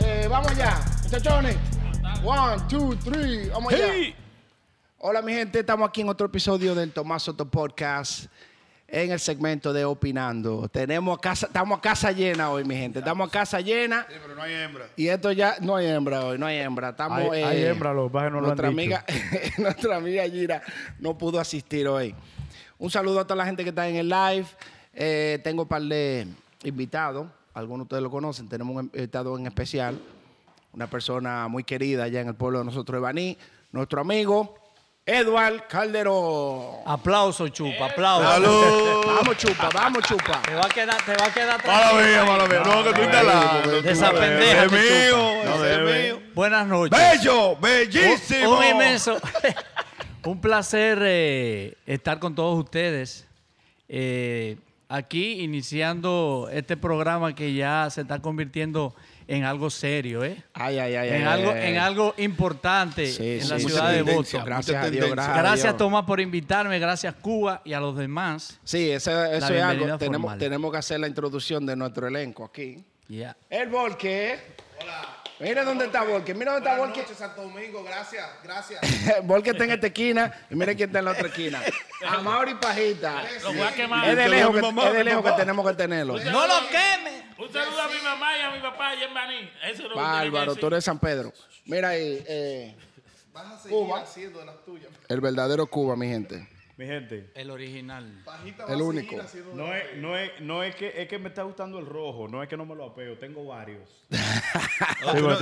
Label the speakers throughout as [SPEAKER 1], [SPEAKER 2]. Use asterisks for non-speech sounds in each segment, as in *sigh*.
[SPEAKER 1] Eh, vamos allá. Muchachones. One, two, three. Vamos allá. Hola, mi gente. Estamos aquí en otro episodio del Tomás Soto Podcast. En el segmento de Opinando. Tenemos casa, estamos a casa llena hoy, mi gente. Estamos a casa llena.
[SPEAKER 2] Sí, pero no hay hembra.
[SPEAKER 1] Y esto ya no hay hembra hoy, no hay hembra. Estamos, eh,
[SPEAKER 3] Hay- hay hembra, lo que pasa es que no lo
[SPEAKER 1] nuestra
[SPEAKER 3] han dicho.
[SPEAKER 1] amiga, *laughs* Nuestra amiga Gira no pudo asistir hoy. Un saludo a toda la gente que está en el live. Eh, tengo un par de invitados. Algunos de ustedes lo conocen. Tenemos un invitado en especial. Una persona muy querida allá en el pueblo de nosotros, Ebaní. Nuestro amigo, Eduard Calderón.
[SPEAKER 4] Aplauso, Chupa, aplauso.
[SPEAKER 2] ¡Salud!
[SPEAKER 1] Vamos, chupa, vamos, chupa.
[SPEAKER 4] Te va a quedar, te va a quedar
[SPEAKER 2] Mala
[SPEAKER 4] tranquilo
[SPEAKER 2] mía,
[SPEAKER 4] ahí.
[SPEAKER 2] mala mía. No, que tú estás hablando.
[SPEAKER 4] De esa pendeja
[SPEAKER 2] Es
[SPEAKER 4] que
[SPEAKER 2] mío,
[SPEAKER 3] No
[SPEAKER 2] ese
[SPEAKER 3] debe.
[SPEAKER 2] es mío.
[SPEAKER 4] Buenas noches.
[SPEAKER 2] ¡Bello!
[SPEAKER 4] Un-
[SPEAKER 2] ¡Bellísimo!
[SPEAKER 4] Un inmenso. *laughs* un placer eh, estar con todos ustedes. eh, aquí iniciando este programa que ya se está convirtiendo en algo serio, ¿eh?
[SPEAKER 1] Ay, ay, ay. ay,
[SPEAKER 4] en,
[SPEAKER 1] ay,
[SPEAKER 4] algo,
[SPEAKER 1] ay,
[SPEAKER 4] en
[SPEAKER 1] ay.
[SPEAKER 4] algo importante
[SPEAKER 1] Sí,
[SPEAKER 4] en
[SPEAKER 1] sí,
[SPEAKER 4] la
[SPEAKER 1] sí.
[SPEAKER 4] ciudad de Boston.
[SPEAKER 1] Gracias
[SPEAKER 2] mucha
[SPEAKER 1] a Dios,
[SPEAKER 2] tendencia.
[SPEAKER 1] gracias. a
[SPEAKER 4] Gracias,
[SPEAKER 1] Dios.
[SPEAKER 4] Tomás, por invitarme. Gracias, Cuba y a los demás.
[SPEAKER 1] Sí, esa- eso es
[SPEAKER 4] bienvenida
[SPEAKER 1] algo. Tenemos,
[SPEAKER 4] formal.
[SPEAKER 1] tenemos que hacer la introducción de nuestro elenco aquí.
[SPEAKER 4] Ya.
[SPEAKER 1] El Volque. Mira dónde está Volque. Mira dónde está Volque.
[SPEAKER 2] Santo Domingo, gracias, gracias.
[SPEAKER 1] *laughs* Volque está en esta esquina y mira quién está en la otra esquina. Amaury Pajita.
[SPEAKER 5] Lo voy a quemar.
[SPEAKER 1] Es de lejos, que,
[SPEAKER 2] Mi mamá,
[SPEAKER 1] es de
[SPEAKER 2] mi
[SPEAKER 1] lejos que
[SPEAKER 2] mamá.
[SPEAKER 1] tenemos que tenerlo.
[SPEAKER 4] ¡No lo quemes!
[SPEAKER 5] Un saludo a mi mamá y a mi papá allá en Baní. Eso es lo que
[SPEAKER 1] Bárbaro, tú
[SPEAKER 5] tenía que decir.
[SPEAKER 1] eres San Pedro. Mira ahí, eh,
[SPEAKER 2] Vas a seguir haciendo de las tuyas.
[SPEAKER 1] el verdadero Cuba, mi gente.
[SPEAKER 3] Mi gente,
[SPEAKER 4] El original.
[SPEAKER 2] Pajita
[SPEAKER 1] El único.
[SPEAKER 3] no es, no es, no es que es que me está gustando el rojo, no es que no me lo apego, tengo varios. Digo,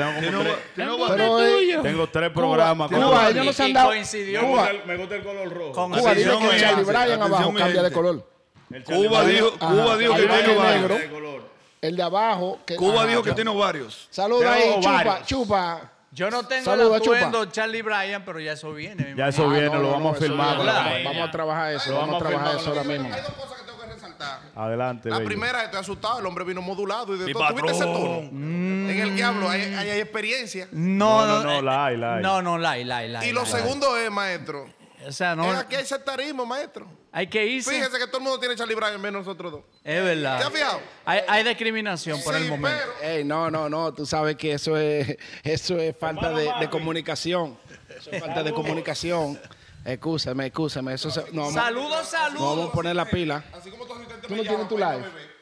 [SPEAKER 3] tengo, como tres,
[SPEAKER 1] Pero eh,
[SPEAKER 3] tengo tres programas.
[SPEAKER 1] Cuba,
[SPEAKER 3] con-
[SPEAKER 1] Cuba, ellos no se han dado.
[SPEAKER 4] coincidió
[SPEAKER 3] me,
[SPEAKER 1] Cuba.
[SPEAKER 3] gusta el, me gusta el color rojo.
[SPEAKER 4] Con-
[SPEAKER 1] Cuba dice
[SPEAKER 2] Atención,
[SPEAKER 1] que
[SPEAKER 2] mi
[SPEAKER 1] Charlie
[SPEAKER 2] gente.
[SPEAKER 1] Bryan abajo
[SPEAKER 2] Atención, mi
[SPEAKER 1] cambia de
[SPEAKER 2] gente.
[SPEAKER 1] color.
[SPEAKER 3] El
[SPEAKER 2] Cuba
[SPEAKER 3] Charlie
[SPEAKER 2] dijo,
[SPEAKER 1] Ajá.
[SPEAKER 2] Cuba dijo que
[SPEAKER 1] Ahí va
[SPEAKER 2] tiene
[SPEAKER 1] el
[SPEAKER 3] Brown,
[SPEAKER 1] negro.
[SPEAKER 2] varios.
[SPEAKER 3] de color.
[SPEAKER 1] El de abajo. que-
[SPEAKER 2] Cuba
[SPEAKER 1] ajá,
[SPEAKER 2] dijo que
[SPEAKER 1] ya.
[SPEAKER 2] tiene varios.
[SPEAKER 1] Saluda ahí,
[SPEAKER 3] Tengo
[SPEAKER 1] chupa,
[SPEAKER 3] varios.
[SPEAKER 1] chupa.
[SPEAKER 4] Yo no tengo
[SPEAKER 1] Saluda,
[SPEAKER 4] el atuendo Charlie Bryan, pero ya eso viene. mi
[SPEAKER 3] Ya
[SPEAKER 4] hermano.
[SPEAKER 3] eso
[SPEAKER 1] Ah,
[SPEAKER 3] viene,
[SPEAKER 1] no,
[SPEAKER 3] lo
[SPEAKER 1] no,
[SPEAKER 3] vamos
[SPEAKER 1] no,
[SPEAKER 3] a
[SPEAKER 1] eso
[SPEAKER 3] filmar.
[SPEAKER 1] no,
[SPEAKER 4] claro.
[SPEAKER 1] vamos-
[SPEAKER 4] Ahí,
[SPEAKER 1] Vamos a
[SPEAKER 4] ya.
[SPEAKER 1] trabajar eso,
[SPEAKER 3] Lo
[SPEAKER 1] vamos a
[SPEAKER 3] vamos a
[SPEAKER 1] trabajar eso
[SPEAKER 3] filmar.
[SPEAKER 1] ahora mismo.
[SPEAKER 2] dos cosas que tengo que resaltar.
[SPEAKER 3] Adelante,
[SPEAKER 2] La
[SPEAKER 3] bello.
[SPEAKER 2] primera, estoy asustado, el hombre vino modulado y de
[SPEAKER 5] Mi
[SPEAKER 2] todo. ¿Tuviste ese tono?
[SPEAKER 5] patrón.
[SPEAKER 2] En el que hablo, hay, hay- hay experiencia.
[SPEAKER 4] No,
[SPEAKER 3] No,
[SPEAKER 4] no,
[SPEAKER 3] no, no,
[SPEAKER 4] eh,
[SPEAKER 3] la hay, la hay.
[SPEAKER 4] No, no, la hay, la hay, la hay,
[SPEAKER 2] Y lo
[SPEAKER 4] la hay.
[SPEAKER 2] segundo es, maestro,
[SPEAKER 4] O sea, no.
[SPEAKER 2] es aquí hay sectarismo, maestro.
[SPEAKER 4] Hay que irse.
[SPEAKER 2] Fíjese que todo el mundo tiene Charlie Brown menos nosotros dos.
[SPEAKER 4] Es verdad.
[SPEAKER 2] ¿Te has fijado?
[SPEAKER 4] Hay, hay discriminación por el
[SPEAKER 2] Sí,
[SPEAKER 4] momento.
[SPEAKER 2] pero-
[SPEAKER 1] Ey, no, no, no, tú sabes que eso es, *laughs* eso es falta de, de comunicación. Eso es falta de comunicación. Excúsame, excúsame. Eso se- no, vamos-
[SPEAKER 4] Saludos,
[SPEAKER 1] no vamos a
[SPEAKER 4] saludos.
[SPEAKER 1] poner la pila.
[SPEAKER 2] Así como todos los intentes
[SPEAKER 1] Tú
[SPEAKER 2] me
[SPEAKER 1] no tienes
[SPEAKER 2] llaman
[SPEAKER 1] tu
[SPEAKER 2] para ir
[SPEAKER 1] live.
[SPEAKER 2] a beber.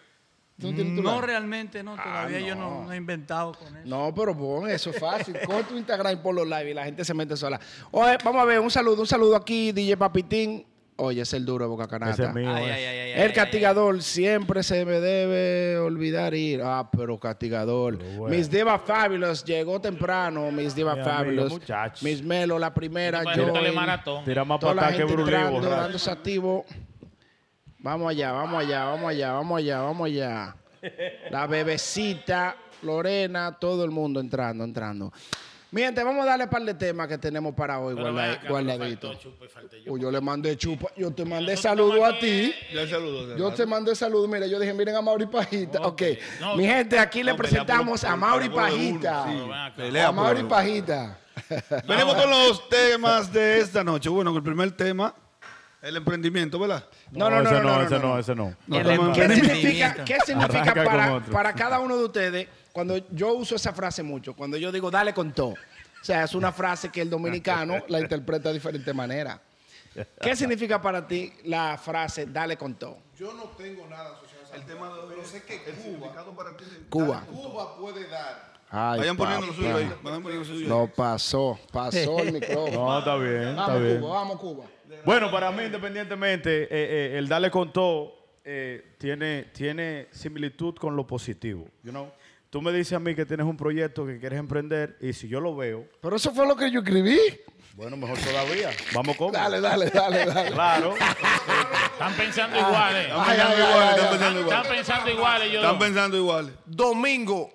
[SPEAKER 1] ¿Tú no tienes tu
[SPEAKER 4] No,
[SPEAKER 1] like?
[SPEAKER 4] realmente no.
[SPEAKER 3] Ah,
[SPEAKER 4] Todavía yo no, no he inventado con eso.
[SPEAKER 1] No, pero pon, eso es fácil. Coge tu Instagram y ponlo live y la gente se mete sola. Oye, vamos a ver, un saludo, un saludo aquí, DJ Papitín. Oye, ese es el duro de Boca Canasta.
[SPEAKER 3] Ese es mío.
[SPEAKER 4] Ay,
[SPEAKER 3] eh.
[SPEAKER 4] ay, ay, ay, ay,
[SPEAKER 1] El castigador siempre se me debe olvidar ir. Ah, pero castigador.
[SPEAKER 3] bueno.
[SPEAKER 1] Mis Diva Fabulous llegó temprano. Mis Diva
[SPEAKER 3] Mi amigo,
[SPEAKER 1] Fabulous.
[SPEAKER 3] muchacho.
[SPEAKER 1] Mis Melo, la primera.
[SPEAKER 5] Para
[SPEAKER 1] Joel.
[SPEAKER 5] juntarle maratón.
[SPEAKER 3] Tira más
[SPEAKER 1] Toda la
[SPEAKER 3] patada que
[SPEAKER 1] gente
[SPEAKER 3] Brulí,
[SPEAKER 1] entrando,
[SPEAKER 3] borracho.
[SPEAKER 1] dándose activo. Vamos allá, vamos allá, vamos allá, vamos allá, vamos allá. La bebecita, Lorena, todo el mundo entrando, entrando. Miren, vamos a darle un par de temas que tenemos para hoy,
[SPEAKER 5] Pero
[SPEAKER 1] guarda-
[SPEAKER 5] ven acá,
[SPEAKER 1] guardadito.
[SPEAKER 5] faltó Chupa y falté yo.
[SPEAKER 1] Uy, yo le mandé chupa, yo te mandé
[SPEAKER 5] Nosotros
[SPEAKER 1] saludo a
[SPEAKER 5] estamos
[SPEAKER 1] ti.
[SPEAKER 5] aquí,
[SPEAKER 2] Yo saludo.
[SPEAKER 1] Yo te mandé saludos, mira, yo dije, miren a Mauri Pajita. Ok.
[SPEAKER 5] No,
[SPEAKER 1] Mi gente, aquí le
[SPEAKER 5] no, pelea por-
[SPEAKER 1] presentamos a
[SPEAKER 5] por-
[SPEAKER 1] Mauri
[SPEAKER 5] por uno,
[SPEAKER 1] Pajita.
[SPEAKER 5] Pero ven acá.
[SPEAKER 1] A Mauri
[SPEAKER 3] *laughs*
[SPEAKER 1] Pajita.
[SPEAKER 2] Venimos con los temas de esta noche. Bueno, con el primer tema, el emprendimiento, ¿verdad?
[SPEAKER 1] No, no, no, no,
[SPEAKER 3] ese
[SPEAKER 1] no,
[SPEAKER 3] ese
[SPEAKER 1] no, no.
[SPEAKER 3] no, ese no.
[SPEAKER 2] No
[SPEAKER 4] El
[SPEAKER 2] estamos
[SPEAKER 4] emprendimiento.
[SPEAKER 1] ¿Qué
[SPEAKER 4] Emprendimiento.
[SPEAKER 1] significa, qué significa
[SPEAKER 3] Arranca con
[SPEAKER 1] para,
[SPEAKER 3] otro.
[SPEAKER 1] para cada uno de ustedes? Cuando yo uso esa frase mucho, cuando yo digo, dale con todo. O sea, es una frase que el dominicano la interpreta de diferente manera.
[SPEAKER 3] *laughs*
[SPEAKER 1] ¿Qué significa para ti la frase, dale con todo?
[SPEAKER 2] Yo no tengo nada asociado a El tema de Pero sé que Cuba,
[SPEAKER 1] Cuba.
[SPEAKER 2] Cuba puede dar.
[SPEAKER 1] Ay,
[SPEAKER 2] Vayan poniendo lo
[SPEAKER 1] papá.
[SPEAKER 2] suyo ahí. Vayan poniendo lo suyo.
[SPEAKER 1] Lo pasó, pasó
[SPEAKER 3] *laughs*
[SPEAKER 1] el micrófono.
[SPEAKER 3] No, está bien, está
[SPEAKER 1] vamos,
[SPEAKER 3] bien.
[SPEAKER 1] Cuba, vamos, Cuba.
[SPEAKER 3] Bueno, para mí, independientemente, eh, eh, el darle con todo eh, tiene, tiene similitud con lo positivo. You know? Tú me dices a mí que tienes un proyecto que quieres emprender y si yo lo veo,
[SPEAKER 1] Pero eso fue lo que yo escribí.
[SPEAKER 3] bueno, mejor todavía. Vamos con.
[SPEAKER 1] Dale, dale, dale, dale.
[SPEAKER 3] Claro.
[SPEAKER 5] Están pensando iguales.
[SPEAKER 2] Están pensando iguales, Ah, están pensando
[SPEAKER 5] Están
[SPEAKER 2] iguales.
[SPEAKER 5] pensando iguales. yo
[SPEAKER 2] Están
[SPEAKER 5] dos.
[SPEAKER 2] pensando iguales. Domingo,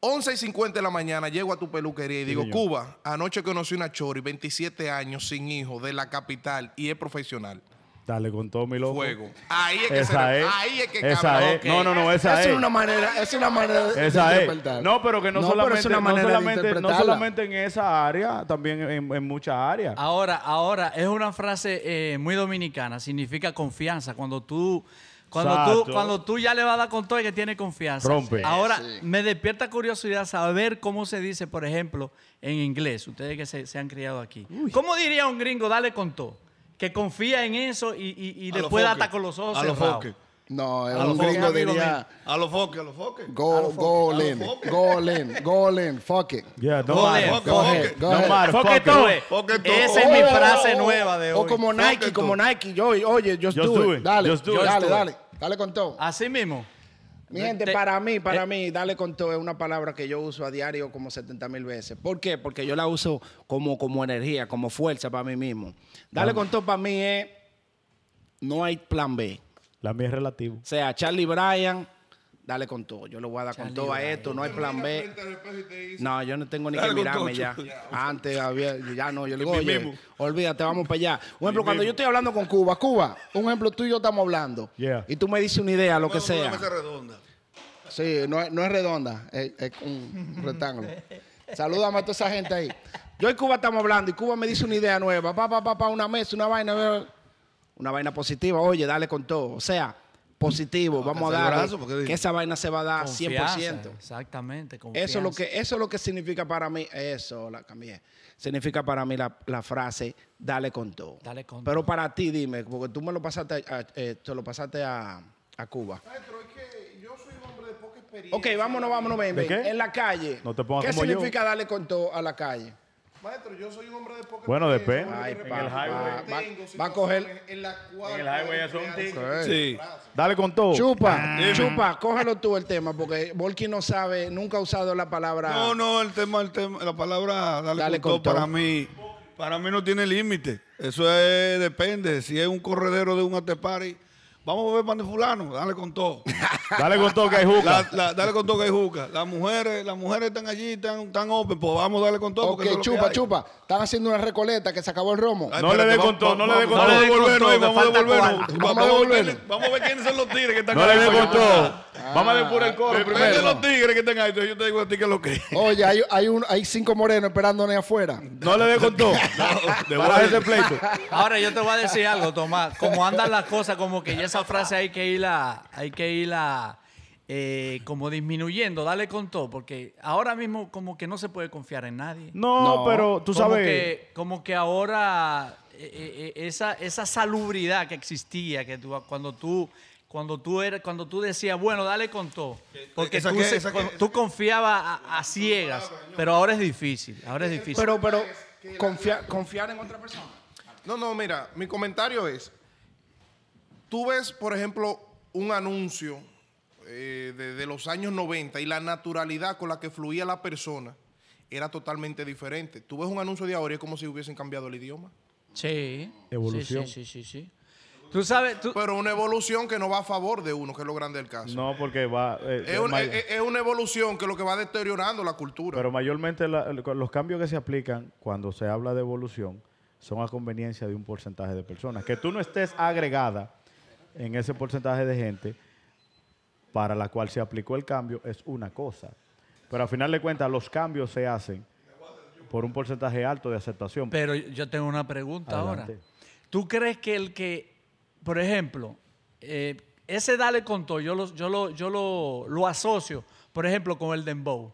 [SPEAKER 2] 11 y 50 de la mañana, llego a tu peluquería y digo,
[SPEAKER 3] señor.
[SPEAKER 2] Cuba, anoche conocí una chori, 27 años, sin hijo, de la capital y es profesional.
[SPEAKER 3] Dale con todo mi loco.
[SPEAKER 2] Fuego. Ahí es que
[SPEAKER 3] Esa
[SPEAKER 2] se-
[SPEAKER 3] es.
[SPEAKER 2] Ahí es que
[SPEAKER 3] esa
[SPEAKER 2] cambia.
[SPEAKER 3] es.
[SPEAKER 2] Ok.
[SPEAKER 3] No, no, no, esa
[SPEAKER 1] Esa
[SPEAKER 3] es.
[SPEAKER 1] es una manera, es una manera de- *laughs*
[SPEAKER 3] Esa
[SPEAKER 1] de
[SPEAKER 3] es.
[SPEAKER 1] interpretar.
[SPEAKER 3] No, pero que no,
[SPEAKER 1] pero
[SPEAKER 3] solamente,
[SPEAKER 1] es una
[SPEAKER 3] no,
[SPEAKER 1] manera de
[SPEAKER 3] solamente, no
[SPEAKER 1] interpretarla.
[SPEAKER 3] solamente en esa área, también en, en muchas áreas.
[SPEAKER 4] Ah, Ahora, ahora, es una frase eh, muy dominicana. Significa confianza. Cuando tú Cuando tú,
[SPEAKER 3] Exacto.
[SPEAKER 4] cuando tú ya le vas a dar con todo y que tiene confianza.
[SPEAKER 3] Rompe.
[SPEAKER 4] Ahora, me despierta curiosidad saber cómo se dice, por ejemplo, en inglés. Ustedes que se, se han criado aquí. ¿Cómo diría un gringo, dale con todo? Que confía en eso y, y- y
[SPEAKER 2] A
[SPEAKER 4] le
[SPEAKER 2] lo
[SPEAKER 4] pueda
[SPEAKER 2] foque.
[SPEAKER 4] hasta con los ojos
[SPEAKER 2] A lo
[SPEAKER 4] cerrados.
[SPEAKER 2] foque.
[SPEAKER 1] No, es
[SPEAKER 4] A lo
[SPEAKER 1] un
[SPEAKER 4] foque,
[SPEAKER 1] gringo
[SPEAKER 4] amigo
[SPEAKER 1] diría
[SPEAKER 2] A los foques, a los foques.
[SPEAKER 1] go, go,
[SPEAKER 2] a lo
[SPEAKER 1] Len,
[SPEAKER 2] foque.
[SPEAKER 1] go, Len, go, Len, fuck it.
[SPEAKER 3] Yeah, no
[SPEAKER 4] Joder,
[SPEAKER 3] matter.
[SPEAKER 2] foque,
[SPEAKER 1] Go
[SPEAKER 2] foque.
[SPEAKER 1] ahead, go
[SPEAKER 3] No
[SPEAKER 1] ahead.
[SPEAKER 3] matter,
[SPEAKER 5] Fuck
[SPEAKER 3] fuck
[SPEAKER 5] it all.
[SPEAKER 4] Eh,
[SPEAKER 2] Foque todo.
[SPEAKER 4] Esa es mi
[SPEAKER 1] Oh,
[SPEAKER 4] frase
[SPEAKER 1] oh,
[SPEAKER 4] nueva de
[SPEAKER 1] O
[SPEAKER 4] hoy.
[SPEAKER 1] como Nike,
[SPEAKER 2] it
[SPEAKER 1] como
[SPEAKER 2] todo.
[SPEAKER 1] Nike. Yo, oye, yo
[SPEAKER 3] Just do
[SPEAKER 1] estuve.
[SPEAKER 3] it,
[SPEAKER 1] Dale,
[SPEAKER 3] just do it.
[SPEAKER 1] dale,
[SPEAKER 3] Just do
[SPEAKER 1] dale. Dale con todo.
[SPEAKER 4] Así mismo.
[SPEAKER 1] Mi gente,
[SPEAKER 4] Te-
[SPEAKER 1] para mí, para mí, dale con todo es una palabra que yo uso a diario como 70 mil veces. ¿Por qué? Porque yo la uso como, como energía, como fuerza para mí mismo. Dale con todo para mí es, no hay plan B.
[SPEAKER 3] La mía es relativo.
[SPEAKER 1] O sea, Charlie Bryan, dale con todo. Yo le voy a dar con todo a esto, no hay plan B. No, yo no tengo ni
[SPEAKER 2] Dale
[SPEAKER 1] que
[SPEAKER 2] con
[SPEAKER 1] mirarme
[SPEAKER 2] todo,
[SPEAKER 1] ya.
[SPEAKER 2] chulo.
[SPEAKER 1] Antes había, ya no, yo le digo,
[SPEAKER 2] Mi
[SPEAKER 1] oye,
[SPEAKER 2] mimo.
[SPEAKER 1] olvídate, vamos para allá. Un ejemplo, cuando yo estoy hablando con Cuba, Cuba, un ejemplo, tú y yo estamos hablando.
[SPEAKER 3] Yeah.
[SPEAKER 1] Y tú me dices una idea, lo que
[SPEAKER 2] Vamos a una
[SPEAKER 1] sea.
[SPEAKER 2] mesa redonda.
[SPEAKER 1] Sí, no, es- no es redonda, es, es un rectángulo. Salúdame a toda esa gente ahí. Yo y Cuba estamos hablando y Cuba me dice una idea nueva, pa, pa, pa, pa, una mesa, una vaina, eh, una vaina positiva. Oye, dale con todo. O sea, positivo, vamos a
[SPEAKER 2] alzar el
[SPEAKER 1] dar
[SPEAKER 2] brazo, porque-
[SPEAKER 1] que esa vaina se va a dar
[SPEAKER 4] Confianza,
[SPEAKER 1] 100%.
[SPEAKER 4] Exactamente.
[SPEAKER 1] Eso es, lo
[SPEAKER 4] confianza.
[SPEAKER 1] que, eso es lo que significa para mí, eso la cambié. Significa para mí la, la frase, dale con todo.
[SPEAKER 4] Dale con
[SPEAKER 1] Pero
[SPEAKER 4] todo.
[SPEAKER 1] para ti, dime, porque tú me lo pasaste a, eh, te lo pasaste a, a Cuba. Ok, vámonos, vámonos, ven,
[SPEAKER 3] ¿De
[SPEAKER 1] ven.
[SPEAKER 3] qué?
[SPEAKER 1] En la calle.
[SPEAKER 3] No te pongas
[SPEAKER 1] ¿Qué
[SPEAKER 3] como yo.
[SPEAKER 1] significa darle con todo a la calle?
[SPEAKER 6] Maestro, yo soy un hombre de poca
[SPEAKER 3] Bueno,
[SPEAKER 6] experiencia,
[SPEAKER 3] depende.
[SPEAKER 6] hombre
[SPEAKER 1] Ay, pa,
[SPEAKER 3] el
[SPEAKER 6] que reconozco que
[SPEAKER 3] highway.
[SPEAKER 1] va-
[SPEAKER 6] tengo
[SPEAKER 1] va a coger.
[SPEAKER 6] situaciones en las cuales
[SPEAKER 3] En el highway
[SPEAKER 6] puedo
[SPEAKER 3] ya son
[SPEAKER 6] emplear esa
[SPEAKER 3] tigres.
[SPEAKER 2] Sí.
[SPEAKER 3] Dale con todo.
[SPEAKER 1] Chupa,
[SPEAKER 3] Ah.
[SPEAKER 1] chupa, cógelo tú el tema, porque Volky no sabe, nunca ha usado la palabra.
[SPEAKER 2] No, no, el tema, el tema, la palabra dale,
[SPEAKER 1] Ah. Dale
[SPEAKER 2] con
[SPEAKER 1] con
[SPEAKER 2] todo,
[SPEAKER 1] todo.
[SPEAKER 2] para mí, para mí no tiene límite. Eso es, depende. Si es un corredero de un after party, vamos a ver pan de fulano, dale con todo.
[SPEAKER 3] Dale con todo que hay juca.
[SPEAKER 2] La- la- dale con todo que hay juca. Las mujeres, las mujeres están allí, están, están open, pues vamos a darle con todo.
[SPEAKER 1] Ok,
[SPEAKER 2] porque eso es lo que
[SPEAKER 1] chupa,
[SPEAKER 2] hay.
[SPEAKER 1] chupa. Están haciendo una recoleta que se acabó el romo.
[SPEAKER 2] Ay,
[SPEAKER 3] No le
[SPEAKER 2] espérate,
[SPEAKER 3] dé
[SPEAKER 2] vamos-
[SPEAKER 3] con todo, no le dé con
[SPEAKER 2] vamos
[SPEAKER 4] todo.
[SPEAKER 2] a devolvernos ahí,
[SPEAKER 4] No le dé con
[SPEAKER 2] Vamos a
[SPEAKER 4] todo, te falta
[SPEAKER 2] devolvernos.
[SPEAKER 1] cuarto.
[SPEAKER 2] Vamos a
[SPEAKER 1] Vamos a
[SPEAKER 2] ver
[SPEAKER 1] devolvernos.
[SPEAKER 2] quiénes- Vamos a ver quiénes son los tigres que están
[SPEAKER 3] No le
[SPEAKER 2] ahí.
[SPEAKER 3] dé con todo.
[SPEAKER 1] Ah.
[SPEAKER 3] Vamos a depurar el coro
[SPEAKER 2] Depende de
[SPEAKER 3] primero.
[SPEAKER 2] los tigres que están ahí. Entonces yo te digo a ti que es lo que es.
[SPEAKER 1] Oye, hay, hay, un, hay cinco morenos esperándome afuera.
[SPEAKER 3] No le dé con todo. Para ese pleito.
[SPEAKER 4] Ahora yo te voy a decir algo, Tomás. Como andan las cosas, como que ya esa frase hay que irla, hay que irla eh, como disminuyendo, dale con todo, porque ahora mismo como que no se puede confiar en nadie.
[SPEAKER 3] No,
[SPEAKER 1] No.
[SPEAKER 3] pero tú
[SPEAKER 4] como
[SPEAKER 3] sabes.
[SPEAKER 4] Que, como que ahora eh, eh, eh, esa, esa salubridad que existía, que tú- cuando tú cuando tú eras, cuando tú decías, bueno, dale con todo, porque
[SPEAKER 2] esa
[SPEAKER 4] tú,
[SPEAKER 2] que-
[SPEAKER 4] se-
[SPEAKER 2] esa que-
[SPEAKER 4] tú confiabas a, a ciegas, pero ahora es difícil, ahora es difícil.
[SPEAKER 1] Pero, pero, confia- confiar en otra persona.
[SPEAKER 6] No, no, mira, mi comentario es, tú ves, por ejemplo, un anuncio eh, de, de los años 90 y la naturalidad con la que fluía la persona era totalmente diferente. Tú ves un anuncio de ahora y es como si hubiesen cambiado el idioma.
[SPEAKER 4] Sí.
[SPEAKER 3] Evolución.
[SPEAKER 4] Sí, sí, sí, sí. sí. Tú sabes, tú,
[SPEAKER 6] Pero una evolución que no va a favor de uno, que es lo grande del caso.
[SPEAKER 3] No, porque va. eh,
[SPEAKER 6] Es, un-
[SPEAKER 3] may-
[SPEAKER 6] es- es una evolución que lo que va deteriorando la cultura.
[SPEAKER 3] Pero mayormente la- los cambios que se aplican cuando se habla de evolución son a conveniencia de un porcentaje de personas. Que tú no estés agregada en ese porcentaje de gente para la cual se aplicó el cambio es una cosa. Pero al final de cuentas los cambios se hacen por un porcentaje alto de aceptación.
[SPEAKER 4] Pero yo tengo una pregunta ahora.
[SPEAKER 3] Adelante.
[SPEAKER 4] ¿Tú crees que el que, por ejemplo, eh, ese dale con todo, yo lo, yo lo, yo lo, lo asocio, por ejemplo, con el dembow.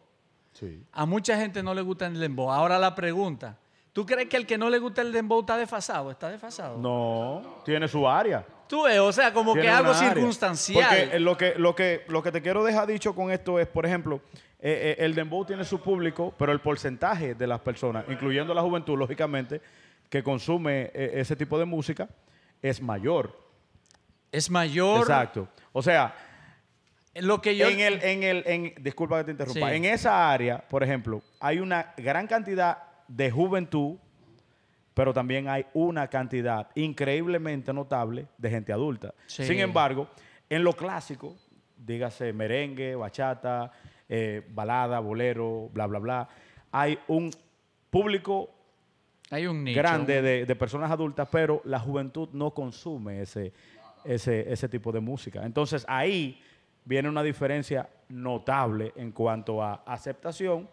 [SPEAKER 3] Sí.
[SPEAKER 4] A mucha gente no le gusta el dembow. Ahora la pregunta, ¿tú crees que el que no le gusta el dembow está desfasado? ¿Está desfasado?
[SPEAKER 3] No, tiene su área.
[SPEAKER 4] Tú ves, o sea, como que
[SPEAKER 3] Tiene
[SPEAKER 4] algo
[SPEAKER 3] una área.
[SPEAKER 4] circunstancial.
[SPEAKER 3] Porque eh, lo que, lo, que, lo que te quiero dejar dicho con esto es, por ejemplo, eh, eh, el dembow tiene su público, pero el porcentaje de las personas, incluyendo la juventud, lógicamente, que consume eh, ese tipo de música, es mayor.
[SPEAKER 4] es mayor
[SPEAKER 3] Exacto. O sea,
[SPEAKER 4] lo que yo...
[SPEAKER 3] en el, en el, en, disculpa que te interrumpa.
[SPEAKER 4] Sí.
[SPEAKER 3] En esa área, por ejemplo, hay una gran cantidad de juventud, pero también hay una cantidad increíblemente notable de gente adulta.
[SPEAKER 4] Sí.
[SPEAKER 3] Sin embargo, en lo clásico, dígase merengue, bachata, eh, balada, bolero, bla, bla, bla, hay un público
[SPEAKER 4] hay un nicho.
[SPEAKER 3] grande de, de personas adultas, pero la juventud no consume ese, ese, ese tipo de música. Entonces ahí viene una diferencia notable en cuanto a aceptación,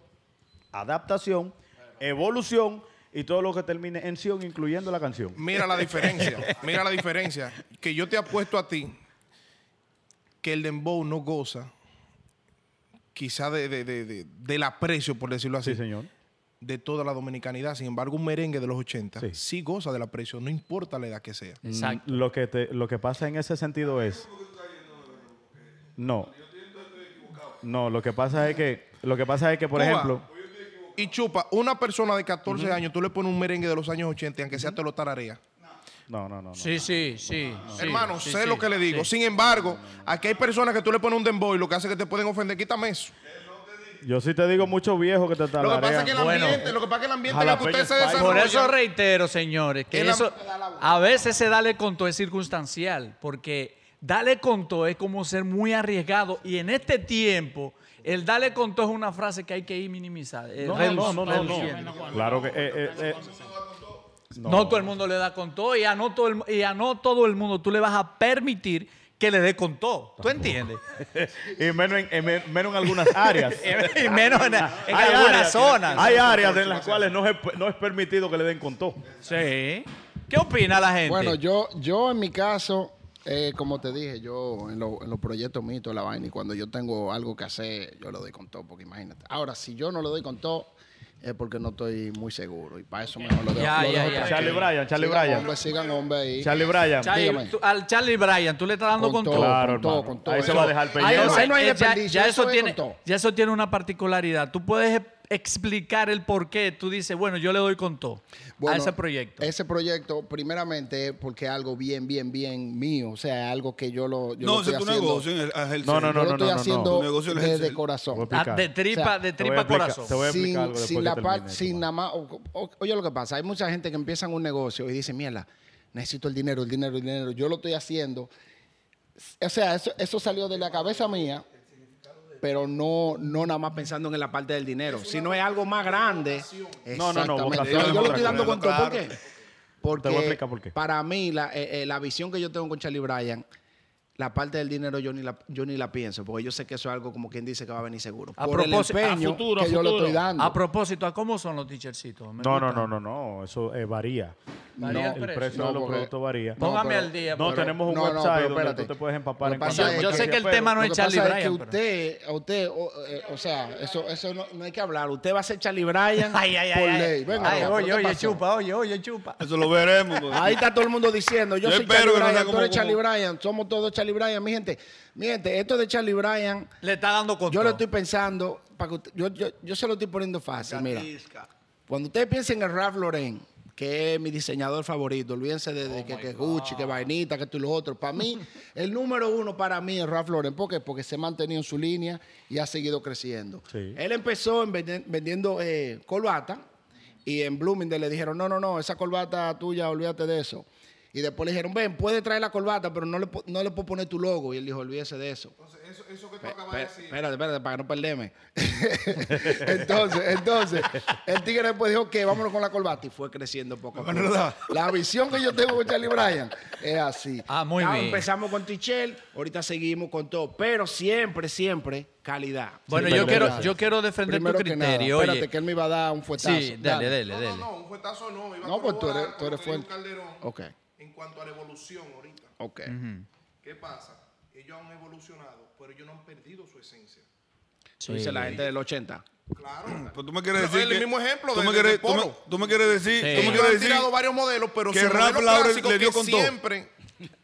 [SPEAKER 3] adaptación, evolución y todo lo que termine en Sion, incluyendo la canción.
[SPEAKER 6] Mira la diferencia, mira la diferencia. Que yo te apuesto a ti que el dembow no goza quizá de, de- de- de- del aprecio, por decirlo así,
[SPEAKER 3] Sí, señor.
[SPEAKER 6] de toda la dominicanidad. Sin embargo, un merengue de los 80
[SPEAKER 3] Sí.
[SPEAKER 6] sí, goza del aprecio, no importa la edad que sea.
[SPEAKER 4] Exacto.
[SPEAKER 3] Lo que, te- lo que pasa en ese sentido es. No. No, lo que pasa es que, lo que, pasa es que por
[SPEAKER 6] Cuba,
[SPEAKER 3] ejemplo.
[SPEAKER 6] Y chupa, una persona de 14 años, tú le pones un merengue de los años 80, y aunque sea te lo tararea.
[SPEAKER 3] No, no, no. no.
[SPEAKER 4] Sí, sí, sí. sí,
[SPEAKER 6] Hermano,
[SPEAKER 4] sí,
[SPEAKER 6] sé
[SPEAKER 4] sí,
[SPEAKER 6] lo que le
[SPEAKER 4] sí.
[SPEAKER 6] digo. Sin embargo, aquí hay personas que tú le pones un dembow y lo que hace que te pueden ofender, quítame eso.
[SPEAKER 3] Yo sí te digo mucho viejo que te
[SPEAKER 6] Lo que pasa es que el
[SPEAKER 3] talarean.
[SPEAKER 4] Bueno.
[SPEAKER 6] ambiente, lo que pasa es que el ambiente en el que
[SPEAKER 3] Jalapeño
[SPEAKER 6] usted se
[SPEAKER 3] Spice.
[SPEAKER 6] desarrolla.
[SPEAKER 4] Por eso reitero, señores, que
[SPEAKER 6] Es la-
[SPEAKER 4] eso
[SPEAKER 6] te da la vuelta.
[SPEAKER 4] a veces se dale con todo es circunstancial, porque dale con todo es como ser muy arriesgado y en este tiempo el dale con todo es una frase que hay que ir minimizar. eh,
[SPEAKER 3] No,
[SPEAKER 4] redu-
[SPEAKER 3] no, no, no,
[SPEAKER 4] reduciendo.
[SPEAKER 3] no. Claro que. eh, eh, eh,
[SPEAKER 4] No. todo el mundo le da con todo y a no todo el, mu- y a no todo el mundo tú le vas a permitir que le dé con todo. ¿Tú
[SPEAKER 3] *laughs*
[SPEAKER 4] entiendes? *laughs*
[SPEAKER 3] eh, Y menos en, en- en- menos en algunas áreas.
[SPEAKER 4] y menos en, en
[SPEAKER 3] Hay
[SPEAKER 4] algunas
[SPEAKER 3] áreas-
[SPEAKER 4] zonas.
[SPEAKER 3] Hay áreas en las cuales no es, no es permitido que le den con todo.
[SPEAKER 4] Sí. ¿Qué opina la gente?
[SPEAKER 1] Bueno, yo, yo en mi caso, eh, como te dije, yo en, lo- en los proyectos míos, y toda la vaina, y cuando yo tengo algo que hacer, yo lo doy con todo, porque imagínate. Ahora, si yo no lo doy con todo, es porque no estoy muy seguro, y para eso mejor lo dejo.
[SPEAKER 4] Ya,
[SPEAKER 1] lo
[SPEAKER 4] ya,
[SPEAKER 1] dejo
[SPEAKER 4] ya.
[SPEAKER 1] tranquilo.
[SPEAKER 3] Charlie Bryan, Charlie
[SPEAKER 1] Sigan,
[SPEAKER 3] Bryan.
[SPEAKER 1] hombre, sigan, hombre, ahí.
[SPEAKER 3] Charlie Bryan.
[SPEAKER 4] Charlie-
[SPEAKER 1] dígame.
[SPEAKER 4] tú- al Charlie Bryan, tú le estás dando con, todo.
[SPEAKER 3] Claro,
[SPEAKER 1] con todo,
[SPEAKER 3] hermano.
[SPEAKER 1] con todo.
[SPEAKER 3] Ahí se
[SPEAKER 1] Eso-
[SPEAKER 3] va a dejar
[SPEAKER 1] ahí
[SPEAKER 3] pellejo.
[SPEAKER 1] no- ahí no hay
[SPEAKER 4] Eh, ya,
[SPEAKER 1] desperdicio,
[SPEAKER 4] ya eso
[SPEAKER 1] es
[SPEAKER 4] tiene,
[SPEAKER 1] con todo.
[SPEAKER 4] ya eso tiene una particularidad. Tú puedes e- explicar el por qué. Tú dices, bueno, yo le doy con todo a
[SPEAKER 1] Bueno,
[SPEAKER 4] ese proyecto.
[SPEAKER 1] Ese proyecto, primeramente, porque es algo bien, bien, bien mío. O sea, algo que yo lo, yo lo
[SPEAKER 2] No, ese
[SPEAKER 1] estoy
[SPEAKER 2] es tu
[SPEAKER 1] haciendo-
[SPEAKER 2] negocio. el- el-
[SPEAKER 3] No, no,
[SPEAKER 1] yo
[SPEAKER 3] no,
[SPEAKER 1] lo estoy
[SPEAKER 3] no, no.
[SPEAKER 1] haciendo
[SPEAKER 2] Tu negocio es el
[SPEAKER 1] desde
[SPEAKER 2] Excel.
[SPEAKER 1] corazón.
[SPEAKER 3] Voy a explicar.
[SPEAKER 4] Ah, de tripa,
[SPEAKER 1] O sea,
[SPEAKER 4] de
[SPEAKER 3] te voy a
[SPEAKER 4] tripa
[SPEAKER 3] explicar-
[SPEAKER 4] corazón.
[SPEAKER 3] te voy a explicar
[SPEAKER 1] sin,
[SPEAKER 3] algo después
[SPEAKER 1] sin
[SPEAKER 3] que
[SPEAKER 1] la
[SPEAKER 3] termine
[SPEAKER 1] par-
[SPEAKER 3] esto,
[SPEAKER 1] sin
[SPEAKER 3] mano.
[SPEAKER 1] nada más. o- o- Oye, lo que pasa, hay mucha gente que empieza un negocio y dice, mierda, necesito el dinero, el dinero, el dinero. Yo lo estoy haciendo. O sea, eso, eso salió de la cabeza mía, pero no, no nada más pensando en la parte del dinero, sino es algo más grande.
[SPEAKER 3] No, no, no,
[SPEAKER 1] Exactamente.
[SPEAKER 3] vocación
[SPEAKER 1] Yo-
[SPEAKER 3] es
[SPEAKER 1] Yo lo
[SPEAKER 3] otra
[SPEAKER 1] estoy dando
[SPEAKER 2] cosa.
[SPEAKER 1] con todo. ¿Por
[SPEAKER 2] Claro.
[SPEAKER 1] qué? Porque
[SPEAKER 3] Te voy a explicar por qué.
[SPEAKER 1] para mí, la, eh, eh, la visión que yo tengo con Charlie Bryan, la parte del dinero yo ni la, yo ni la pienso, porque yo sé que eso es algo como quien dice que va a venir seguro.
[SPEAKER 4] A
[SPEAKER 1] por el
[SPEAKER 4] propósito- a
[SPEAKER 1] empeño
[SPEAKER 5] futuro, a
[SPEAKER 1] que yo le
[SPEAKER 5] futuro.
[SPEAKER 1] estoy dando.
[SPEAKER 4] A propósito, ¿a cómo son los teachercitos? Me
[SPEAKER 3] No, no,
[SPEAKER 4] gusta.
[SPEAKER 3] no, no, no. Eso eh, varía.
[SPEAKER 4] Varía el
[SPEAKER 3] el
[SPEAKER 4] precio.
[SPEAKER 3] precio de los
[SPEAKER 1] porque-
[SPEAKER 3] productos varía.
[SPEAKER 4] No, Póngame al día,
[SPEAKER 3] No, tenemos un website
[SPEAKER 1] pero
[SPEAKER 3] donde
[SPEAKER 1] espérate.
[SPEAKER 3] tú te puedes empapar
[SPEAKER 1] Lo
[SPEAKER 3] en
[SPEAKER 1] que pasa
[SPEAKER 3] cuanto-
[SPEAKER 1] es
[SPEAKER 4] Yo sé que el
[SPEAKER 3] pero-
[SPEAKER 4] tema no
[SPEAKER 1] lo
[SPEAKER 4] es
[SPEAKER 1] que
[SPEAKER 4] Charlie
[SPEAKER 1] pasa es que
[SPEAKER 4] Bryan. pero-
[SPEAKER 1] usted, a usted, o, eh, o sea, eso, eso no, no hay que hablar. Usted va a ser Charlie Bryan
[SPEAKER 4] *laughs* Ay, ay, ay.
[SPEAKER 1] por
[SPEAKER 4] ay.
[SPEAKER 1] ley. Venga,
[SPEAKER 4] Ay,
[SPEAKER 1] venga,
[SPEAKER 4] oye,
[SPEAKER 1] ¿qué
[SPEAKER 4] oye,
[SPEAKER 1] pasó?
[SPEAKER 4] chupa, oye, oye, chupa.
[SPEAKER 2] Eso lo veremos. pues.
[SPEAKER 1] Ahí está todo el mundo diciendo, yo,
[SPEAKER 2] Yo
[SPEAKER 1] soy
[SPEAKER 2] espero
[SPEAKER 1] Charlie
[SPEAKER 2] que no sea
[SPEAKER 1] Bryan, tú
[SPEAKER 2] como-
[SPEAKER 1] eres Charlie
[SPEAKER 2] como-
[SPEAKER 1] Bryan, somos todos Charlie Bryan. Mi gente, mi gente, esto de Charlie Bryan,
[SPEAKER 4] Le está dando con
[SPEAKER 1] yo
[SPEAKER 4] todo.
[SPEAKER 1] lo estoy pensando, para que usted- yo, yo, yo se lo estoy poniendo fácil, mira. Cuando ustedes piensen en Ralph Lauren, que es mi diseñador favorito, olvídense de, de que, que Gucci, que vainita, que tú y lo otro. Para mí, el número uno para mí es Ralph Lauren. ¿Por qué? Porque se ha mantenido en su línea y ha seguido creciendo.
[SPEAKER 3] Sí.
[SPEAKER 1] Él empezó en vende- vendiendo eh, corbata y en Bloomingdale le dijeron, no, no, no, esa corbata tuya, olvídate de eso. Y después le dijeron, ven, puede traer la corbata, pero no le, po- no le puedo poner tu logo. Y él dijo, olvídese de eso.
[SPEAKER 6] Eso, que tú
[SPEAKER 1] Espera- Espérate, espérate, para que no perderme. *laughs* entonces, entonces, el tigre después dijo, ok, vámonos con la corbata y fue creciendo poco a poco. La visión que yo tengo con Charlie Bryan es así.
[SPEAKER 4] Ah, muy
[SPEAKER 1] Ya
[SPEAKER 4] bien.
[SPEAKER 1] Empezamos con Tichel, ahorita seguimos con todo, pero siempre, siempre, calidad.
[SPEAKER 4] Bueno,
[SPEAKER 1] Siempre
[SPEAKER 4] yo quiero,
[SPEAKER 1] calidad.
[SPEAKER 4] yo quiero defender
[SPEAKER 1] Primero
[SPEAKER 4] tu
[SPEAKER 1] que nada,
[SPEAKER 4] criterio. oye.
[SPEAKER 1] espérate, que él me iba a dar un fuetazo.
[SPEAKER 4] sí, dale, dale, dale.
[SPEAKER 6] No, no, un fuetazo no. Iba
[SPEAKER 1] No,
[SPEAKER 6] a
[SPEAKER 1] pues tú eres-
[SPEAKER 6] corroborar
[SPEAKER 1] tú eres
[SPEAKER 6] lo que dijo
[SPEAKER 1] fuerte.
[SPEAKER 6] Calderón
[SPEAKER 1] Ok,
[SPEAKER 6] En cuanto a la evolución ahorita,
[SPEAKER 1] ok.
[SPEAKER 6] ¿qué pasa? Ellos han evolucionado, pero ellos no han perdido su esencia.
[SPEAKER 1] Eso dice la gente del 80.
[SPEAKER 6] Claro.
[SPEAKER 2] Pues tú me quieres
[SPEAKER 6] Pero
[SPEAKER 2] decir
[SPEAKER 6] el
[SPEAKER 2] que-
[SPEAKER 6] mismo ejemplo
[SPEAKER 2] tú
[SPEAKER 6] de-
[SPEAKER 2] me
[SPEAKER 6] de- de
[SPEAKER 2] quieres- tú me-
[SPEAKER 6] Polo.
[SPEAKER 2] Tú me quieres decir,
[SPEAKER 4] Sí.
[SPEAKER 2] tú me
[SPEAKER 6] Ellos han
[SPEAKER 2] quieres decir,
[SPEAKER 6] tirado varios modelos, pero
[SPEAKER 2] que
[SPEAKER 6] su
[SPEAKER 2] Ralph
[SPEAKER 6] modelo
[SPEAKER 2] Lauren
[SPEAKER 6] clásico
[SPEAKER 2] le dio
[SPEAKER 6] que
[SPEAKER 2] con todo.
[SPEAKER 6] siempre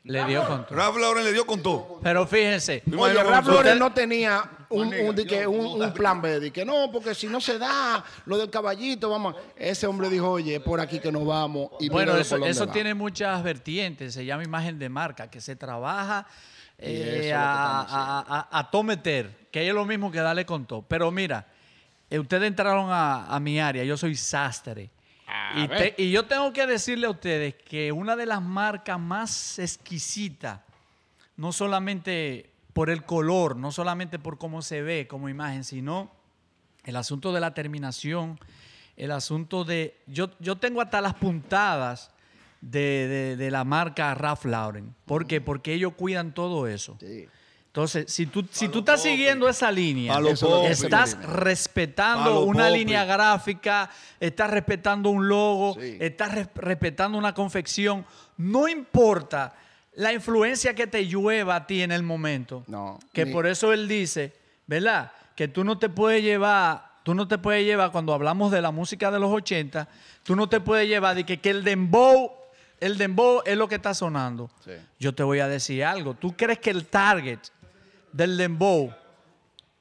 [SPEAKER 4] Le dio con todo.
[SPEAKER 2] Ralph Lauren le dio con todo.
[SPEAKER 4] Pero fíjense,
[SPEAKER 2] Me
[SPEAKER 1] Oye,
[SPEAKER 2] imagino
[SPEAKER 1] Ralph
[SPEAKER 2] como-
[SPEAKER 1] Lauren no tenía un, un, di que un- un plan B. di que no, porque si no se da lo del caballito, vamos. a-". Ese hombre dijo, oye, es por aquí que nos vamos. Y
[SPEAKER 4] Bueno,
[SPEAKER 1] míralo
[SPEAKER 4] eso,
[SPEAKER 1] por dónde
[SPEAKER 4] eso
[SPEAKER 1] va.
[SPEAKER 4] tiene muchas vertientes. Se llama imagen de marca, que se trabaja eh,
[SPEAKER 1] eso es lo que
[SPEAKER 4] a,
[SPEAKER 1] estamos
[SPEAKER 4] a- a- a tometer, que es lo mismo que darle con todo. Pero mira, eh, ustedes entraron a, a mi área, yo soy sastre. Y, te- y yo tengo que decirle a ustedes que una de las marcas más exquisitas, no solamente por el color, no solamente por cómo se ve como imagen, sino el asunto de la terminación, el asunto de... Yo, yo tengo hasta las puntadas de, de- de la marca Ralph Lauren. ¿Por qué? Porque ellos cuidan todo eso.
[SPEAKER 1] Sí.
[SPEAKER 4] Entonces, si tú, si tú estás siguiendo esa línea,
[SPEAKER 2] A lo
[SPEAKER 1] Eso es lo que
[SPEAKER 4] estás
[SPEAKER 1] estoy
[SPEAKER 4] respetando
[SPEAKER 2] A lo
[SPEAKER 4] una
[SPEAKER 2] popi.
[SPEAKER 4] línea gráfica, estás respetando un logo,
[SPEAKER 1] Sí.
[SPEAKER 4] estás res- respetando una confección, no importa la influencia que te llueva a ti en el momento.
[SPEAKER 1] No,
[SPEAKER 4] Que
[SPEAKER 1] ni-
[SPEAKER 4] por eso él dice, ¿verdad? Que tú no te puedes llevar, tú no te puedes llevar, cuando hablamos de la música de los 80, tú no te puedes llevar de que, que el dembow, el dembow es lo que está sonando.
[SPEAKER 1] Sí.
[SPEAKER 4] Yo te voy a decir algo. ¿Tú crees que el target del dembow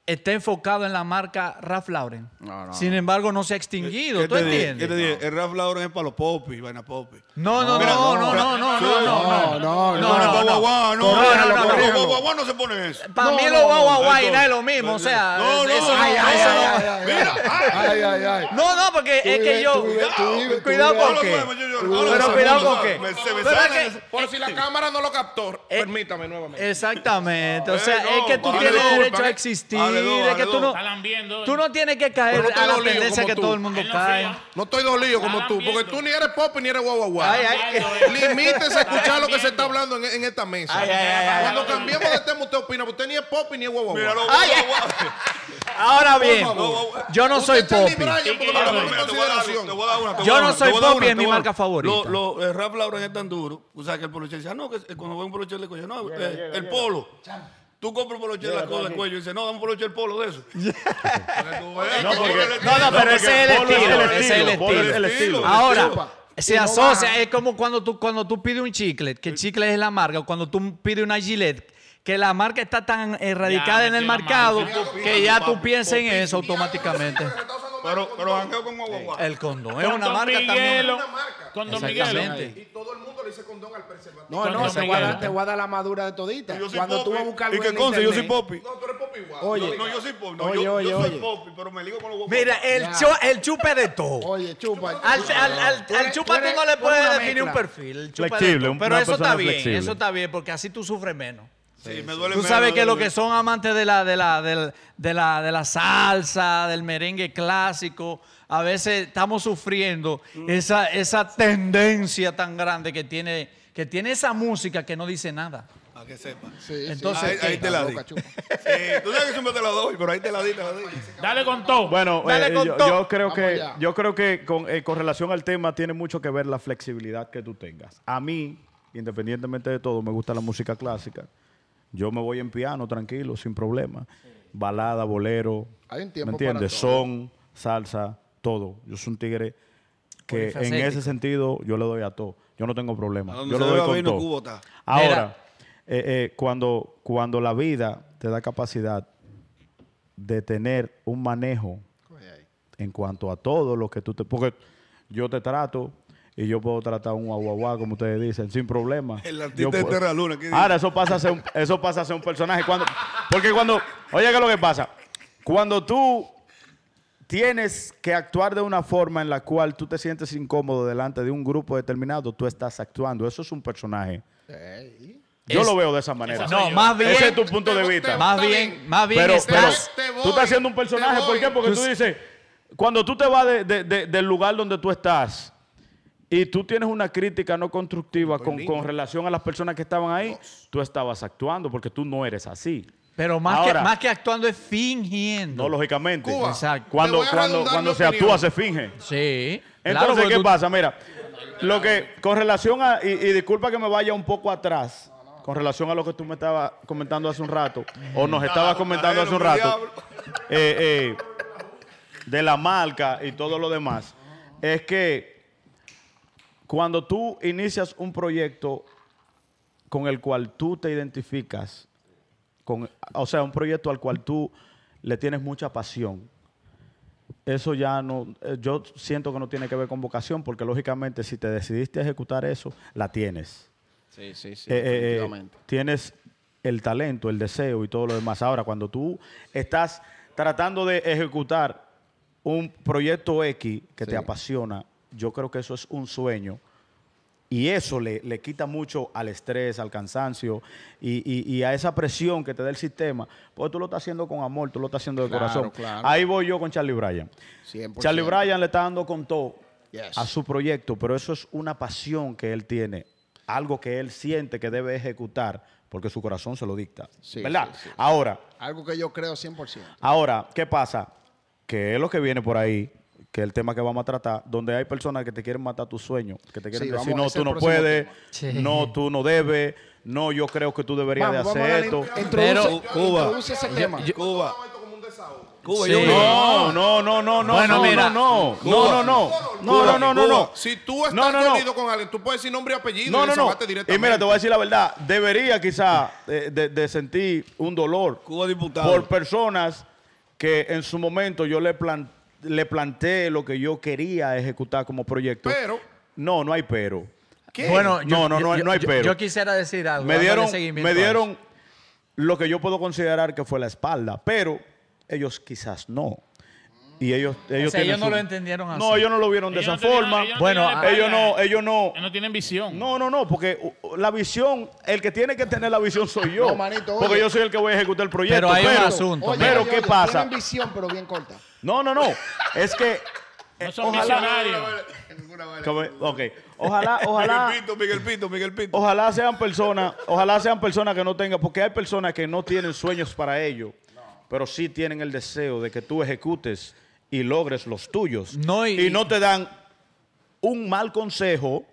[SPEAKER 4] está enfocado en la marca Ralph Lauren?
[SPEAKER 1] No, no.
[SPEAKER 4] Sin embargo, no se ha extinguido.
[SPEAKER 2] ¿Qué
[SPEAKER 4] ¿Tú
[SPEAKER 2] te dije?
[SPEAKER 4] entiendes?
[SPEAKER 2] ¿Qué te dije? El Ralph Lauren es para los popis, vaina popis.
[SPEAKER 4] No, no,
[SPEAKER 2] Mira,
[SPEAKER 4] no, no,
[SPEAKER 2] mira,
[SPEAKER 4] no, no, no,
[SPEAKER 2] sí.
[SPEAKER 4] no, no,
[SPEAKER 1] No, no,
[SPEAKER 4] no, no,
[SPEAKER 2] Guau, guau,
[SPEAKER 4] no.
[SPEAKER 2] guau, no,
[SPEAKER 4] Corríjalo,
[SPEAKER 2] guau, guau,
[SPEAKER 4] corríjalo.
[SPEAKER 2] guau, guau, no se pone eso.
[SPEAKER 4] Para mí lo guau guau guau y nada es lo mismo, o sea,
[SPEAKER 2] No, no,
[SPEAKER 4] eso
[SPEAKER 2] no,
[SPEAKER 1] Ay, ay,
[SPEAKER 4] eso
[SPEAKER 1] ay,
[SPEAKER 4] no.
[SPEAKER 1] ay, ay,
[SPEAKER 2] Mira,
[SPEAKER 1] ay, ay, ay.
[SPEAKER 4] No, no, porque es que
[SPEAKER 1] vives,
[SPEAKER 4] yo
[SPEAKER 1] tú vives, tú vives, tú
[SPEAKER 4] cuidado
[SPEAKER 1] vives.
[SPEAKER 4] con
[SPEAKER 2] No lo
[SPEAKER 4] qué.
[SPEAKER 2] sabemos, yo- yo- no lo
[SPEAKER 4] Pero
[SPEAKER 2] sabemos,
[SPEAKER 4] cuidado
[SPEAKER 2] no lo
[SPEAKER 4] con qué.
[SPEAKER 2] sabemos. Me- se me
[SPEAKER 4] Pero
[SPEAKER 2] salen
[SPEAKER 4] es
[SPEAKER 2] las-
[SPEAKER 6] Por si la cámara no lo captó,
[SPEAKER 4] Eh,
[SPEAKER 6] permítame nuevamente.
[SPEAKER 4] que exactamente, o sea,
[SPEAKER 2] Eh, no,
[SPEAKER 4] es que tú
[SPEAKER 2] vale
[SPEAKER 4] tienes
[SPEAKER 2] dos,
[SPEAKER 4] derecho
[SPEAKER 2] vale-
[SPEAKER 4] a existir,
[SPEAKER 2] vale dos,
[SPEAKER 4] es que
[SPEAKER 2] vale
[SPEAKER 4] tú no
[SPEAKER 2] dos.
[SPEAKER 5] Están viendo.
[SPEAKER 4] tú no tienes que caer
[SPEAKER 6] Pero no te
[SPEAKER 4] a la
[SPEAKER 6] dolió
[SPEAKER 4] tendencia
[SPEAKER 6] como
[SPEAKER 4] que
[SPEAKER 6] tú.
[SPEAKER 4] todo el mundo
[SPEAKER 5] Él no
[SPEAKER 4] cae.
[SPEAKER 5] fía.
[SPEAKER 6] No estoy dolido como
[SPEAKER 5] Estaban
[SPEAKER 6] tú, porque
[SPEAKER 5] viendo.
[SPEAKER 6] tú ni eres pop ni eres guau guau guau.
[SPEAKER 4] Ay, ay.
[SPEAKER 6] Limítese a escuchar lo que se está hablando en, en esta mesa.
[SPEAKER 4] Ay, ay, ay, ay.
[SPEAKER 6] Cuando cambiemos de tema, usted opina, usted ni es pop ni es guau guau.
[SPEAKER 2] Mira,
[SPEAKER 6] guau.
[SPEAKER 2] lo
[SPEAKER 4] Ay,
[SPEAKER 2] guau,
[SPEAKER 4] ay.
[SPEAKER 2] guau.
[SPEAKER 4] Ahora bien,
[SPEAKER 2] favor.
[SPEAKER 4] yo no soy
[SPEAKER 6] Usted Charlie
[SPEAKER 4] popi.
[SPEAKER 6] Bryan, porque
[SPEAKER 5] Sí, que
[SPEAKER 6] lo
[SPEAKER 5] yo
[SPEAKER 6] tomamos
[SPEAKER 5] soy.
[SPEAKER 6] en
[SPEAKER 2] Mira, te voy a dar una,
[SPEAKER 6] consideración.
[SPEAKER 2] te voy a dar una, te
[SPEAKER 4] Yo
[SPEAKER 2] voy a
[SPEAKER 4] no
[SPEAKER 2] dar una,
[SPEAKER 4] soy
[SPEAKER 2] te voy a dar
[SPEAKER 4] popi,
[SPEAKER 2] una,
[SPEAKER 4] es
[SPEAKER 2] te
[SPEAKER 4] mi
[SPEAKER 2] voy a dar
[SPEAKER 4] marca
[SPEAKER 2] una.
[SPEAKER 4] favorita.
[SPEAKER 2] Lo, lo, el Ralph Lauren es tan duro. O sea, que el poloche dice, ah, no, que cuando ve un poloche le cuello, no, eh, el polo. Tú compras un poloche de la cola, el cuello, y dices, no, dame un poloche el polo de eso.
[SPEAKER 3] No, porque-
[SPEAKER 4] No, no, pero ese es el
[SPEAKER 3] Polo es
[SPEAKER 4] estilo,
[SPEAKER 3] el
[SPEAKER 4] ese es el
[SPEAKER 3] estilo, Polo es el
[SPEAKER 4] estilo.
[SPEAKER 3] estilo.
[SPEAKER 4] Ahora, se asocia, es como cuando tú, cuando tú pides un chicle, que el chicle es la marca, o cuando tú pides una Gillette, que la marca está tan erradicada
[SPEAKER 5] Ya,
[SPEAKER 4] en el
[SPEAKER 5] metió la
[SPEAKER 4] mercado
[SPEAKER 5] mano.
[SPEAKER 4] que ya tú piensas en eso automáticamente.
[SPEAKER 2] Pero, pero eh, jangueo con guau, guau, guau.
[SPEAKER 4] El condón es
[SPEAKER 5] Con
[SPEAKER 4] una
[SPEAKER 5] Don
[SPEAKER 4] marca también.
[SPEAKER 5] Miguelo.
[SPEAKER 6] Una marca.
[SPEAKER 5] Con Don Miguelo.
[SPEAKER 4] Exactamente.
[SPEAKER 6] Y todo el mundo le dice condón al preservativo.
[SPEAKER 1] No, no, te voy, a dar,
[SPEAKER 5] Exactamente.
[SPEAKER 1] te voy a dar la madura de todita.
[SPEAKER 2] Yo soy
[SPEAKER 1] Cuando tú
[SPEAKER 2] popi.
[SPEAKER 1] vas a buscar
[SPEAKER 2] Y
[SPEAKER 1] algo
[SPEAKER 2] que
[SPEAKER 1] en el
[SPEAKER 2] conste, yo soy
[SPEAKER 1] internet,
[SPEAKER 2] popi.
[SPEAKER 6] No, tú eres pop igual.
[SPEAKER 1] Oye.
[SPEAKER 2] No, yo soy popi. No,
[SPEAKER 1] Oye,
[SPEAKER 2] yo,
[SPEAKER 1] oye,
[SPEAKER 2] yo soy
[SPEAKER 1] oye.
[SPEAKER 2] popi, pero me ligo con los guau, guau.
[SPEAKER 4] Mira, el,
[SPEAKER 1] Ya.
[SPEAKER 4] cho- el chupe de todo.
[SPEAKER 1] Oye, chupa.
[SPEAKER 4] Al, al, al,
[SPEAKER 1] Tú
[SPEAKER 4] al
[SPEAKER 1] eres-
[SPEAKER 4] chupa
[SPEAKER 1] tú
[SPEAKER 4] tú
[SPEAKER 1] eres-
[SPEAKER 4] no le
[SPEAKER 1] tú eres
[SPEAKER 4] puedes
[SPEAKER 1] una
[SPEAKER 4] definir un
[SPEAKER 1] mezcla.
[SPEAKER 4] perfil. el chupa de
[SPEAKER 3] Flexible,
[SPEAKER 4] todo.
[SPEAKER 3] una
[SPEAKER 4] Pero eso está
[SPEAKER 3] persona
[SPEAKER 4] bien,
[SPEAKER 3] flexible.
[SPEAKER 4] eso está bien, porque así tú sufres menos.
[SPEAKER 2] Sí, me duele
[SPEAKER 4] Tú
[SPEAKER 2] menos,
[SPEAKER 4] sabes
[SPEAKER 2] me
[SPEAKER 4] que los
[SPEAKER 2] duele
[SPEAKER 4] que son amantes de la, de la, del- de la, de la salsa, del merengue clásico, a veces estamos sufriendo
[SPEAKER 3] Mm.
[SPEAKER 4] esa, esa tendencia tan grande que tiene, que tiene esa música que no dice nada.
[SPEAKER 2] menos. Para que sepa. Sí,
[SPEAKER 1] Sí, sí.
[SPEAKER 4] Entonces,
[SPEAKER 2] Ahí- ahí te la di.
[SPEAKER 1] boca,
[SPEAKER 2] *laughs*
[SPEAKER 1] chupa.
[SPEAKER 2] tú sabes que siempre te la doy, pero ahí te la di, te la di.
[SPEAKER 5] Dale con todo.
[SPEAKER 3] Bueno,
[SPEAKER 4] Dale
[SPEAKER 3] eh,
[SPEAKER 4] con
[SPEAKER 3] yo,
[SPEAKER 4] todo.
[SPEAKER 3] yo creo que,
[SPEAKER 1] allá.
[SPEAKER 3] yo creo que con, eh, con relación al tema tiene mucho que ver la flexibilidad que tú tengas. A mí, independientemente de todo, me gusta la música clásica. Yo me voy en piano tranquilo, sin problema. Balada, bolero,
[SPEAKER 1] Hay un
[SPEAKER 3] ¿me
[SPEAKER 1] tiempo para
[SPEAKER 3] entiendes?
[SPEAKER 1] todo.
[SPEAKER 3] Son, salsa, todo. Yo soy un tigre que en
[SPEAKER 4] Polifacético.
[SPEAKER 3] ese sentido yo le doy a todo. Yo no tengo problema.
[SPEAKER 2] A donde
[SPEAKER 3] Yo
[SPEAKER 2] se
[SPEAKER 3] le doy
[SPEAKER 2] deba
[SPEAKER 3] con
[SPEAKER 2] vino,
[SPEAKER 3] todo.
[SPEAKER 2] cubo está.
[SPEAKER 4] Mira.
[SPEAKER 3] Ahora, eh, eh, cuando, cuando la vida te da capacidad de tener un manejo en cuanto a todo lo que tú te... Porque yo te trato y yo puedo tratar a un guaguaguá, como ustedes dicen, sin problema.
[SPEAKER 2] *laughs* El artista
[SPEAKER 3] Yo
[SPEAKER 2] de
[SPEAKER 3] puedo-
[SPEAKER 2] Terra Luna, ¿qué dice?
[SPEAKER 3] Ahora, eso pasa a ser un, eso pasa a ser un personaje. Cuando, porque cuando... Oye, ¿qué es lo que pasa? Cuando tú tienes que actuar de una forma en la cual tú te sientes incómodo delante de un grupo determinado, tú estás actuando. Eso es un personaje. Yo
[SPEAKER 4] Es-
[SPEAKER 3] lo veo de esa manera.
[SPEAKER 5] Esa soy
[SPEAKER 4] No,
[SPEAKER 5] yo.
[SPEAKER 4] más bien,
[SPEAKER 3] Ese es tu punto de vista.
[SPEAKER 4] más
[SPEAKER 6] Está
[SPEAKER 4] bien,
[SPEAKER 6] bien.
[SPEAKER 4] más bien
[SPEAKER 3] pero pero
[SPEAKER 4] estás...
[SPEAKER 6] te voy,
[SPEAKER 3] tú estás haciendo un personaje.
[SPEAKER 6] te
[SPEAKER 3] ¿Por qué?
[SPEAKER 6] voy.
[SPEAKER 3] Porque tú dices, cuando tú te vas de- de- de- del lugar donde tú estás y tú tienes una crítica no constructiva con, con relación a las personas que estaban ahí, tú estabas actuando porque tú no eres así.
[SPEAKER 4] Pero más,
[SPEAKER 3] Ahora,
[SPEAKER 4] que, más que actuando es fingiendo.
[SPEAKER 3] No, lógicamente.
[SPEAKER 6] Cuba,
[SPEAKER 4] Exacto.
[SPEAKER 3] Cuando,
[SPEAKER 6] te voy a
[SPEAKER 3] cuando,
[SPEAKER 6] redundar
[SPEAKER 3] cuando
[SPEAKER 6] mi
[SPEAKER 3] se
[SPEAKER 6] opinión.
[SPEAKER 3] actúa, se finge.
[SPEAKER 4] Sí. claro,
[SPEAKER 3] Entonces,
[SPEAKER 4] porque
[SPEAKER 3] ¿qué
[SPEAKER 4] tú-
[SPEAKER 3] pasa? Mira, lo que con relación a, y, y disculpa que me vaya un poco atrás, con relación a lo que tú me estabas comentando hace un rato, o nos estabas comentando hace un rato, *laughs* eh, eh, de la marca y todo lo demás, es que cuando tú inicias un proyecto con el cual tú te identificas, con, o sea, un proyecto al cual tú le tienes mucha pasión, eso ya no, eh, yo siento que no tiene que ver con vocación, porque lógicamente si te decidiste a ejecutar eso, la tienes.
[SPEAKER 1] Sí, sí, sí.
[SPEAKER 3] Eh, eh, eh,
[SPEAKER 1] definitivamente.
[SPEAKER 3] tienes el talento, el deseo y todo lo demás. Ahora, cuando tú estás tratando de ejecutar un proyecto X que te
[SPEAKER 1] Sí.
[SPEAKER 3] apasiona, yo creo que eso es un sueño. Y eso le, le quita mucho al estrés, al cansancio y, y- y a esa presión que te da el sistema. Porque tú lo estás haciendo con amor, tú lo estás haciendo de
[SPEAKER 1] Claro,
[SPEAKER 3] corazón.
[SPEAKER 1] claro.
[SPEAKER 3] Ahí voy yo con Charlie Bryan.
[SPEAKER 1] 100%.
[SPEAKER 3] Charlie Bryan le está dando con todo
[SPEAKER 1] Yes.
[SPEAKER 3] a su proyecto, pero eso es una pasión que él tiene, algo que él siente que debe ejecutar porque su corazón se lo dicta.
[SPEAKER 1] Sí,
[SPEAKER 3] ¿Verdad?
[SPEAKER 1] sí, sí.
[SPEAKER 3] Ahora,
[SPEAKER 1] Algo que yo creo 100%.
[SPEAKER 3] ahora, ¿qué pasa? Que es lo que viene por ahí, que es el tema que vamos a tratar, donde hay personas que te quieren matar tu sueño, que te quieren
[SPEAKER 1] Sí, vamos,
[SPEAKER 3] decir, no,
[SPEAKER 1] ese es
[SPEAKER 3] tú
[SPEAKER 1] el
[SPEAKER 3] no
[SPEAKER 1] próximo
[SPEAKER 3] puedes,
[SPEAKER 4] tema. Sí.
[SPEAKER 3] no, tú no debes, no, yo creo que tú deberías
[SPEAKER 1] Vamos,
[SPEAKER 3] de
[SPEAKER 1] vamos a
[SPEAKER 3] hacer
[SPEAKER 1] darle
[SPEAKER 3] esto.
[SPEAKER 1] introduce-
[SPEAKER 4] Pero-
[SPEAKER 6] Cuba.
[SPEAKER 1] introduce ese tema.
[SPEAKER 2] Cuba. Cuba,
[SPEAKER 4] Sí.
[SPEAKER 2] yo creo-
[SPEAKER 3] No, no, no, no, no,
[SPEAKER 4] Bueno,
[SPEAKER 3] no,
[SPEAKER 4] mira.
[SPEAKER 3] no, no, no, no, no, no, no, no, no, no.
[SPEAKER 6] Si tú estás
[SPEAKER 3] No, no, no.
[SPEAKER 6] dolido con alguien, tú puedes decir nombre y apellido
[SPEAKER 3] No,
[SPEAKER 6] y
[SPEAKER 3] no, no.
[SPEAKER 6] desahogarte
[SPEAKER 3] Y
[SPEAKER 6] directamente.
[SPEAKER 3] mira, te voy a decir la verdad. Debería quizá eh, de, de sentir un dolor
[SPEAKER 2] Cuba diputado.
[SPEAKER 3] por personas que en su momento yo le, plan- le planteé lo que yo quería ejecutar como proyecto.
[SPEAKER 6] Pero,
[SPEAKER 3] No, no hay pero.
[SPEAKER 6] ¿qué?
[SPEAKER 4] Bueno,
[SPEAKER 3] No, no, no, no hay
[SPEAKER 4] yo-
[SPEAKER 3] pero.
[SPEAKER 4] Yo quisiera decir algo.
[SPEAKER 3] Me
[SPEAKER 4] dándole
[SPEAKER 3] dieron,
[SPEAKER 4] seguimiento
[SPEAKER 3] me
[SPEAKER 4] a eso.
[SPEAKER 3] dieron lo que yo puedo considerar que fue la espalda, pero ellos quizás no. Y ellos, ellos,
[SPEAKER 4] O sea,
[SPEAKER 3] tienen
[SPEAKER 4] ellos no
[SPEAKER 3] su-
[SPEAKER 4] lo entendieron así.
[SPEAKER 3] No, ellos no lo vieron de
[SPEAKER 5] Ellos
[SPEAKER 3] esa
[SPEAKER 5] no tenían-
[SPEAKER 3] forma.
[SPEAKER 5] ellos no
[SPEAKER 4] Bueno, ah,
[SPEAKER 5] tenían la
[SPEAKER 3] ellos
[SPEAKER 5] espalda.
[SPEAKER 3] no, ellos no.
[SPEAKER 5] Ellos no tienen visión.
[SPEAKER 3] No, no, no, porque uh, uh, la visión, el que tiene que tener la visión soy yo.
[SPEAKER 1] No, manito, oye.
[SPEAKER 3] porque yo soy el que voy a ejecutar el proyecto.
[SPEAKER 4] Pero hay un asunto.
[SPEAKER 1] Oye,
[SPEAKER 3] pero
[SPEAKER 1] oye,
[SPEAKER 3] ¿qué
[SPEAKER 1] oye,
[SPEAKER 3] pasa?
[SPEAKER 1] Tienen visión, pero bien corta.
[SPEAKER 3] No, no, no. Es
[SPEAKER 1] *laughs*
[SPEAKER 3] que.
[SPEAKER 5] No son visionarios.
[SPEAKER 3] como- ok. Ojalá, ojalá.
[SPEAKER 2] Miguel Pito, Miguel Pito, Miguel Pito.
[SPEAKER 3] Ojalá sean personas, ojalá sean personas que no tengan, porque hay personas que no tienen sueños para ellos, pero sí tienen el deseo de que tú ejecutes y logres los tuyos.
[SPEAKER 4] No, y-
[SPEAKER 3] no te dan un mal consejo,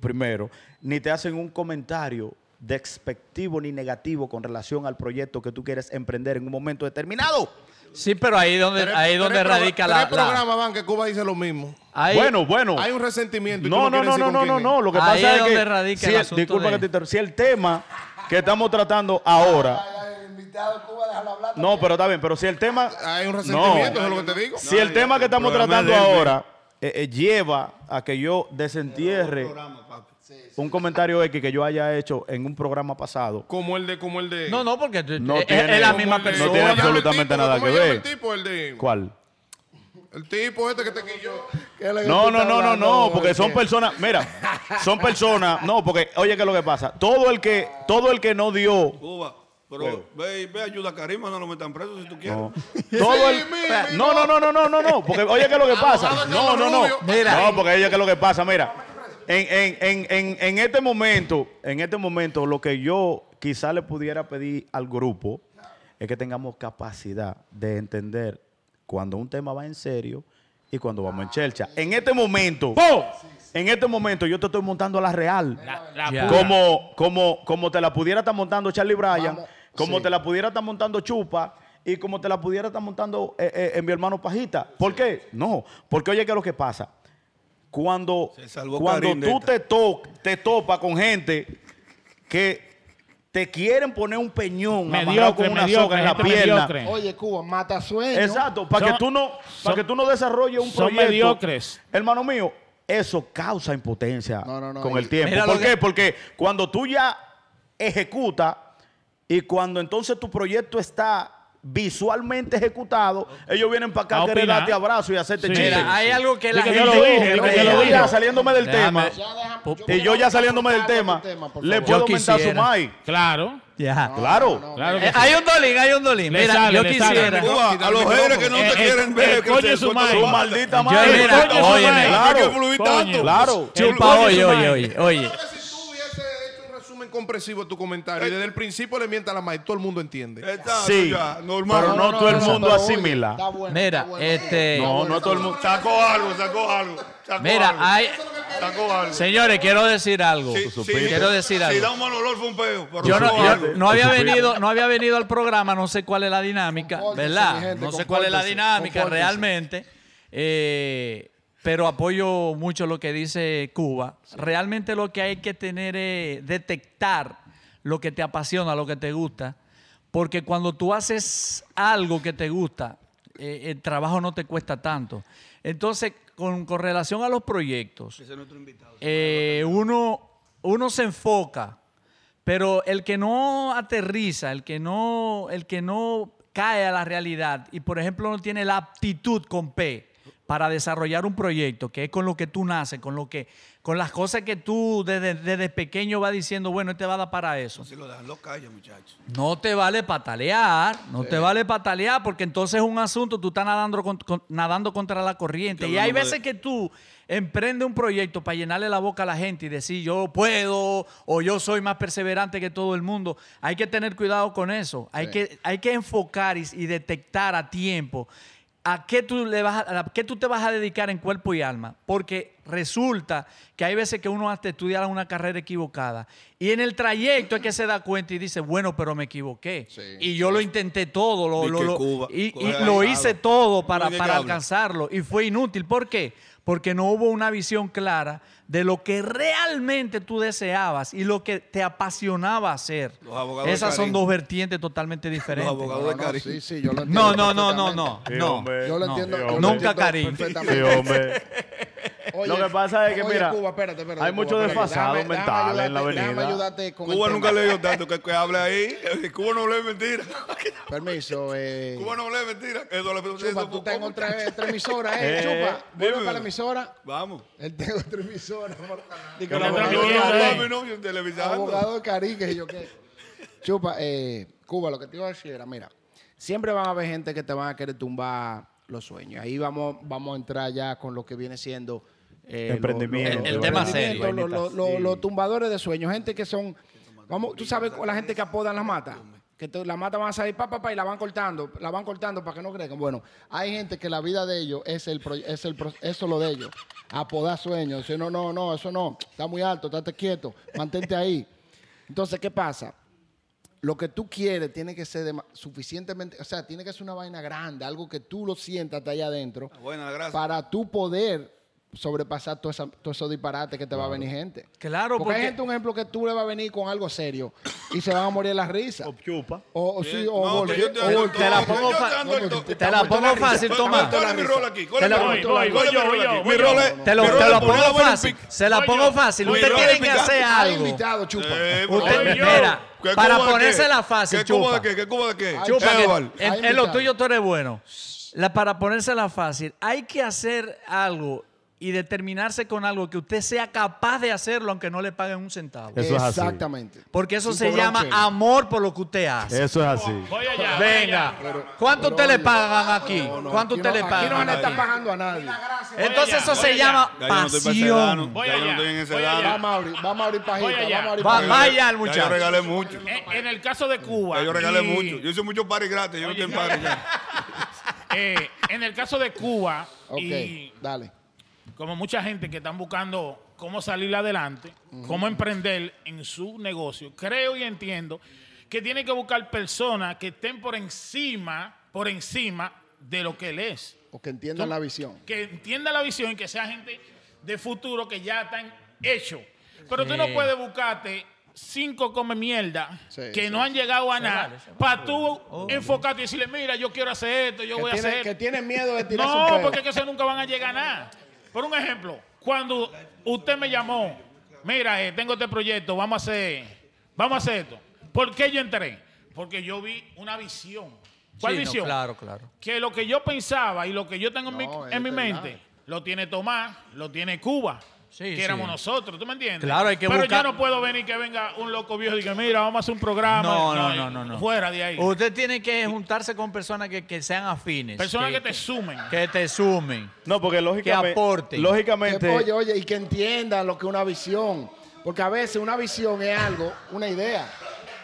[SPEAKER 3] primero, ni te hacen un comentario despectivo ni negativo con relación al proyecto que tú quieres emprender en un momento determinado.
[SPEAKER 4] Sí, pero ahí donde,
[SPEAKER 6] Tres-
[SPEAKER 4] ahí
[SPEAKER 6] tres
[SPEAKER 4] donde
[SPEAKER 6] pro-
[SPEAKER 4] radica la.
[SPEAKER 6] Tres
[SPEAKER 4] la-
[SPEAKER 6] programas van que Cuba dice lo mismo.
[SPEAKER 4] ahí-
[SPEAKER 3] bueno, bueno.
[SPEAKER 6] Hay un resentimiento. y tú
[SPEAKER 3] No, no,
[SPEAKER 6] quieres
[SPEAKER 3] no,
[SPEAKER 6] decir
[SPEAKER 3] no,
[SPEAKER 6] con
[SPEAKER 3] no, no,
[SPEAKER 6] quién
[SPEAKER 3] no.
[SPEAKER 6] es.
[SPEAKER 3] Lo que
[SPEAKER 4] Ahí
[SPEAKER 3] pasa
[SPEAKER 4] es
[SPEAKER 3] es que.
[SPEAKER 4] donde radica
[SPEAKER 3] si
[SPEAKER 4] el
[SPEAKER 3] el-
[SPEAKER 4] asunto
[SPEAKER 3] disculpa
[SPEAKER 4] de-
[SPEAKER 3] que te inter- Si el tema que estamos tratando ahora. No, pero está bien, pero si el tema.
[SPEAKER 6] Hay un
[SPEAKER 3] No.
[SPEAKER 6] resentimiento, eso es lo que te digo.
[SPEAKER 3] Si el tema que estamos
[SPEAKER 2] programa
[SPEAKER 3] tratando
[SPEAKER 2] del-
[SPEAKER 3] ahora eh, eh, lleva a que yo desentierre un comentario X que yo haya hecho en un programa pasado.
[SPEAKER 6] Como el de, como el de.
[SPEAKER 4] No, no, porque tú-
[SPEAKER 3] No
[SPEAKER 4] es,
[SPEAKER 3] tiene-
[SPEAKER 4] es la
[SPEAKER 3] como
[SPEAKER 4] misma
[SPEAKER 3] el-
[SPEAKER 4] persona.
[SPEAKER 3] No tiene
[SPEAKER 6] ¿Cómo llama el
[SPEAKER 3] absolutamente
[SPEAKER 6] tipo?
[SPEAKER 3] nada
[SPEAKER 6] ¿Cómo
[SPEAKER 3] que
[SPEAKER 6] llama
[SPEAKER 3] ver.
[SPEAKER 6] El tipo, el de.
[SPEAKER 3] ¿Cuál?
[SPEAKER 6] El tipo este que te quilló.
[SPEAKER 3] No, no, no, no, no, porque son personas, mira, son personas, no, porque oye qué es lo que pasa, todo el que, todo el que no dio,
[SPEAKER 2] Cuba.
[SPEAKER 3] Bueno.
[SPEAKER 2] Pero ve, y- ve, ayuda a Karima, no lo metan preso si tú quieres.
[SPEAKER 3] No. *laughs* Todo el-
[SPEAKER 6] mi- mi
[SPEAKER 3] no, no, no, no, no, no, no, porque oye, ¿qué es lo que
[SPEAKER 6] *laughs*
[SPEAKER 3] pasa? No,
[SPEAKER 6] Carlos
[SPEAKER 3] no, no,
[SPEAKER 6] Rubio.
[SPEAKER 4] Mira.
[SPEAKER 3] no, porque oye, ¿qué es lo que pasa? Mira, en, en, en, en, en este momento, en este momento, lo que yo quizá le pudiera pedir al grupo es que tengamos capacidad de entender cuando un tema va en serio y cuando vamos en chercha. En este momento, en este momento, yo te estoy montando a la real.
[SPEAKER 5] La, la
[SPEAKER 4] Ya.
[SPEAKER 5] pura.
[SPEAKER 3] Como, como, como te la pudiera estar montando Charlie Bryan,
[SPEAKER 1] Vamos,
[SPEAKER 3] como
[SPEAKER 1] sí.
[SPEAKER 3] te la pudiera estar montando Chupa y como te la pudiera estar montando eh, eh, en mi hermano Pajita. ¿Por qué? No, porque oye, ¿qué es lo que pasa? Cuando,
[SPEAKER 2] Se salvó
[SPEAKER 3] cuando
[SPEAKER 2] Karim de
[SPEAKER 3] tú
[SPEAKER 2] esta.
[SPEAKER 3] te, to- te topas con gente que te quieren poner un peñón amarrado
[SPEAKER 5] Mediocre,
[SPEAKER 3] con una
[SPEAKER 5] mediocre,
[SPEAKER 3] soga en la
[SPEAKER 5] gente
[SPEAKER 3] pierna.
[SPEAKER 4] Eh.
[SPEAKER 5] mediocre.
[SPEAKER 1] Oye, Cuba, mata *laughs* sueños.
[SPEAKER 3] Exacto, para
[SPEAKER 5] Son-
[SPEAKER 3] que tú no, para
[SPEAKER 5] son-
[SPEAKER 3] que tú no desarrolles un
[SPEAKER 5] son
[SPEAKER 3] proyecto.
[SPEAKER 5] mediocres.
[SPEAKER 3] Hermano mío, eso causa impotencia
[SPEAKER 1] No, no, no,
[SPEAKER 3] con
[SPEAKER 1] y-
[SPEAKER 3] el tiempo.
[SPEAKER 4] Mira lo
[SPEAKER 3] ¿Por
[SPEAKER 4] que-
[SPEAKER 3] qué? Porque cuando tú ya ejecutas y cuando entonces tu proyecto está visualmente ejecutado, ellos vienen para acá
[SPEAKER 5] A
[SPEAKER 3] a querer
[SPEAKER 5] opinar.
[SPEAKER 3] darte abrazo y hacerte
[SPEAKER 5] Sí.
[SPEAKER 3] chiste.
[SPEAKER 4] Mira, hay algo que la
[SPEAKER 5] Dije, yo
[SPEAKER 4] gente.
[SPEAKER 5] lo dije,
[SPEAKER 3] Y
[SPEAKER 5] dije,
[SPEAKER 3] yo
[SPEAKER 5] yo lo
[SPEAKER 3] ya
[SPEAKER 5] dije.
[SPEAKER 3] saliéndome del
[SPEAKER 4] Déjame-
[SPEAKER 3] tema
[SPEAKER 1] Ya deja-
[SPEAKER 4] Pu-
[SPEAKER 1] voy
[SPEAKER 3] y
[SPEAKER 1] a
[SPEAKER 3] yo ya
[SPEAKER 1] hablar
[SPEAKER 3] saliéndome del
[SPEAKER 1] con Carlos
[SPEAKER 3] tema,
[SPEAKER 1] del por
[SPEAKER 3] le
[SPEAKER 1] favor.
[SPEAKER 3] puedo
[SPEAKER 4] Yo
[SPEAKER 3] aumentar su
[SPEAKER 4] quisiera.
[SPEAKER 3] mic.
[SPEAKER 5] Claro.
[SPEAKER 4] Ya.
[SPEAKER 3] claro.
[SPEAKER 5] Claro que
[SPEAKER 4] Eh,
[SPEAKER 5] sí.
[SPEAKER 4] hay un dolín, hay un dolín.
[SPEAKER 5] Le
[SPEAKER 4] Mira,
[SPEAKER 5] sale,
[SPEAKER 4] yo
[SPEAKER 5] le sale.
[SPEAKER 4] quisiera.
[SPEAKER 2] Cuba, a los haters que no
[SPEAKER 5] Eh,
[SPEAKER 2] te
[SPEAKER 5] eh,
[SPEAKER 2] quieren ver,
[SPEAKER 5] eh,
[SPEAKER 2] que
[SPEAKER 5] coño
[SPEAKER 2] se
[SPEAKER 5] su
[SPEAKER 2] sueltan
[SPEAKER 5] madre.
[SPEAKER 2] su
[SPEAKER 3] Tu
[SPEAKER 2] madre.
[SPEAKER 3] maldita
[SPEAKER 4] Yo,
[SPEAKER 3] madre.
[SPEAKER 4] mira,
[SPEAKER 5] Coño, su
[SPEAKER 4] oye,
[SPEAKER 5] madre.
[SPEAKER 3] claro.
[SPEAKER 2] Hay que fluir tanto.
[SPEAKER 3] Claro.
[SPEAKER 4] Chupa,
[SPEAKER 5] Coño,
[SPEAKER 4] oye,
[SPEAKER 5] su
[SPEAKER 4] oye,
[SPEAKER 5] madre.
[SPEAKER 4] oye, oye.
[SPEAKER 6] Yo creo que si tú hubieses hecho un resumen compresivo de tu comentario
[SPEAKER 1] Eh,
[SPEAKER 6] y desde el principio le mientas a la madre, todo el mundo
[SPEAKER 3] *laughs*
[SPEAKER 6] entiende.
[SPEAKER 2] Exacto,
[SPEAKER 3] Sí,
[SPEAKER 2] ya, normal.
[SPEAKER 3] pero no todo el mundo
[SPEAKER 1] pero oye,
[SPEAKER 3] asimila.
[SPEAKER 1] está bueno,
[SPEAKER 4] Mira,
[SPEAKER 1] está bueno.
[SPEAKER 4] este-
[SPEAKER 1] Está
[SPEAKER 3] No,
[SPEAKER 1] bueno,
[SPEAKER 3] no
[SPEAKER 1] está
[SPEAKER 3] todo el
[SPEAKER 1] bueno.
[SPEAKER 3] mundo-
[SPEAKER 2] Sacó algo, sacó algo. Sacó
[SPEAKER 4] Mira,
[SPEAKER 2] algo,
[SPEAKER 4] hay.
[SPEAKER 2] Sacó algo.
[SPEAKER 4] Señores, quiero decir algo.
[SPEAKER 2] Sí, sí,
[SPEAKER 4] quiero decir
[SPEAKER 2] Si
[SPEAKER 4] algo.
[SPEAKER 2] da un mal olor, fue un peo. pero
[SPEAKER 4] Yo no,
[SPEAKER 2] sacó
[SPEAKER 4] yo
[SPEAKER 2] algo.
[SPEAKER 4] no había venido, no había venido al programa, no sé cuál es la dinámica,
[SPEAKER 1] Confórtese, mi
[SPEAKER 4] ¿verdad?
[SPEAKER 1] gente,
[SPEAKER 4] No sé cuál es la
[SPEAKER 1] confórtese,
[SPEAKER 4] dinámica
[SPEAKER 1] confórtese.
[SPEAKER 4] realmente. eh, pero apoyo mucho lo que dice Cuba. Realmente lo que hay que tener es detectar lo que te apasiona, lo que te gusta. Porque cuando tú haces algo que te gusta, eh, el trabajo no te cuesta tanto. Entonces, con, con relación a los proyectos, eh, uno, uno se enfoca, pero el que no aterriza, el que no, el que no cae a la realidad y por ejemplo no tiene la aptitud con P para desarrollar un proyecto que es con lo que tú naces, con lo que, con las cosas que tú desde, desde pequeño vas diciendo, bueno, este va a dar para eso.
[SPEAKER 2] Si lo dejan, lo callan, muchachos.
[SPEAKER 4] No te vale patalear, no te vale patalear, porque entonces es un asunto, tú estás nadando, con- con- nadando contra la corriente.
[SPEAKER 2] Estoy
[SPEAKER 4] Y hay
[SPEAKER 2] hablando de-
[SPEAKER 4] veces que tú emprendes un proyecto para llenarle la boca a la gente y decir yo puedo o yo soy más perseverante que todo el mundo. Hay que tener cuidado con eso. Hay, que, hay que enfocar y, y detectar a tiempo ¿A qué, tú le vas a, a qué tú te vas a dedicar en cuerpo y alma? Porque resulta que hay veces que uno hasta estudiar una carrera equivocada y en el trayecto es que se da cuenta y dice, bueno, pero me equivoqué. y yo lo intenté todo, lo,
[SPEAKER 2] Di
[SPEAKER 4] lo-
[SPEAKER 2] que
[SPEAKER 4] lo-
[SPEAKER 2] Cuba,
[SPEAKER 4] y,
[SPEAKER 2] Cuba
[SPEAKER 4] y
[SPEAKER 2] era
[SPEAKER 4] lo
[SPEAKER 2] malo.
[SPEAKER 4] hice todo para,
[SPEAKER 2] Muy
[SPEAKER 4] para
[SPEAKER 2] innegable.
[SPEAKER 4] alcanzarlo y fue inútil. ¿Por qué? Porque no hubo una visión clara de lo que realmente tú deseabas y lo que te apasionaba hacer.
[SPEAKER 2] Los abogados de
[SPEAKER 4] Esas son
[SPEAKER 2] Karim.
[SPEAKER 4] dos vertientes totalmente diferentes.
[SPEAKER 2] abogados Abogado de
[SPEAKER 1] sí,
[SPEAKER 2] Karim.
[SPEAKER 1] sí, yo lo
[SPEAKER 4] No,
[SPEAKER 1] entiendo
[SPEAKER 4] no, no, no, no.
[SPEAKER 1] perfectamente.
[SPEAKER 3] Sí,
[SPEAKER 4] no.
[SPEAKER 3] hombre.
[SPEAKER 1] Yo lo
[SPEAKER 4] No.
[SPEAKER 1] entiendo. yo lo
[SPEAKER 4] Nunca,
[SPEAKER 1] entiendo
[SPEAKER 4] Karim.
[SPEAKER 1] perfectamente.
[SPEAKER 3] Sí,
[SPEAKER 1] *laughs*
[SPEAKER 3] hombre.
[SPEAKER 1] Oye,
[SPEAKER 3] Lo que pasa es que,
[SPEAKER 1] oye,
[SPEAKER 3] mira,
[SPEAKER 1] Cuba, espérate, espérate,
[SPEAKER 3] hay
[SPEAKER 1] Cuba,
[SPEAKER 3] mucho
[SPEAKER 1] espérate.
[SPEAKER 3] desfasado
[SPEAKER 1] Déjame- déjame
[SPEAKER 3] mental en la
[SPEAKER 1] ayudarte, Déjame
[SPEAKER 3] avenida.
[SPEAKER 1] ayudarte con el
[SPEAKER 2] Cuba nunca
[SPEAKER 1] tema.
[SPEAKER 2] le dio tanto que, que hable ahí. Que Cuba no hable mentira.
[SPEAKER 1] Permiso, eh.
[SPEAKER 2] Cuba no hable mentira. Eso le-
[SPEAKER 1] Chupa,
[SPEAKER 2] eso-
[SPEAKER 1] tú tengo otra, otra emisora, eh.
[SPEAKER 3] *laughs* Eh,
[SPEAKER 1] Chupa, vuelve
[SPEAKER 2] dime.
[SPEAKER 1] para la emisora.
[SPEAKER 2] Vamos.
[SPEAKER 1] Él tengo otra emisora. Digo,
[SPEAKER 5] Yo la
[SPEAKER 1] el
[SPEAKER 5] otra
[SPEAKER 1] abogado-
[SPEAKER 2] No, no,
[SPEAKER 5] emisora,
[SPEAKER 2] no,
[SPEAKER 5] eh.
[SPEAKER 2] mami, no, yo televisando.
[SPEAKER 3] eh.
[SPEAKER 1] abogado de Cari, que yo qué. Chupa, eh, Cuba, lo que te iba a decir era, mira, siempre van a haber gente que te van a querer tumbar los sueños. Ahí vamos, vamos a entrar ya con lo que viene siendo eh, lo-
[SPEAKER 3] Emprendimiento.
[SPEAKER 1] lo-
[SPEAKER 4] El- el
[SPEAKER 1] lo-
[SPEAKER 4] tema
[SPEAKER 1] emprendimiento,
[SPEAKER 4] serio.
[SPEAKER 1] lo- lo- lo- Los tumbadores de sueños, gente que son, vamos, tú sabes, la gente que apodan las matas. Que te- la mata van a salir pa, pa, pa, y la van cortando, la van cortando para que no crezcan. Bueno, hay gente que la vida de ellos es el, pro- es el pro- eso es lo de ellos. Apodar sueños. Si no, no, no, eso no. Está muy alto, estate quieto, mantente ahí. Entonces, ¿qué pasa? Lo que tú quieres tiene que ser dema- suficientemente, o sea, tiene que ser una vaina grande, algo que tú lo sientas hasta allá adentro,
[SPEAKER 2] Ah, Bueno, la gracia.
[SPEAKER 1] para tú poder sobrepasar todo esa- todos esos disparates que te va a venir gente.
[SPEAKER 4] Claro,
[SPEAKER 1] porque, hay
[SPEAKER 4] porque-
[SPEAKER 1] gente, un ejemplo, que tú le vas a venir con algo serio y se van a morir las risas.
[SPEAKER 3] O chupa.
[SPEAKER 1] O, o sí,
[SPEAKER 2] Oh, Bien.
[SPEAKER 1] o
[SPEAKER 2] No,
[SPEAKER 1] golpe-
[SPEAKER 2] que yo te-
[SPEAKER 1] o
[SPEAKER 2] yo
[SPEAKER 1] golpe-
[SPEAKER 4] Te la
[SPEAKER 2] No,
[SPEAKER 4] pongo
[SPEAKER 2] yo te
[SPEAKER 4] fa-
[SPEAKER 2] ando el to-
[SPEAKER 4] te
[SPEAKER 1] te
[SPEAKER 4] la
[SPEAKER 1] aguanto
[SPEAKER 4] pongo
[SPEAKER 1] la risa.
[SPEAKER 4] fácil,
[SPEAKER 1] Te
[SPEAKER 4] toma.
[SPEAKER 1] aguanto
[SPEAKER 2] ¿Cuál es mi rol aquí? ¿Cuál
[SPEAKER 4] Te
[SPEAKER 2] es mi
[SPEAKER 4] la-
[SPEAKER 2] rol?
[SPEAKER 5] Voy, voy,
[SPEAKER 2] ¿Cuál es
[SPEAKER 5] voy
[SPEAKER 2] mi
[SPEAKER 5] yo,
[SPEAKER 2] rol
[SPEAKER 5] voy
[SPEAKER 2] aquí?
[SPEAKER 5] yo,
[SPEAKER 2] Mi
[SPEAKER 5] voy
[SPEAKER 2] rol
[SPEAKER 5] yo.
[SPEAKER 2] es-
[SPEAKER 4] Te lo,
[SPEAKER 2] mi rol
[SPEAKER 4] te
[SPEAKER 2] es
[SPEAKER 4] lo
[SPEAKER 2] poner
[SPEAKER 4] pongo
[SPEAKER 2] la vaina en
[SPEAKER 4] fácil.
[SPEAKER 2] pic-
[SPEAKER 4] Se la
[SPEAKER 5] Oye,
[SPEAKER 4] pongo fácil.
[SPEAKER 2] oye,
[SPEAKER 4] Usted
[SPEAKER 2] yo
[SPEAKER 4] tiene que
[SPEAKER 2] picante.
[SPEAKER 4] hacer
[SPEAKER 1] Hay
[SPEAKER 4] algo.
[SPEAKER 1] invitado, chupa.
[SPEAKER 2] Eh,
[SPEAKER 4] Usted-
[SPEAKER 2] oye,
[SPEAKER 4] mira,
[SPEAKER 2] ¿qué
[SPEAKER 4] para
[SPEAKER 2] Cuba de qué?
[SPEAKER 4] ponérsela
[SPEAKER 2] ¿Qué
[SPEAKER 4] fácil,
[SPEAKER 2] Cuba de
[SPEAKER 4] chupa.
[SPEAKER 2] qué? ¿Qué Cuba de qué?
[SPEAKER 4] Chupa, que
[SPEAKER 2] Edward.
[SPEAKER 4] en,
[SPEAKER 1] Hay
[SPEAKER 4] en lo
[SPEAKER 1] invitado.
[SPEAKER 4] tuyo tú eres bueno. La, para ponérsela fácil, hay que hacer algo y determinarse con algo que usted sea capaz de hacerlo aunque no le paguen un centavo.
[SPEAKER 3] Eso es así.
[SPEAKER 1] Exactamente.
[SPEAKER 4] Porque eso
[SPEAKER 1] Sin
[SPEAKER 4] se
[SPEAKER 1] cobrar un
[SPEAKER 4] llama
[SPEAKER 1] cheque.
[SPEAKER 4] amor por lo que usted hace.
[SPEAKER 3] Eso es así.
[SPEAKER 5] Voy allá. voy
[SPEAKER 4] Venga,
[SPEAKER 5] allá.
[SPEAKER 4] ¿cuánto usted le pagan aquí? ¿Cuánto
[SPEAKER 1] Aquí no-
[SPEAKER 4] usted le
[SPEAKER 1] Aquí no
[SPEAKER 4] pagan?
[SPEAKER 1] van a estar
[SPEAKER 4] aquí?
[SPEAKER 1] pagando a nadie.
[SPEAKER 4] Entonces
[SPEAKER 5] allá,
[SPEAKER 4] eso
[SPEAKER 5] voy
[SPEAKER 4] se
[SPEAKER 5] allá.
[SPEAKER 2] Ya yo
[SPEAKER 4] llama
[SPEAKER 2] no estoy para ese
[SPEAKER 4] pasión.
[SPEAKER 2] edad,
[SPEAKER 5] Voy
[SPEAKER 2] Ya yo no
[SPEAKER 5] allá,
[SPEAKER 2] estoy en ese
[SPEAKER 5] voy
[SPEAKER 2] edad,
[SPEAKER 5] allá.
[SPEAKER 1] Va Mauri, va Mauri
[SPEAKER 5] Voy
[SPEAKER 1] Pajita,
[SPEAKER 5] allá.
[SPEAKER 1] va Mauri
[SPEAKER 4] Va-
[SPEAKER 1] Pajita.
[SPEAKER 4] Vaya al
[SPEAKER 2] Ya yo
[SPEAKER 4] muchacho.
[SPEAKER 2] regalé mucho.
[SPEAKER 5] Eh, En, en el caso de Cuba.
[SPEAKER 2] Ya yo regalé
[SPEAKER 5] y-
[SPEAKER 2] mucho. Yo hice muchos paris gratis. Yo no estoy en paris ya.
[SPEAKER 5] eh, en el caso de Cuba
[SPEAKER 1] Ok,
[SPEAKER 5] y
[SPEAKER 1] dale.
[SPEAKER 5] como mucha gente que están buscando cómo salir adelante, cómo emprender en su negocio, creo y entiendo que tiene que buscar personas que estén por encima, por encima de lo que él es.
[SPEAKER 1] O que entiendan
[SPEAKER 5] Tú-
[SPEAKER 1] la visión.
[SPEAKER 5] que entienda la visión y que sea gente de futuro que ya están hechos. Pero tú no puedes buscarte cinco come mierda
[SPEAKER 1] Sí,
[SPEAKER 5] que
[SPEAKER 1] sí,
[SPEAKER 5] no han llegado a nada para tú
[SPEAKER 4] Oh,
[SPEAKER 5] enfocarte y decirle, mira, yo quiero hacer esto, yo
[SPEAKER 1] Que
[SPEAKER 5] voy a
[SPEAKER 1] tienen,
[SPEAKER 5] hacer
[SPEAKER 1] que
[SPEAKER 5] esto".
[SPEAKER 1] tienen miedo de tirar
[SPEAKER 5] No, porque es que eso nunca van a llegar a nada. Por un ejemplo, cuando usted me llamó, mira, eh, tengo este proyecto, vamos a hacer, vamos a hacer esto. ¿Por qué yo entré? Porque yo vi una visión. ¿Cuál
[SPEAKER 4] Sí, no,
[SPEAKER 5] visión?
[SPEAKER 4] claro, claro.
[SPEAKER 5] que lo que yo pensaba y lo que yo tengo en mi,
[SPEAKER 1] No, es
[SPEAKER 5] en mi
[SPEAKER 1] verdad.
[SPEAKER 5] mente lo tiene Tomás, lo tiene Cuba,
[SPEAKER 4] Sí,
[SPEAKER 5] que
[SPEAKER 4] sí.
[SPEAKER 5] éramos nosotros, ¿tú me entiendes?
[SPEAKER 4] Claro, hay que
[SPEAKER 5] Pero
[SPEAKER 4] buscar-
[SPEAKER 5] yo no puedo venir que venga un loco viejo y diga, mira, vamos a hacer un programa. eh,
[SPEAKER 4] No, no, no, no, no.
[SPEAKER 5] Fuera de ahí.
[SPEAKER 4] Usted tiene que juntarse con personas que, que sean afines.
[SPEAKER 5] Personas que te sumen.
[SPEAKER 4] que te sumen.
[SPEAKER 3] No, porque lógicamente.
[SPEAKER 4] aporte.
[SPEAKER 1] Que,
[SPEAKER 3] Lógicamente.
[SPEAKER 1] oye, oye, y que entiendan lo que es una visión. Porque a veces una visión es algo, una idea.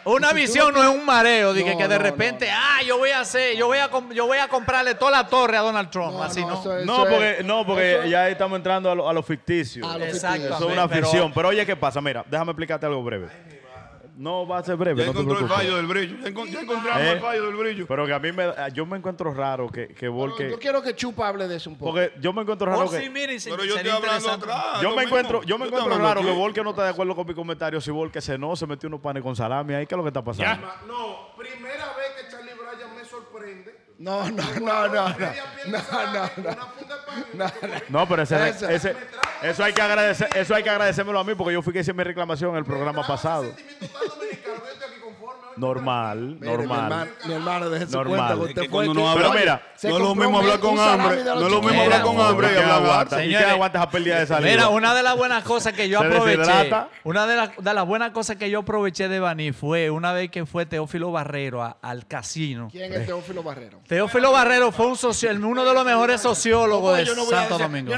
[SPEAKER 4] Una
[SPEAKER 1] Y si tú
[SPEAKER 4] visión
[SPEAKER 1] no
[SPEAKER 4] no es un mareo, de que-
[SPEAKER 1] No,
[SPEAKER 4] que de
[SPEAKER 1] no,
[SPEAKER 4] repente, ah, yo voy a hacer, yo voy a, com- yo voy a comprarle toda la torre a Donald Trump, así no.
[SPEAKER 1] eso-
[SPEAKER 3] No,
[SPEAKER 1] eso es-
[SPEAKER 3] porque, no,
[SPEAKER 1] eso
[SPEAKER 3] porque
[SPEAKER 1] es-
[SPEAKER 3] ya ahí estamos entrando a lo, a lo ficticio.
[SPEAKER 1] A lo
[SPEAKER 4] Exactamente, Oh,
[SPEAKER 3] Eso es una ficción. Pero oye, ¿qué pasa? Mira, déjame explicarte algo breve. No va a ser breve,
[SPEAKER 2] Ya
[SPEAKER 3] no te
[SPEAKER 2] encontró el
[SPEAKER 3] preocupes.
[SPEAKER 2] fallo del brillo. Ya encon- ya encontramos
[SPEAKER 3] Eh.
[SPEAKER 2] el fallo del brillo.
[SPEAKER 3] Pero que a mí me, yo me encuentro raro que, que
[SPEAKER 1] Yo
[SPEAKER 3] Volker.
[SPEAKER 1] quiero que Chupa hable de eso un poco.
[SPEAKER 3] Porque yo me encuentro
[SPEAKER 4] Pero,
[SPEAKER 3] raro
[SPEAKER 4] oh, sí,
[SPEAKER 3] que.
[SPEAKER 4] miren, se-
[SPEAKER 2] Pero yo estoy
[SPEAKER 4] sería
[SPEAKER 2] hablando
[SPEAKER 4] interesante.
[SPEAKER 2] atrás.
[SPEAKER 3] Yo
[SPEAKER 2] lo
[SPEAKER 3] me
[SPEAKER 2] mismo.
[SPEAKER 3] encuentro, yo me
[SPEAKER 2] estoy
[SPEAKER 3] encuentro
[SPEAKER 2] hablando
[SPEAKER 3] raro que
[SPEAKER 2] aquí.
[SPEAKER 3] Volker no está de acuerdo con mi comentario. Si Volker se no, se metió unos panes con salami ahí, ¿qué es lo que está pasando?
[SPEAKER 5] Ya.
[SPEAKER 6] No, primera vez que Charlie Bryan me sorprende.
[SPEAKER 1] No, no, no, no, no.
[SPEAKER 6] Media pierna
[SPEAKER 1] No,
[SPEAKER 6] salada,
[SPEAKER 1] no,
[SPEAKER 6] una
[SPEAKER 1] no.
[SPEAKER 6] funda de pan y un
[SPEAKER 1] No,
[SPEAKER 6] chocolate.
[SPEAKER 1] no.
[SPEAKER 3] No, pero ese,
[SPEAKER 1] Eso.
[SPEAKER 3] ese- eso hay que agradecer, eso hay que agradecérmelo a mí porque yo fui que hice mi reclamación en el programa pasado.
[SPEAKER 6] Ese sentimiento tan dominicano, yo estoy aquí conforme, oye.
[SPEAKER 3] Normal,
[SPEAKER 1] Mire, Mi
[SPEAKER 3] normal.
[SPEAKER 1] hermano, mi hermano deje su
[SPEAKER 3] Normal.
[SPEAKER 1] cuenta. que
[SPEAKER 3] Es
[SPEAKER 1] usted
[SPEAKER 2] que
[SPEAKER 1] fue
[SPEAKER 2] cuando uno
[SPEAKER 1] que-
[SPEAKER 2] habla-
[SPEAKER 1] Oye,
[SPEAKER 3] Mira,
[SPEAKER 1] se
[SPEAKER 2] No es lo
[SPEAKER 1] compró
[SPEAKER 2] mismo
[SPEAKER 1] un-
[SPEAKER 2] hablar con
[SPEAKER 1] un salami
[SPEAKER 2] hambre.
[SPEAKER 1] de los
[SPEAKER 2] No es lo mismo
[SPEAKER 1] chiquitos.
[SPEAKER 2] hablar con
[SPEAKER 4] Mira,
[SPEAKER 2] hambre y
[SPEAKER 3] ¿Quién
[SPEAKER 2] hablar
[SPEAKER 3] aguanta? ¿Y
[SPEAKER 4] Señores,
[SPEAKER 3] quién aguanta esa pérdida de salida?
[SPEAKER 4] Mira, una de las buenas cosas que yo
[SPEAKER 3] Se
[SPEAKER 4] aproveché,
[SPEAKER 3] deshidrata.
[SPEAKER 4] una de, las- de las buenas cosas que yo aproveché de Baní fue una vez que fue Teófilo Barrero a- al casino.
[SPEAKER 1] ¿Quién es Teófilo Barrero?
[SPEAKER 4] Teófilo Barrero fue un socio, uno de los mejores sociólogos de Santo Domingo.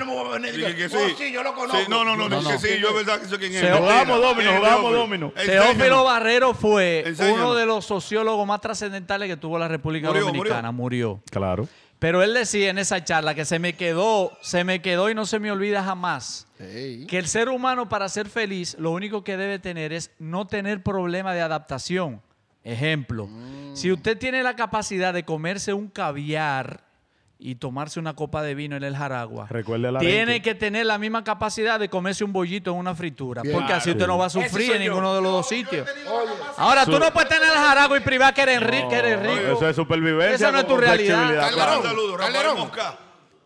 [SPEAKER 2] Dije que sí. yo lo conozco. no, no, no,
[SPEAKER 4] No,
[SPEAKER 2] dije
[SPEAKER 4] no.
[SPEAKER 2] que sí, yo es verdad que soy quien es.
[SPEAKER 4] Se- Jugamos
[SPEAKER 2] Mentira.
[SPEAKER 3] dominó,
[SPEAKER 2] Eh,
[SPEAKER 3] jugamos
[SPEAKER 2] Teófilo.
[SPEAKER 3] dominó.
[SPEAKER 2] Enséñame.
[SPEAKER 4] Teófilo Barrero fue
[SPEAKER 2] Enséñame.
[SPEAKER 4] uno uno de los sociólogos más trascendentales que tuvo la República
[SPEAKER 2] Murió,
[SPEAKER 4] Dominicana. murió.
[SPEAKER 3] Claro.
[SPEAKER 4] Pero él decía en esa charla que se me quedó, se me quedó y no se me olvida jamás.
[SPEAKER 1] Ey.
[SPEAKER 4] Que el ser humano para ser feliz lo único que debe tener es no tener problema de adaptación. Ejemplo,
[SPEAKER 6] Mm.
[SPEAKER 4] si usted tiene la capacidad de comerse un caviar y tomarse una copa de vino en el jaragua,
[SPEAKER 3] Recuerde la
[SPEAKER 4] tiene
[SPEAKER 3] lente.
[SPEAKER 4] que tener la misma capacidad de comerse un bollito en una fritura,
[SPEAKER 1] Bien.
[SPEAKER 4] porque así usted no va a sufrir en ninguno de los dos sitios.
[SPEAKER 6] Oye,
[SPEAKER 4] Ahora, tú no puedes tener el jaragua y privar que eres rico, que eres rico.
[SPEAKER 3] Eso es supervivencia.
[SPEAKER 4] Esa no es tu
[SPEAKER 3] con
[SPEAKER 4] realidad.
[SPEAKER 3] flexibilidad,
[SPEAKER 6] Calderón.
[SPEAKER 3] claro.
[SPEAKER 2] Un saludo, Rafael
[SPEAKER 6] Calderón.
[SPEAKER 2] Mosca.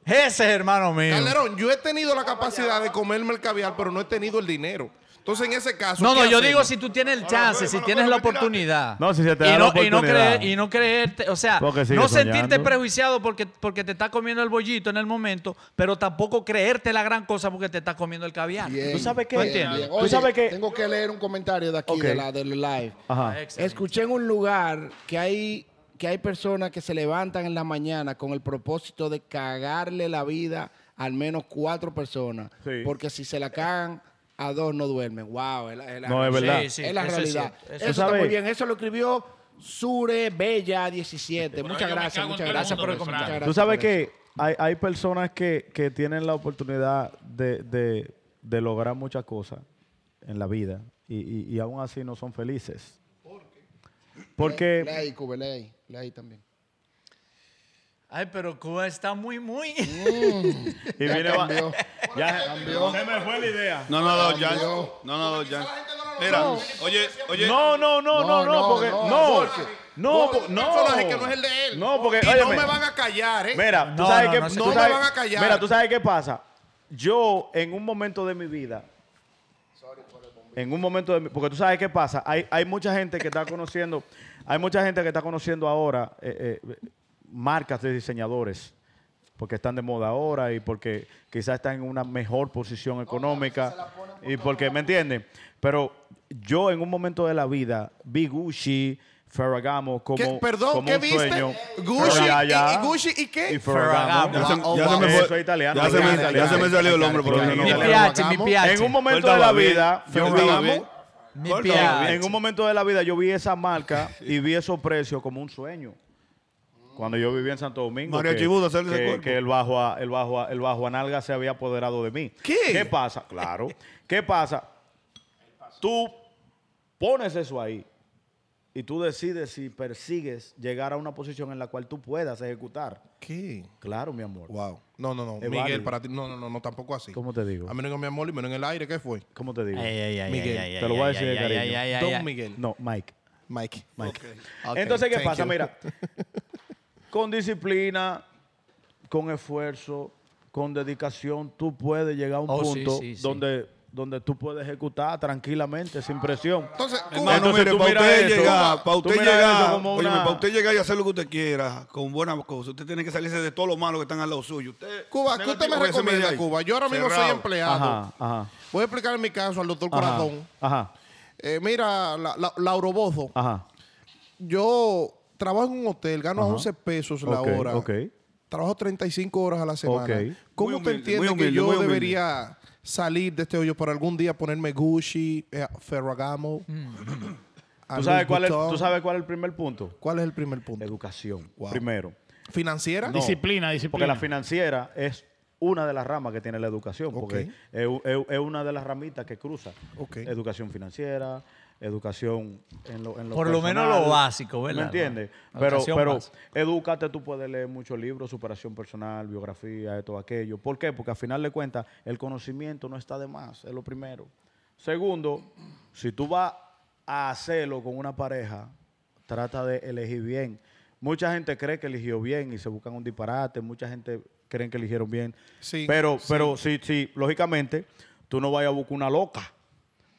[SPEAKER 4] Ese es hermano mío.
[SPEAKER 6] Calderón, yo he tenido la capacidad de comerme el caviar, pero no he tenido el dinero. Entonces, en ese caso.
[SPEAKER 4] No,
[SPEAKER 6] ¿qué
[SPEAKER 4] no, yo
[SPEAKER 6] hacemos?
[SPEAKER 4] digo si tú tienes el chance,
[SPEAKER 2] no,
[SPEAKER 4] si
[SPEAKER 2] no,
[SPEAKER 4] tienes
[SPEAKER 2] no,
[SPEAKER 4] la
[SPEAKER 2] no, tírate.
[SPEAKER 4] oportunidad.
[SPEAKER 3] No, si se te da
[SPEAKER 4] y
[SPEAKER 3] la
[SPEAKER 4] no, y no
[SPEAKER 3] oportunidad.
[SPEAKER 4] creer- y no creerte, o sea,
[SPEAKER 3] Porque sigue
[SPEAKER 4] no sentirte
[SPEAKER 3] soñando.
[SPEAKER 4] prejuiciado porque, porque te está comiendo el bollito en el momento, pero tampoco creerte la gran cosa porque te está comiendo el caviar.
[SPEAKER 1] Bien.
[SPEAKER 3] ¿Tú sabes qué?
[SPEAKER 4] ¿Tú
[SPEAKER 1] Eh,
[SPEAKER 4] entiendes?
[SPEAKER 1] pues Oye,
[SPEAKER 3] ¿Tú sabes qué?
[SPEAKER 1] Tengo que leer un comentario de aquí,
[SPEAKER 3] Ok.
[SPEAKER 1] de la del live.
[SPEAKER 3] Ajá.
[SPEAKER 4] Excelente.
[SPEAKER 1] Escuché en un lugar que hay, que hay personas que se levantan en la mañana con el propósito de cagarle la vida a al menos cuatro personas.
[SPEAKER 3] Sí.
[SPEAKER 1] Porque si se la cagan, a dos no duermen. Wow, es la, es la
[SPEAKER 3] No, es
[SPEAKER 1] realidad.
[SPEAKER 3] verdad.
[SPEAKER 4] Sí, sí,
[SPEAKER 1] Es la
[SPEAKER 4] eso es
[SPEAKER 1] realidad.
[SPEAKER 4] cierto,
[SPEAKER 1] eso
[SPEAKER 4] eso es
[SPEAKER 1] está
[SPEAKER 3] cierto.
[SPEAKER 1] muy bien. Eso lo escribió Sure Bella 17.
[SPEAKER 5] Bueno,
[SPEAKER 1] muchas
[SPEAKER 5] yo me
[SPEAKER 1] gracias,
[SPEAKER 5] cago en
[SPEAKER 1] muchas
[SPEAKER 5] todo el
[SPEAKER 1] gracias
[SPEAKER 5] mundo,
[SPEAKER 1] por el
[SPEAKER 5] Fran.
[SPEAKER 1] comentario.
[SPEAKER 3] Tú sabes
[SPEAKER 1] Gracias
[SPEAKER 3] que hay, hay personas que, que tienen la oportunidad de, de- de lograr muchas cosas en la vida y, y- y aún así no son felices.
[SPEAKER 1] por eso.
[SPEAKER 3] Porque...
[SPEAKER 1] Lee ahí, Cube, lee ahí, lee ahí también.
[SPEAKER 4] Ay, pero Cuba está muy, muy. *laughs*
[SPEAKER 3] y viene va-
[SPEAKER 1] cambió.
[SPEAKER 3] *laughs* ya- Se me fue la idea.
[SPEAKER 2] No, no, no, Jan.
[SPEAKER 1] Cambió.
[SPEAKER 2] No, no, no, Jan. Mira, oye, oye.
[SPEAKER 3] No, no, no, no,
[SPEAKER 1] No,
[SPEAKER 3] no,
[SPEAKER 1] no,
[SPEAKER 3] porque
[SPEAKER 1] no,
[SPEAKER 3] no,
[SPEAKER 1] porque-
[SPEAKER 3] no, po-
[SPEAKER 6] Porque
[SPEAKER 3] no,
[SPEAKER 6] el personaje que no es el de él.
[SPEAKER 3] No, porque
[SPEAKER 6] Y no
[SPEAKER 3] óyeme,
[SPEAKER 6] me van a callar, ¿eh?
[SPEAKER 3] Mira, tú
[SPEAKER 4] No,
[SPEAKER 3] sabes
[SPEAKER 4] no,
[SPEAKER 3] que
[SPEAKER 4] no se-
[SPEAKER 3] tú
[SPEAKER 6] No me
[SPEAKER 3] sabes-
[SPEAKER 6] van a callar.
[SPEAKER 3] Mira, tú sabes qué pasa. Yo en un momento de mi vida en un momento de mi- porque tú sabes qué pasa, hay, hay mucha gente que
[SPEAKER 6] *laughs*
[SPEAKER 3] está conociendo, hay mucha gente que está conociendo ahora eh, eh, marcas de diseñadores porque están de moda ahora y porque quizás están en una mejor posición económica y porque, ¿me entienden? Pero yo en un momento de la vida vi Gucci, Ferragamo como,
[SPEAKER 6] ¿Qué? Perdón,
[SPEAKER 3] como
[SPEAKER 6] ¿qué
[SPEAKER 3] un
[SPEAKER 6] viste?
[SPEAKER 3] sueño.
[SPEAKER 6] Gucci
[SPEAKER 3] Pero ya,
[SPEAKER 6] y-
[SPEAKER 3] ya.
[SPEAKER 6] y Gucci y qué?
[SPEAKER 3] Ferragamo.
[SPEAKER 2] Ya se,
[SPEAKER 1] Oh,
[SPEAKER 2] ya se
[SPEAKER 1] wow.
[SPEAKER 2] me fue.
[SPEAKER 3] Eso es italiano.
[SPEAKER 2] Ya se me, ya
[SPEAKER 3] Italiano,
[SPEAKER 2] se me
[SPEAKER 3] italiano.
[SPEAKER 2] salió el hombre por ahí.
[SPEAKER 3] Italiano,
[SPEAKER 2] No,
[SPEAKER 4] mi
[SPEAKER 3] no,
[SPEAKER 2] no.
[SPEAKER 1] italiano.
[SPEAKER 4] piache, mi
[SPEAKER 1] Hagamos-
[SPEAKER 4] piache.
[SPEAKER 3] En un
[SPEAKER 2] Yo
[SPEAKER 3] momento de
[SPEAKER 2] estaba
[SPEAKER 3] la
[SPEAKER 2] bien,
[SPEAKER 3] vida,
[SPEAKER 2] yo
[SPEAKER 3] yo
[SPEAKER 2] estaba
[SPEAKER 3] vi-
[SPEAKER 2] bien.
[SPEAKER 4] Mi
[SPEAKER 2] Yo estaba
[SPEAKER 4] piache.
[SPEAKER 2] bien.
[SPEAKER 3] en un momento de la vida yo vi esa marca y vi esos precios como un sueño. Cuando yo vivía en Santo Domingo,
[SPEAKER 2] Mario
[SPEAKER 3] que,
[SPEAKER 2] Chibudo, hacerle ese
[SPEAKER 3] que,
[SPEAKER 2] cuerpo.
[SPEAKER 3] que el bajo a, el bajo a- el bajo a nalga se había apoderado de mí.
[SPEAKER 6] ¿Qué?
[SPEAKER 3] ¿Qué pasa? Claro. ¿Qué pasa? Tú pones eso ahí y tú decides si persigues llegar a una posición en la cual tú puedas ejecutar.
[SPEAKER 6] ¿Qué?
[SPEAKER 3] Claro, mi amor.
[SPEAKER 6] Wow. No, no, no.
[SPEAKER 3] Es
[SPEAKER 6] Miguel,
[SPEAKER 3] válido.
[SPEAKER 6] para ti. No, no, no, no, tampoco así.
[SPEAKER 3] ¿Cómo te digo?
[SPEAKER 6] A menos en mi amor y menos en el aire, ¿qué fue?
[SPEAKER 3] ¿Cómo te digo?
[SPEAKER 4] Ay, ay, ay,
[SPEAKER 6] Miguel,
[SPEAKER 4] ay, ay,
[SPEAKER 3] te lo voy a
[SPEAKER 4] ay,
[SPEAKER 3] decir de
[SPEAKER 4] ay, ay,
[SPEAKER 3] cariño.
[SPEAKER 4] ay, ay, ay,
[SPEAKER 6] Don
[SPEAKER 4] ay.
[SPEAKER 6] Miguel.
[SPEAKER 3] No, Mike.
[SPEAKER 6] Mike.
[SPEAKER 3] Mike.
[SPEAKER 6] Ok,
[SPEAKER 3] Entonces, ¿qué
[SPEAKER 6] thank
[SPEAKER 3] pasa?
[SPEAKER 6] you.
[SPEAKER 4] *laughs*
[SPEAKER 3] Mira, con disciplina, con esfuerzo, con dedicación, tú puedes llegar a un
[SPEAKER 4] Oh, sí,
[SPEAKER 3] punto
[SPEAKER 4] sí, sí.
[SPEAKER 3] donde donde tú puedes ejecutar tranquilamente, sin presión.
[SPEAKER 6] Ah, Entonces,
[SPEAKER 2] Hermano,
[SPEAKER 6] Cuba,
[SPEAKER 3] Entonces,
[SPEAKER 2] mire,
[SPEAKER 3] tú
[SPEAKER 2] para
[SPEAKER 3] mira
[SPEAKER 2] usted
[SPEAKER 3] eso,
[SPEAKER 2] llegar, para
[SPEAKER 3] tú
[SPEAKER 2] usted
[SPEAKER 3] mira
[SPEAKER 2] llegar,
[SPEAKER 3] eso como
[SPEAKER 2] óyeme,
[SPEAKER 3] una-
[SPEAKER 2] para usted llegar y hacer lo que usted quiera, con buenas cosas, usted tiene que salirse de todos los malos que están al lado suyo. Usted,
[SPEAKER 6] Cuba, ¿qué usted me
[SPEAKER 2] negativo, ese medio
[SPEAKER 6] recomienda,
[SPEAKER 2] ahí.
[SPEAKER 6] Cuba? Yo ahora mismo soy
[SPEAKER 2] Cerrado.
[SPEAKER 6] empleado.
[SPEAKER 3] Ajá, ajá,
[SPEAKER 6] Voy a explicar mi caso al doctor
[SPEAKER 3] ajá,
[SPEAKER 6] Corazón.
[SPEAKER 3] ajá,
[SPEAKER 6] Eh, mira, la, la- Lauro Bozo.
[SPEAKER 3] ajá.
[SPEAKER 6] Yo trabajo en un hotel, gano
[SPEAKER 3] Ajá.
[SPEAKER 6] 11 pesos la
[SPEAKER 3] Ok,
[SPEAKER 6] hora.
[SPEAKER 3] ok.
[SPEAKER 6] Trabajo 35 horas a la semana.
[SPEAKER 3] Ok.
[SPEAKER 6] ¿Cómo
[SPEAKER 2] Muy
[SPEAKER 6] usted
[SPEAKER 2] humilde,
[SPEAKER 6] entiende
[SPEAKER 2] muy humilde,
[SPEAKER 6] que yo
[SPEAKER 2] muy humilde.
[SPEAKER 6] debería salir de este hoyo para algún día ponerme Gucci, eh, Ferragamo?
[SPEAKER 5] Mm.
[SPEAKER 6] a
[SPEAKER 3] ¿Tú sabes,
[SPEAKER 6] Louis
[SPEAKER 3] cuál es,
[SPEAKER 6] Vuitton?
[SPEAKER 3] ¿Tú sabes cuál es el primer punto?
[SPEAKER 6] cuál es el primer punto?
[SPEAKER 3] Educación,
[SPEAKER 6] Wow.
[SPEAKER 3] primero.
[SPEAKER 6] ¿Financiera?
[SPEAKER 3] No.
[SPEAKER 5] Disciplina,
[SPEAKER 3] Porque
[SPEAKER 5] disciplina.
[SPEAKER 3] la financiera es una de las ramas que tiene la educación, porque
[SPEAKER 6] Ok.
[SPEAKER 3] es, u- es u- es una de las ramitas que cruza.
[SPEAKER 6] Ok.
[SPEAKER 3] Educación financiera, educación en lo, en
[SPEAKER 4] Por lo menos lo básico, ¿verdad?
[SPEAKER 3] ¿Me entiendes?
[SPEAKER 4] La
[SPEAKER 3] Pero,
[SPEAKER 4] educación
[SPEAKER 3] pero
[SPEAKER 4] básica.
[SPEAKER 3] edúcate, tú puedes leer muchos libros, superación personal, biografía, esto, aquello. ¿Por qué? Porque al final de cuentas, el conocimiento no está de más, es lo primero. Segundo, si tú vas a hacerlo con una pareja, trata de elegir bien. Mucha gente cree que eligió bien y se buscan un disparate, mucha gente creen que eligieron bien.
[SPEAKER 6] Sí,
[SPEAKER 3] pero, pero sí, sí, lógicamente, tú no vayas a buscar una loca.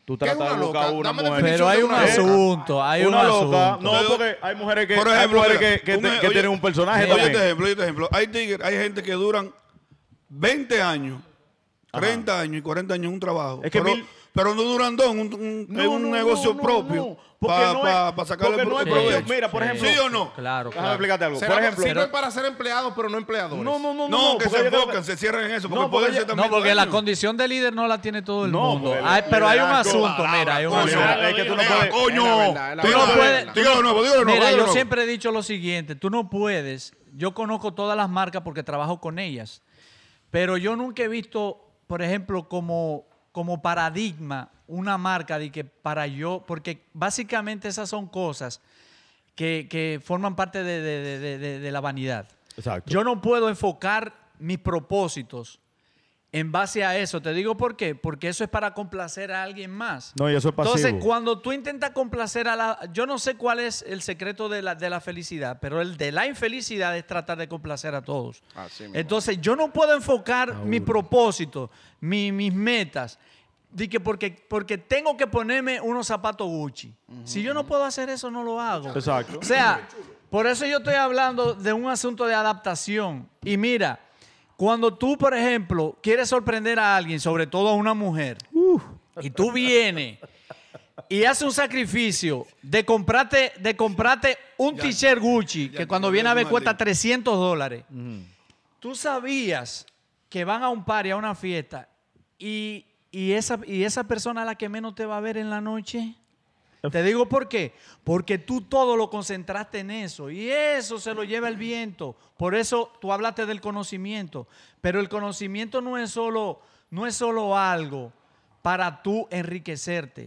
[SPEAKER 3] Tú
[SPEAKER 6] ¿Qué es
[SPEAKER 3] tratas de
[SPEAKER 6] una
[SPEAKER 3] buscar
[SPEAKER 6] loca?
[SPEAKER 3] una
[SPEAKER 6] Dame definición
[SPEAKER 3] mujer.
[SPEAKER 4] Pero hay
[SPEAKER 6] de
[SPEAKER 4] un
[SPEAKER 6] una loca.
[SPEAKER 4] asunto, hay un
[SPEAKER 3] una loca.
[SPEAKER 4] asunto.
[SPEAKER 3] No, porque hay mujeres que,
[SPEAKER 2] Por
[SPEAKER 3] hay
[SPEAKER 2] ejemplo,
[SPEAKER 3] mujeres
[SPEAKER 2] mira,
[SPEAKER 3] que, que
[SPEAKER 2] tú
[SPEAKER 3] te-
[SPEAKER 2] me-
[SPEAKER 3] que
[SPEAKER 2] oye,
[SPEAKER 3] tienen un personaje
[SPEAKER 2] Oye, este
[SPEAKER 3] también.
[SPEAKER 2] ejemplo, oye, este ejemplo. Hay tigres, hay gente que duran 20 años, 30 años y 40 años en un trabajo.
[SPEAKER 3] Es que
[SPEAKER 2] pero,
[SPEAKER 3] mil-
[SPEAKER 2] Pero no Durandón, un, un-
[SPEAKER 3] No,
[SPEAKER 2] es un
[SPEAKER 3] no,
[SPEAKER 2] negocio
[SPEAKER 3] no, no,
[SPEAKER 2] propio
[SPEAKER 3] porque
[SPEAKER 2] para
[SPEAKER 3] no es-
[SPEAKER 2] sacarle
[SPEAKER 3] porque no es
[SPEAKER 2] provecho.
[SPEAKER 3] propio. Mira, por ejemplo-
[SPEAKER 2] ¿Sí o no?
[SPEAKER 7] Claro,
[SPEAKER 3] Déjame
[SPEAKER 7] claro.
[SPEAKER 3] explicarte algo.
[SPEAKER 6] Será-
[SPEAKER 3] Por ejemplo,
[SPEAKER 6] sirven para ser empleados, pero no empleadores.
[SPEAKER 3] no, no, no, no,
[SPEAKER 2] No, que
[SPEAKER 3] porque
[SPEAKER 2] se
[SPEAKER 3] yo creo
[SPEAKER 2] enfocan, se cierren en eso, porque
[SPEAKER 3] No,
[SPEAKER 2] puede
[SPEAKER 3] porque
[SPEAKER 2] ser
[SPEAKER 3] yo-
[SPEAKER 2] también
[SPEAKER 4] No, porque la
[SPEAKER 2] dueño.
[SPEAKER 4] condición de líder no la tiene todo el
[SPEAKER 3] No,
[SPEAKER 4] mundo.
[SPEAKER 3] porque le-
[SPEAKER 4] Ay, pero
[SPEAKER 3] le
[SPEAKER 4] hay un
[SPEAKER 3] dan con
[SPEAKER 4] asunto,
[SPEAKER 3] palabra,
[SPEAKER 4] mira, hay un
[SPEAKER 2] coño.
[SPEAKER 4] asunto.
[SPEAKER 5] Ya lo
[SPEAKER 3] Es que tú no
[SPEAKER 5] dije.
[SPEAKER 2] Venga,
[SPEAKER 3] puedes.
[SPEAKER 1] Es
[SPEAKER 2] coño.
[SPEAKER 1] la verdad, es la
[SPEAKER 2] Tú no
[SPEAKER 4] verdad.
[SPEAKER 2] puedes- Dígalo de nuevo, dígalo de nuevo.
[SPEAKER 4] Mira,
[SPEAKER 2] dígalo de
[SPEAKER 4] yo
[SPEAKER 2] nuevo.
[SPEAKER 4] siempre he dicho lo siguiente, tú no puedes, yo conozco todas las marcas porque trabajo con ellas, pero yo nunca he visto, por ejemplo, como, como paradigma una marca de que para yo, porque básicamente esas son cosas que, que forman parte de, de- de- de- de- de la vanidad.
[SPEAKER 3] Exacto.
[SPEAKER 4] Yo no puedo enfocar mis propósitos en base a eso. Te digo por qué, porque eso es para complacer a alguien más.
[SPEAKER 3] No, y eso es pasivo.
[SPEAKER 4] Entonces, cuando tú intentas complacer a la... Yo no sé cuál es el secreto de la, de la felicidad, pero el de la infelicidad es tratar de complacer a todos.
[SPEAKER 1] Así mismo.
[SPEAKER 4] Entonces, yo no puedo enfocar mis propósitos, mi- mis metas, de que porque, porque tengo que ponerme unos zapatos Gucci. Si yo no puedo hacer eso, no lo hago.
[SPEAKER 3] Exacto.
[SPEAKER 4] O sea, por eso yo estoy hablando de un asunto de adaptación. Y mira, cuando tú, por ejemplo, quieres sorprender a alguien, sobre todo a una mujer, y tú vienes y haces un sacrificio de comprarte, de comprarte un t-shirt Gucci, que cuando
[SPEAKER 2] ya,
[SPEAKER 4] viene
[SPEAKER 2] ya,
[SPEAKER 4] a ver
[SPEAKER 2] ya,
[SPEAKER 4] cuesta
[SPEAKER 2] maldito.
[SPEAKER 4] 300 dólares, tú sabías que van a un party, a una fiesta, y, y esa, y esa persona a la que menos te va a ver en la noche. Te digo por qué. Porque tú todo lo concentraste en eso y eso se lo lleva el viento. Por eso tú hablaste del conocimiento. Pero el conocimiento no es solo, no es solo algo para tú
[SPEAKER 2] *laughs*
[SPEAKER 4] enriquecerte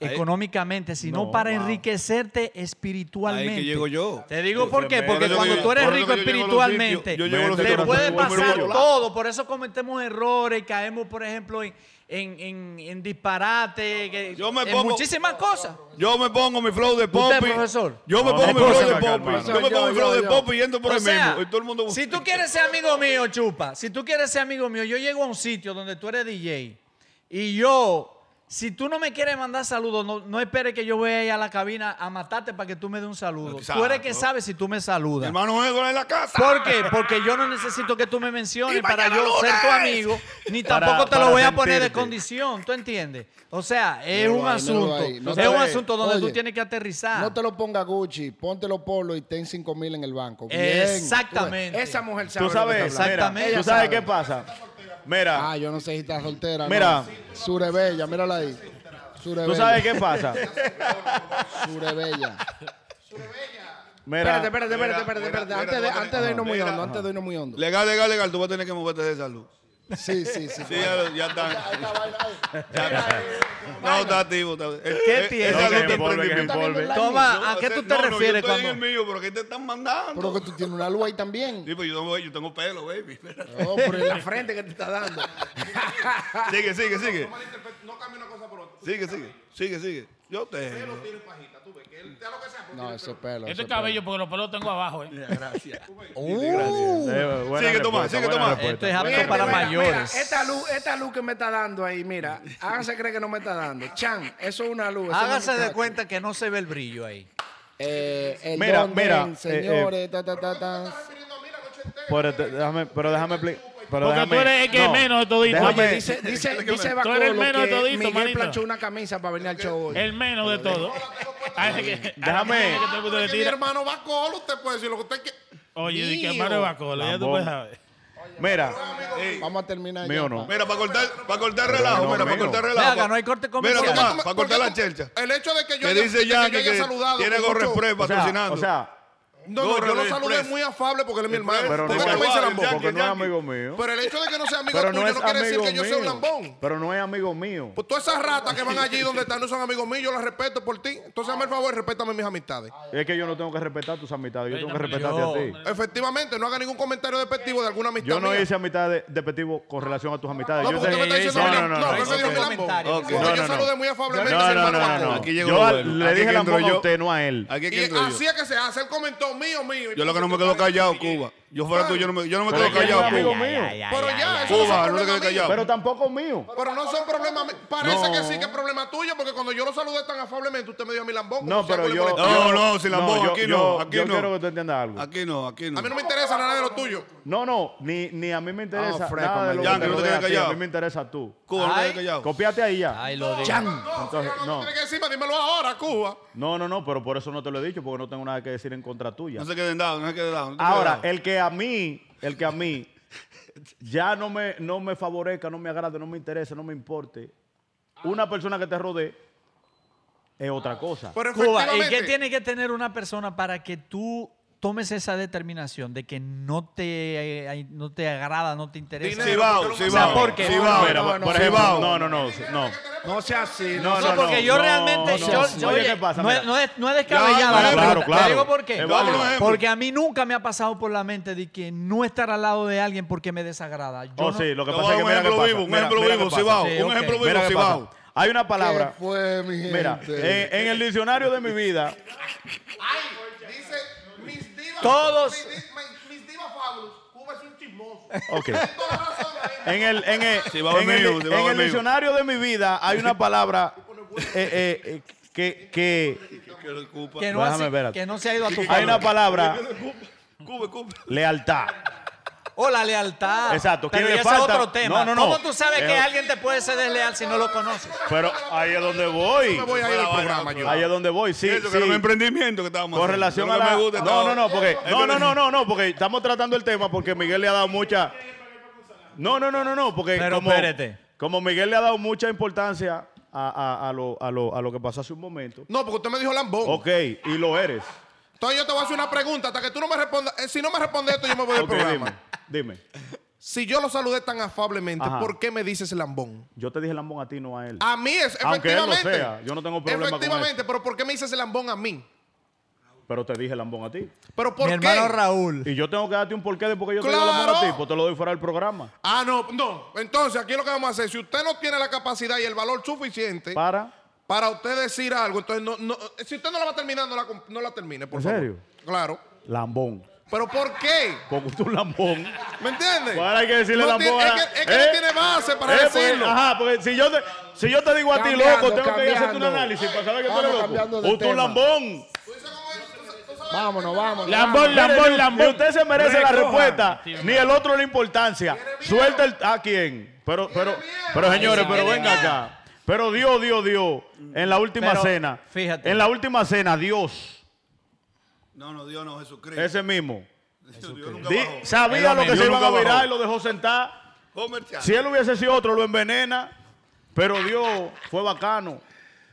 [SPEAKER 4] económicamente, sino
[SPEAKER 3] No,
[SPEAKER 4] para
[SPEAKER 3] wow.
[SPEAKER 4] enriquecerte espiritualmente.
[SPEAKER 2] Ahí que llego yo.
[SPEAKER 4] Te digo por qué,
[SPEAKER 3] Por
[SPEAKER 4] porque
[SPEAKER 3] eso
[SPEAKER 4] cuando
[SPEAKER 2] que yo-
[SPEAKER 4] tú eres
[SPEAKER 2] por eso
[SPEAKER 4] rico
[SPEAKER 2] que yo llego a los
[SPEAKER 4] espiritualmente,
[SPEAKER 2] sitios- yo llego a los
[SPEAKER 4] te
[SPEAKER 2] sitios que
[SPEAKER 4] puede
[SPEAKER 2] me vuelvo
[SPEAKER 4] pasar
[SPEAKER 2] loco.
[SPEAKER 4] todo. Por eso cometemos errores y caemos, por ejemplo, en, en, en, en disparate, que-
[SPEAKER 2] Yo me
[SPEAKER 4] en
[SPEAKER 2] pongo-
[SPEAKER 4] muchísimas cosas.
[SPEAKER 2] Yo me pongo mi flow de popi.
[SPEAKER 4] profesor?
[SPEAKER 2] Yo me
[SPEAKER 3] No,
[SPEAKER 2] pongo
[SPEAKER 3] no,
[SPEAKER 2] mi flow de
[SPEAKER 3] no,
[SPEAKER 2] popi.
[SPEAKER 3] no, no,
[SPEAKER 2] Yo me
[SPEAKER 1] no,
[SPEAKER 2] pongo mi
[SPEAKER 1] yo,
[SPEAKER 2] flow de
[SPEAKER 1] yo.
[SPEAKER 2] popi yendo por
[SPEAKER 4] O
[SPEAKER 2] el
[SPEAKER 4] sea,
[SPEAKER 2] mismo. Y todo el mundo
[SPEAKER 4] si tú quieres ser amigo mío, chupa, si tú quieres ser amigo mío, yo llego a un sitio donde tú eres DJ y yo, si tú no me quieres mandar saludos, no, no esperes que yo voy a ir a la cabina a matarte para que tú me des un saludo. Tú eres el que
[SPEAKER 2] Exacto.
[SPEAKER 4] sabes si tú me
[SPEAKER 2] Mi
[SPEAKER 4] saludas.
[SPEAKER 2] hermano juego en la casa.
[SPEAKER 4] ¿Por qué? Porque yo no necesito que tú me menciones
[SPEAKER 2] Y
[SPEAKER 4] para
[SPEAKER 2] mañana
[SPEAKER 4] yo ser tu
[SPEAKER 2] lunes.
[SPEAKER 4] amigo, ni
[SPEAKER 3] Para-
[SPEAKER 4] tampoco te
[SPEAKER 3] para
[SPEAKER 4] lo voy a poner de
[SPEAKER 3] sentirte.
[SPEAKER 4] condición, ¿tú entiendes? O sea, es
[SPEAKER 1] Míralo
[SPEAKER 4] un
[SPEAKER 1] ahí, míralo
[SPEAKER 4] asunto,
[SPEAKER 1] ahí. No
[SPEAKER 4] es
[SPEAKER 1] te-
[SPEAKER 4] un asunto donde tú
[SPEAKER 1] oye,
[SPEAKER 4] tienes que aterrizar.
[SPEAKER 1] No te lo ponga Gucci, póntelo polo y ten 5 mil en el banco. Bien.
[SPEAKER 4] Exactamente.
[SPEAKER 1] Tú ves, Esa mujer sabe.
[SPEAKER 3] Tú sabes,
[SPEAKER 1] lo que está hablando.
[SPEAKER 3] mira,
[SPEAKER 4] Exactamente.
[SPEAKER 3] tú
[SPEAKER 1] Ella
[SPEAKER 3] sabes
[SPEAKER 1] sabe.
[SPEAKER 3] qué pasa. Mira,
[SPEAKER 1] Ah, yo no sé si está soltera.
[SPEAKER 3] Mira.
[SPEAKER 1] No. Surebella, mírala ahí. Surebella.
[SPEAKER 3] tú sabes qué pasa.
[SPEAKER 1] Surebella.
[SPEAKER 3] Mira,
[SPEAKER 1] Espérate, espérate, espérate, espérate, espérate.
[SPEAKER 2] mira,
[SPEAKER 1] Antes de,
[SPEAKER 2] mira,
[SPEAKER 1] antes de irnos muy
[SPEAKER 2] mira.
[SPEAKER 1] hondo, antes de irnos muy hondo.
[SPEAKER 2] Legal, legal, legal. Tú vas a tener que moverte de salud.
[SPEAKER 1] Sí, sí, sí.
[SPEAKER 2] Sí, ya, ya está. No, está activo. Está,
[SPEAKER 4] ¿Qué
[SPEAKER 2] ¿Qué
[SPEAKER 4] tiene?
[SPEAKER 2] Es
[SPEAKER 3] No, que
[SPEAKER 2] algo de
[SPEAKER 3] envolve, que
[SPEAKER 2] emprendimiento.
[SPEAKER 3] envolve.
[SPEAKER 4] Toma, ¿a
[SPEAKER 2] No,
[SPEAKER 4] qué
[SPEAKER 2] ese-
[SPEAKER 4] tú te
[SPEAKER 2] no, no,
[SPEAKER 4] refieres
[SPEAKER 2] yo estoy en
[SPEAKER 4] cuando-
[SPEAKER 2] el mío, pero que te están mandando.
[SPEAKER 1] Pero que tú tienes una luz ahí también.
[SPEAKER 2] Sí, pues yo, tengo- yo tengo pelo, baby. Espérate.
[SPEAKER 1] Oh, por la frente que te está dando.
[SPEAKER 6] Ah.
[SPEAKER 2] Sigue, sigue, sigue. Sigue, sigue, sigue, sigue. Yo te.
[SPEAKER 1] No, eso es pelo. eso
[SPEAKER 5] Este
[SPEAKER 1] es pelo.
[SPEAKER 5] cabello, porque los pelos tengo abajo, ¿eh?
[SPEAKER 3] eh, buena
[SPEAKER 2] Sigue, Tomás,
[SPEAKER 3] respuesta,
[SPEAKER 2] sigue,
[SPEAKER 3] buena
[SPEAKER 2] Tomás.
[SPEAKER 3] respuesta.
[SPEAKER 4] Esto es apto
[SPEAKER 1] Mira,
[SPEAKER 4] para
[SPEAKER 1] mira,
[SPEAKER 4] mayores.
[SPEAKER 1] mira, esta luz, esta luz que me está dando ahí, mira, háganse creer que no me está dando. Chan, eso es una luz. eso no
[SPEAKER 4] Hágase
[SPEAKER 1] me
[SPEAKER 4] de
[SPEAKER 1] está-
[SPEAKER 4] cuenta que no se ve el brillo ahí.
[SPEAKER 1] Eh, el
[SPEAKER 3] Mira,
[SPEAKER 1] don
[SPEAKER 3] mira,
[SPEAKER 1] den,
[SPEAKER 3] eh, eh.
[SPEAKER 1] señores, ta, ta, ta, ta.
[SPEAKER 3] Pero te- déjame, pero déjame expli-
[SPEAKER 5] Porque
[SPEAKER 3] pero déjame-
[SPEAKER 5] tú eres el que
[SPEAKER 3] no.
[SPEAKER 5] menos de todito.
[SPEAKER 3] Déjame-
[SPEAKER 5] Oye,
[SPEAKER 1] Dice, dice, dice
[SPEAKER 5] Tú eres el
[SPEAKER 1] Bacolo
[SPEAKER 5] menos de
[SPEAKER 1] que
[SPEAKER 5] todito,
[SPEAKER 1] Miguel
[SPEAKER 5] manito.
[SPEAKER 1] planchó una camisa para venir al show hoy.
[SPEAKER 5] El menos de todo. *laughs* A ese que- a ese
[SPEAKER 3] Déjame.
[SPEAKER 5] que todo el mundo le
[SPEAKER 6] Porque mi
[SPEAKER 5] tira.
[SPEAKER 6] hermano va colo, usted puede decir lo que usted quiera.
[SPEAKER 5] Oye, di que
[SPEAKER 6] Mío.
[SPEAKER 5] hermano de Bacola, ya tú
[SPEAKER 3] Lambón.
[SPEAKER 5] puedes saber.
[SPEAKER 3] Mira,
[SPEAKER 1] Vamos a terminar
[SPEAKER 3] Mío
[SPEAKER 1] ya,
[SPEAKER 3] no.
[SPEAKER 1] pa.
[SPEAKER 2] Mira, para cortar, para cortar relajo,
[SPEAKER 3] no,
[SPEAKER 2] mira, para
[SPEAKER 3] amigo.
[SPEAKER 2] cortar relajo.
[SPEAKER 4] Venga, no hay corte comercial.
[SPEAKER 2] Mira,
[SPEAKER 6] Porque
[SPEAKER 2] Tomás,
[SPEAKER 6] tú me-
[SPEAKER 2] para
[SPEAKER 6] porque
[SPEAKER 2] cortar la
[SPEAKER 6] tú-
[SPEAKER 2] chelcha.
[SPEAKER 6] El hecho de que yo
[SPEAKER 2] Que
[SPEAKER 6] haya-
[SPEAKER 2] dice
[SPEAKER 6] de que yo
[SPEAKER 2] Yankee
[SPEAKER 6] haya
[SPEAKER 2] que
[SPEAKER 6] saludado
[SPEAKER 2] tiene
[SPEAKER 6] con mucho-
[SPEAKER 2] Gorrespre
[SPEAKER 3] o sea,
[SPEAKER 2] patrocinando.
[SPEAKER 3] o sea,
[SPEAKER 6] No, no, yo
[SPEAKER 2] Gorre
[SPEAKER 6] lo
[SPEAKER 2] del
[SPEAKER 6] saludé
[SPEAKER 2] Express.
[SPEAKER 6] muy afable porque él es mi hermano.
[SPEAKER 3] pero no,
[SPEAKER 6] Porque
[SPEAKER 2] Porque
[SPEAKER 6] él me dice
[SPEAKER 2] igual,
[SPEAKER 6] lambón.
[SPEAKER 2] Yankee,
[SPEAKER 3] porque no es
[SPEAKER 2] Yankee.
[SPEAKER 3] amigo mío.
[SPEAKER 6] Pero el hecho de que no sea amigo
[SPEAKER 3] Pero
[SPEAKER 6] tuyo
[SPEAKER 3] no
[SPEAKER 6] no,
[SPEAKER 3] es
[SPEAKER 6] quiere decir
[SPEAKER 3] amigo
[SPEAKER 6] que yo sea un
[SPEAKER 3] mío.
[SPEAKER 6] lambón.
[SPEAKER 3] Pero no es amigo mío.
[SPEAKER 6] Pues todas esas ratas que van allí donde están no son amigos míos, yo las respeto por ti. Entonces, hazme el favor, y respétame mis amistades.
[SPEAKER 3] Es que yo no tengo que respetar tus amistades, yo tengo que respetarte
[SPEAKER 4] yo-
[SPEAKER 3] a ti.
[SPEAKER 6] Efectivamente, no haga ningún comentario despectivo de alguna amistad
[SPEAKER 3] Yo no
[SPEAKER 6] mía.
[SPEAKER 3] hice amistades despectivo con relación a tus amistades.
[SPEAKER 6] No,
[SPEAKER 3] Yo
[SPEAKER 6] porque usted me está
[SPEAKER 3] te- no,
[SPEAKER 6] diciendo mi
[SPEAKER 3] no,
[SPEAKER 6] lam-
[SPEAKER 3] no,
[SPEAKER 6] no,
[SPEAKER 3] no,
[SPEAKER 6] él me dijo mi lambón.
[SPEAKER 4] comentario.
[SPEAKER 2] Ok.
[SPEAKER 6] Porque
[SPEAKER 3] No, no,
[SPEAKER 6] yo
[SPEAKER 3] no.
[SPEAKER 6] saludé muy afablemente a
[SPEAKER 3] No,
[SPEAKER 6] mi
[SPEAKER 3] no,
[SPEAKER 6] hermano
[SPEAKER 3] no,
[SPEAKER 6] Bacola.
[SPEAKER 3] no, no.
[SPEAKER 2] Aquí llegó
[SPEAKER 3] Yo
[SPEAKER 2] lo
[SPEAKER 3] al-
[SPEAKER 2] bueno.
[SPEAKER 3] le
[SPEAKER 2] Aquí
[SPEAKER 3] dije
[SPEAKER 2] que entro
[SPEAKER 3] lambón a
[SPEAKER 2] yo.
[SPEAKER 3] usted, no a él.
[SPEAKER 2] Aquí es que
[SPEAKER 6] Y
[SPEAKER 2] entro yo.
[SPEAKER 6] así es que se hace el comentó mío, mío.
[SPEAKER 2] Yo lo que no me quedo callado, Cuba. Yo fuera tú, yo no me, yo no me quedo
[SPEAKER 3] que es un
[SPEAKER 2] callado.
[SPEAKER 3] amigo
[SPEAKER 2] Cuba.
[SPEAKER 3] mío.
[SPEAKER 6] Pero ya, eso
[SPEAKER 2] Cuba, no me
[SPEAKER 6] no
[SPEAKER 2] quedo
[SPEAKER 6] es problema mío.
[SPEAKER 2] callado.
[SPEAKER 3] Pero tampoco mío.
[SPEAKER 6] Pero no son problemas. míos. Parece
[SPEAKER 2] No.
[SPEAKER 6] que sí que es problema tuyo, porque cuando yo lo saludé tan afablemente, usted me dio a mi lambón. como
[SPEAKER 3] No,
[SPEAKER 6] si
[SPEAKER 3] pero
[SPEAKER 6] algo le
[SPEAKER 3] yo.
[SPEAKER 6] molestaba.
[SPEAKER 2] No, no, sin lambón,
[SPEAKER 3] yo-
[SPEAKER 2] aquí no,
[SPEAKER 3] yo-
[SPEAKER 2] aquí
[SPEAKER 3] yo
[SPEAKER 2] no.
[SPEAKER 3] quiero que tú entiendas algo.
[SPEAKER 2] Aquí no, aquí no.
[SPEAKER 6] A mí no me interesa nada de lo tuyo.
[SPEAKER 3] No, no, ni, ni a mí me interesa.
[SPEAKER 1] Ah, fresco,
[SPEAKER 3] nada de lo que
[SPEAKER 2] Yankee,
[SPEAKER 3] te
[SPEAKER 2] no te
[SPEAKER 3] rodea
[SPEAKER 2] quedes
[SPEAKER 3] a ti,
[SPEAKER 2] callado.
[SPEAKER 3] A mí me interesa tú.
[SPEAKER 2] Cuba, no me quedo
[SPEAKER 4] Ay.
[SPEAKER 2] callado.
[SPEAKER 3] Copiate ahí ya.
[SPEAKER 4] Ay, lo digo.
[SPEAKER 1] Chan.
[SPEAKER 6] No,
[SPEAKER 3] Entonces,
[SPEAKER 6] señor, no,
[SPEAKER 3] no.
[SPEAKER 6] tiene que decirme, dímelo ahora, Cuba.
[SPEAKER 3] No, no, no, pero por eso no te lo he dicho, porque no tengo nada que decir en contra tuya.
[SPEAKER 2] No se queden dados, no se queden dados. no te quedes
[SPEAKER 3] Ahora,
[SPEAKER 2] dados.
[SPEAKER 3] el que a mí, el que a mí ya no me, no me favorezca, no me agrade, no me interese, no me importe, una persona que te rodee es otra cosa.
[SPEAKER 6] Pero
[SPEAKER 4] Cuba, ¿y
[SPEAKER 6] efectivamente,
[SPEAKER 4] qué tiene que tener una persona para que tú tomes esa determinación de que no te, eh, no te agrada, no te interesa?
[SPEAKER 6] Dinero.
[SPEAKER 2] Cibao,
[SPEAKER 6] porque no-
[SPEAKER 2] Cibao,
[SPEAKER 4] O sea, porque-
[SPEAKER 2] Cibao,
[SPEAKER 3] Mira,
[SPEAKER 1] no, no,
[SPEAKER 3] por
[SPEAKER 1] no,
[SPEAKER 3] ejemplo,
[SPEAKER 2] Cibao.
[SPEAKER 3] no, no, no, no.
[SPEAKER 1] No sea así.
[SPEAKER 3] No,
[SPEAKER 4] No, porque yo
[SPEAKER 3] no,
[SPEAKER 4] realmente.
[SPEAKER 3] no,
[SPEAKER 4] yo-
[SPEAKER 3] no,
[SPEAKER 4] yo-
[SPEAKER 3] oye,
[SPEAKER 4] oye,
[SPEAKER 3] ¿qué pasa?
[SPEAKER 4] no,
[SPEAKER 3] Mira.
[SPEAKER 4] es, no es- no es descabellada
[SPEAKER 2] Ya,
[SPEAKER 4] la
[SPEAKER 2] claro,
[SPEAKER 4] pregunta.
[SPEAKER 3] claro.
[SPEAKER 4] Te digo por qué.
[SPEAKER 3] Es válido.
[SPEAKER 4] Porque a mí nunca me ha pasado por la mente de que no estar al lado de alguien porque me desagrada. Yo
[SPEAKER 3] Oh,
[SPEAKER 4] no-
[SPEAKER 3] sí, lo que
[SPEAKER 2] Te
[SPEAKER 3] pasa
[SPEAKER 2] voy a dar
[SPEAKER 3] es que
[SPEAKER 2] un
[SPEAKER 3] mira qué
[SPEAKER 2] ejemplo
[SPEAKER 3] pasa.
[SPEAKER 2] vivo, un
[SPEAKER 3] Mira,
[SPEAKER 2] ejemplo
[SPEAKER 3] mira qué
[SPEAKER 2] vivo,
[SPEAKER 3] pasa.
[SPEAKER 2] Cibao,
[SPEAKER 4] Sí,
[SPEAKER 2] un
[SPEAKER 4] ok.
[SPEAKER 2] ejemplo vivo,
[SPEAKER 3] Mira qué pasa.
[SPEAKER 2] Cibao.
[SPEAKER 3] Hay una palabra.
[SPEAKER 1] ¿Qué fue, mi gente?
[SPEAKER 3] Mira, eh, en el diccionario de mi vida,
[SPEAKER 6] Dice, mis divas.
[SPEAKER 4] Todos-
[SPEAKER 6] Mis, di- mis divas fabulous. Cuba es un chismoso.
[SPEAKER 3] ok.
[SPEAKER 6] Tiene toda la razón, ahí.
[SPEAKER 3] En el, en el,
[SPEAKER 2] Cibao es
[SPEAKER 3] en el-
[SPEAKER 2] mío, Cibao
[SPEAKER 3] en
[SPEAKER 2] es
[SPEAKER 3] el
[SPEAKER 2] mío.
[SPEAKER 3] diccionario de mi vida hay una palabra eh, eh, eh, que, que
[SPEAKER 2] Que- Cuba,
[SPEAKER 4] que, no
[SPEAKER 3] Déjame,
[SPEAKER 4] hace-
[SPEAKER 3] espérate.
[SPEAKER 4] que no se ha ido a tu
[SPEAKER 3] hay
[SPEAKER 4] favor.
[SPEAKER 3] una palabra
[SPEAKER 2] Cuba, Cuba.
[SPEAKER 3] lealtad.
[SPEAKER 4] O Oh, la lealtad.
[SPEAKER 3] Exacto,
[SPEAKER 4] Pero
[SPEAKER 3] ¿quién
[SPEAKER 4] ya
[SPEAKER 3] le
[SPEAKER 4] ese es
[SPEAKER 3] falta?
[SPEAKER 4] otro tema.
[SPEAKER 3] No, no, no.
[SPEAKER 4] ¿Cómo tú sabes
[SPEAKER 3] Eh,
[SPEAKER 4] que alguien te puede ser desleal si no lo conoces?
[SPEAKER 3] Pero ahí es donde voy.
[SPEAKER 6] Me voy a
[SPEAKER 2] Fuera
[SPEAKER 6] ir al
[SPEAKER 2] vaina,
[SPEAKER 6] programa yo.
[SPEAKER 2] otro.
[SPEAKER 3] Ahí es donde voy, sí.
[SPEAKER 2] Eso que
[SPEAKER 3] sí.
[SPEAKER 2] era un emprendimiento que estábamos
[SPEAKER 3] Con
[SPEAKER 2] haciendo.
[SPEAKER 3] relación
[SPEAKER 2] Lo
[SPEAKER 3] a
[SPEAKER 2] que
[SPEAKER 3] la...
[SPEAKER 2] me gusta
[SPEAKER 3] no, no,
[SPEAKER 2] estaba-
[SPEAKER 3] no, porque...
[SPEAKER 2] Es
[SPEAKER 3] No,
[SPEAKER 2] que-
[SPEAKER 3] no, no, no, no, porque estamos tratando el tema porque Miguel le ha dado mucha... No, no, no, no, no, porque
[SPEAKER 4] Pero
[SPEAKER 3] como,
[SPEAKER 4] espérate.
[SPEAKER 3] como Miguel le ha dado mucha importancia a, a- a lo, a, lo, a lo que pasó hace un momento.
[SPEAKER 6] *laughs* No, porque usted me dijo lambón.
[SPEAKER 3] Ok, y lo eres.
[SPEAKER 6] Entonces yo te voy a hacer una pregunta hasta que tú no me respondas. eh, si no me respondes esto, yo me voy
[SPEAKER 3] *laughs*
[SPEAKER 6] del
[SPEAKER 3] Ok,
[SPEAKER 6] programa.
[SPEAKER 3] dime, dime.
[SPEAKER 6] Si yo lo saludé tan afablemente,
[SPEAKER 3] Ajá.
[SPEAKER 6] ¿por qué me dices lambón?
[SPEAKER 3] Yo te dije lambón a ti, no a él.
[SPEAKER 6] A mí es,
[SPEAKER 3] Aunque él lo
[SPEAKER 6] efectivamente.
[SPEAKER 3] sea, yo no tengo problema con
[SPEAKER 6] Efectivamente, pero ¿por qué me dices lambón a mí?
[SPEAKER 3] Pero te dije lambón a ti.
[SPEAKER 6] ¿Pero por
[SPEAKER 4] Mi
[SPEAKER 6] qué?
[SPEAKER 4] hermano Raúl.
[SPEAKER 3] Y yo tengo que darte un porqué de por qué yo te digo lambón a
[SPEAKER 6] ¡Claro!
[SPEAKER 3] ti, pues te lo doy fuera del programa.
[SPEAKER 6] Ah, no, no. Entonces, aquí lo que vamos a hacer, si usted no tiene la capacidad y el valor suficiente
[SPEAKER 3] Para...
[SPEAKER 6] para usted decir algo, entonces no, no- si usted no la va a terminar, no la, com- no la termine, por
[SPEAKER 3] ¿En
[SPEAKER 6] favor.
[SPEAKER 3] serio?
[SPEAKER 6] Claro.
[SPEAKER 3] Lambón.
[SPEAKER 6] ¿Pero por qué?
[SPEAKER 3] Porque tú un lambón.
[SPEAKER 6] ¿Me entiendes?
[SPEAKER 3] Pues Ahora hay que decirle
[SPEAKER 6] No
[SPEAKER 3] lambón.
[SPEAKER 6] tiene-
[SPEAKER 3] a-
[SPEAKER 6] Es que, es que
[SPEAKER 3] ¿Eh?
[SPEAKER 6] no tiene base para
[SPEAKER 3] Eh, porque-
[SPEAKER 6] decirlo.
[SPEAKER 3] ajá, porque si yo te, si yo te digo a ti,
[SPEAKER 1] Cambiando,
[SPEAKER 3] loco, tengo que hacerte un
[SPEAKER 1] cambiando.
[SPEAKER 3] análisis para saber que tú
[SPEAKER 1] Vamos
[SPEAKER 3] eres
[SPEAKER 1] cambiando
[SPEAKER 3] loco.
[SPEAKER 1] de
[SPEAKER 3] Usted un
[SPEAKER 1] tema.
[SPEAKER 3] lambón.
[SPEAKER 1] Vámonos, vámonos.
[SPEAKER 5] Lambón,
[SPEAKER 1] vámonos.
[SPEAKER 5] lambón,
[SPEAKER 3] Mire,
[SPEAKER 5] lambón.
[SPEAKER 3] Ni usted se merece la
[SPEAKER 1] Recoja.
[SPEAKER 3] respuesta, ni el otro la importancia. Suelta el, a quién. Pero, pero, pero señores, pero venga acá. Pero Dios, Dios, Dios, en la última
[SPEAKER 4] Pero,
[SPEAKER 3] cena,
[SPEAKER 4] fíjate.
[SPEAKER 3] en la última cena, Dios,
[SPEAKER 2] No, no, Dios no, Jesucristo.
[SPEAKER 3] ese mismo,
[SPEAKER 2] Dios nunca
[SPEAKER 3] di-
[SPEAKER 2] bajó.
[SPEAKER 3] sabía lo que
[SPEAKER 2] Dios
[SPEAKER 3] se iban
[SPEAKER 2] nunca
[SPEAKER 3] a virar
[SPEAKER 2] bajó.
[SPEAKER 3] y lo dejó sentar.
[SPEAKER 2] Comercial.
[SPEAKER 3] Si él hubiese sido otro, lo envenena. Pero Dios fue bacano.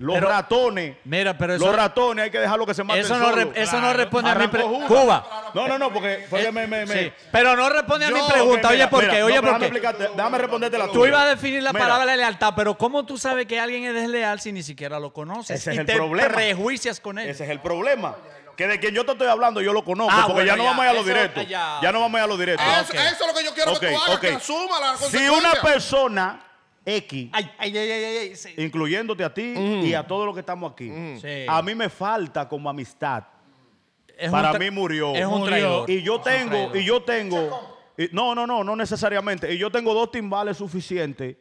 [SPEAKER 3] Los
[SPEAKER 4] Pero-
[SPEAKER 3] ratones.
[SPEAKER 4] Mira, pero eso-
[SPEAKER 3] Los ratones hay que dejarlo que se maten
[SPEAKER 4] Eso no, re-
[SPEAKER 3] solos.
[SPEAKER 4] eso no responde a mi
[SPEAKER 3] Arrancó
[SPEAKER 4] pregunta.
[SPEAKER 3] Judas.
[SPEAKER 4] Cuba.
[SPEAKER 3] No, no, no, porque. porque
[SPEAKER 4] Eh,
[SPEAKER 3] me- me- me-
[SPEAKER 4] sí, Pero no responde a
[SPEAKER 3] Yo-
[SPEAKER 4] mi pregunta.
[SPEAKER 3] ok,
[SPEAKER 4] oye,
[SPEAKER 3] mira,
[SPEAKER 4] ¿por
[SPEAKER 3] mira,
[SPEAKER 4] qué?
[SPEAKER 3] no,
[SPEAKER 4] Oye,
[SPEAKER 3] pero
[SPEAKER 4] ¿por
[SPEAKER 3] déjame
[SPEAKER 4] qué?
[SPEAKER 3] explicarte- Déjame responderte la
[SPEAKER 4] Tú
[SPEAKER 3] tuya.
[SPEAKER 4] ibas a definir la
[SPEAKER 3] Mira,
[SPEAKER 4] palabra lealtad, pero ¿cómo tú sabes que alguien es desleal si ni siquiera lo conoces?
[SPEAKER 3] Ese
[SPEAKER 4] y
[SPEAKER 3] es el
[SPEAKER 4] te
[SPEAKER 3] problema.
[SPEAKER 4] prejuicias con él.
[SPEAKER 3] Ese es el problema. Que de quien yo te estoy hablando, yo lo conozco.
[SPEAKER 4] Ah,
[SPEAKER 3] porque ya
[SPEAKER 4] bueno,
[SPEAKER 3] no
[SPEAKER 4] ya,
[SPEAKER 3] vamos a ir a lo
[SPEAKER 4] eso-
[SPEAKER 3] directo.
[SPEAKER 4] ya.
[SPEAKER 3] Ya no vamos a ir a lo directo.
[SPEAKER 6] Ah, Eso,
[SPEAKER 4] ok.
[SPEAKER 6] eso es lo que yo quiero que tú
[SPEAKER 3] Ok,
[SPEAKER 6] hagas, que
[SPEAKER 3] ok.
[SPEAKER 6] asuma la
[SPEAKER 3] Si una
[SPEAKER 6] consecuencia.
[SPEAKER 3] persona X,
[SPEAKER 4] Ay, ay, ay, ay, ay, ay, sí.
[SPEAKER 3] incluyéndote a ti y a todos los que estamos aquí,
[SPEAKER 4] Mm. Sí.
[SPEAKER 3] a mí me falta como amistad.
[SPEAKER 4] Es un
[SPEAKER 3] para
[SPEAKER 4] tra-
[SPEAKER 3] mí murió.
[SPEAKER 4] Es un
[SPEAKER 5] Murió.
[SPEAKER 4] traidor.
[SPEAKER 3] Y yo
[SPEAKER 4] Es un
[SPEAKER 3] tengo,
[SPEAKER 4] traidor.
[SPEAKER 3] y yo tengo, y- no, no, no, no necesariamente. Y yo tengo dos timbales suficientes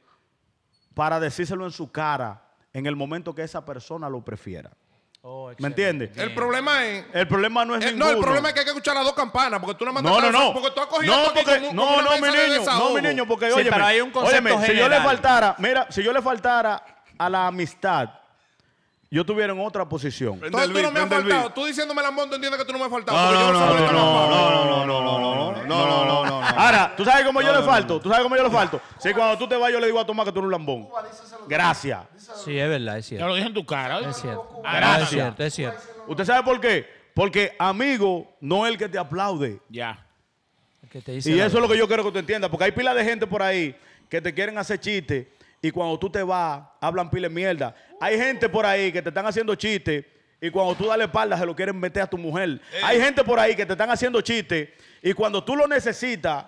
[SPEAKER 3] para decírselo en su cara en el momento que esa persona lo prefiera.
[SPEAKER 4] Oh,
[SPEAKER 3] ¿Me
[SPEAKER 4] excelente.
[SPEAKER 3] entiendes?
[SPEAKER 6] El problema es...
[SPEAKER 3] El problema no es
[SPEAKER 6] Eh,
[SPEAKER 3] ninguno.
[SPEAKER 6] no, el problema es que hay que escuchar las dos campanas, porque tú la mandas
[SPEAKER 3] no, no,
[SPEAKER 6] a-
[SPEAKER 3] no.
[SPEAKER 6] Porque tú has cogido
[SPEAKER 3] no,
[SPEAKER 6] esto aquí
[SPEAKER 3] porque,
[SPEAKER 6] como un-
[SPEAKER 3] no,
[SPEAKER 6] como una
[SPEAKER 3] no, mi
[SPEAKER 6] mesa de
[SPEAKER 3] niño, no,
[SPEAKER 6] desahogo.
[SPEAKER 3] mi niño, porque
[SPEAKER 4] Sí,
[SPEAKER 3] óyeme,
[SPEAKER 4] pero hay un concepto
[SPEAKER 3] óyeme, si yo le
[SPEAKER 4] general.
[SPEAKER 3] faltara, mira, si yo le faltara a la amistad, yo tuviera en otra posición.
[SPEAKER 2] Prende
[SPEAKER 6] Entonces
[SPEAKER 2] el
[SPEAKER 6] tú no
[SPEAKER 2] beat,
[SPEAKER 6] me has
[SPEAKER 2] prende el beat.
[SPEAKER 6] faltado. Tú diciéndome lambón, tú entiendes que tú no me has faltado.
[SPEAKER 2] No,
[SPEAKER 6] porque
[SPEAKER 2] no,
[SPEAKER 6] yo
[SPEAKER 2] no,
[SPEAKER 6] soy
[SPEAKER 2] no, no,
[SPEAKER 6] tan afable.
[SPEAKER 2] no, no, no, no, no, no, no, no, no, no.
[SPEAKER 3] Ahora, ¿tú sabes cómo yo le falto? ¿Tú sabes cómo yo le falto? Si cuando tú te vas, yo le digo a Tomás que tú eres un lambón. Gracias.
[SPEAKER 4] Sí, es verdad, es
[SPEAKER 5] Ya
[SPEAKER 4] cierto.
[SPEAKER 5] lo dije en tu cara. ¿eh?
[SPEAKER 4] Es cierto.
[SPEAKER 5] Ah,
[SPEAKER 4] No, es
[SPEAKER 5] Gracias.
[SPEAKER 4] cierto, es cierto.
[SPEAKER 3] ¿Usted sabe por qué? Porque amigo no es el que te aplaude.
[SPEAKER 5] Ya.
[SPEAKER 4] El que te dice
[SPEAKER 3] Y
[SPEAKER 4] la
[SPEAKER 3] eso es lo
[SPEAKER 4] verdad.
[SPEAKER 3] que yo quiero que tú entiendas. Porque hay pila de gente por ahí que te quieren hacer chistes y cuando tú te vas, hablan pila de mierda. Hay gente por ahí que te están haciendo chistes y cuando tú das la espalda se lo quieren meter a tu mujer.
[SPEAKER 5] Eh.
[SPEAKER 3] Hay gente por ahí que te están haciendo chistes y cuando tú lo necesitas,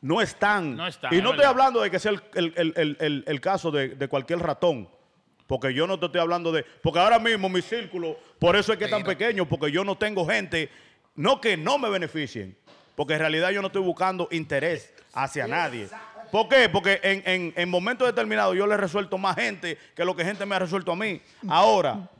[SPEAKER 3] no están.
[SPEAKER 5] No están,
[SPEAKER 3] y
[SPEAKER 5] es
[SPEAKER 3] no estoy
[SPEAKER 5] verdad.
[SPEAKER 3] hablando de que sea el, el- el- el- el- el caso de, de cualquier ratón. Porque yo no te estoy hablando de. Porque ahora mismo mi círculo, por eso es que es tan pequeño, porque yo no tengo gente, no que no me beneficien, Porque en realidad yo no estoy buscando interés hacia nadie. ¿Por qué? Porque en, en, en momentos determinados yo le he resuelto más gente que lo que gente me ha resuelto a mí. Ahora,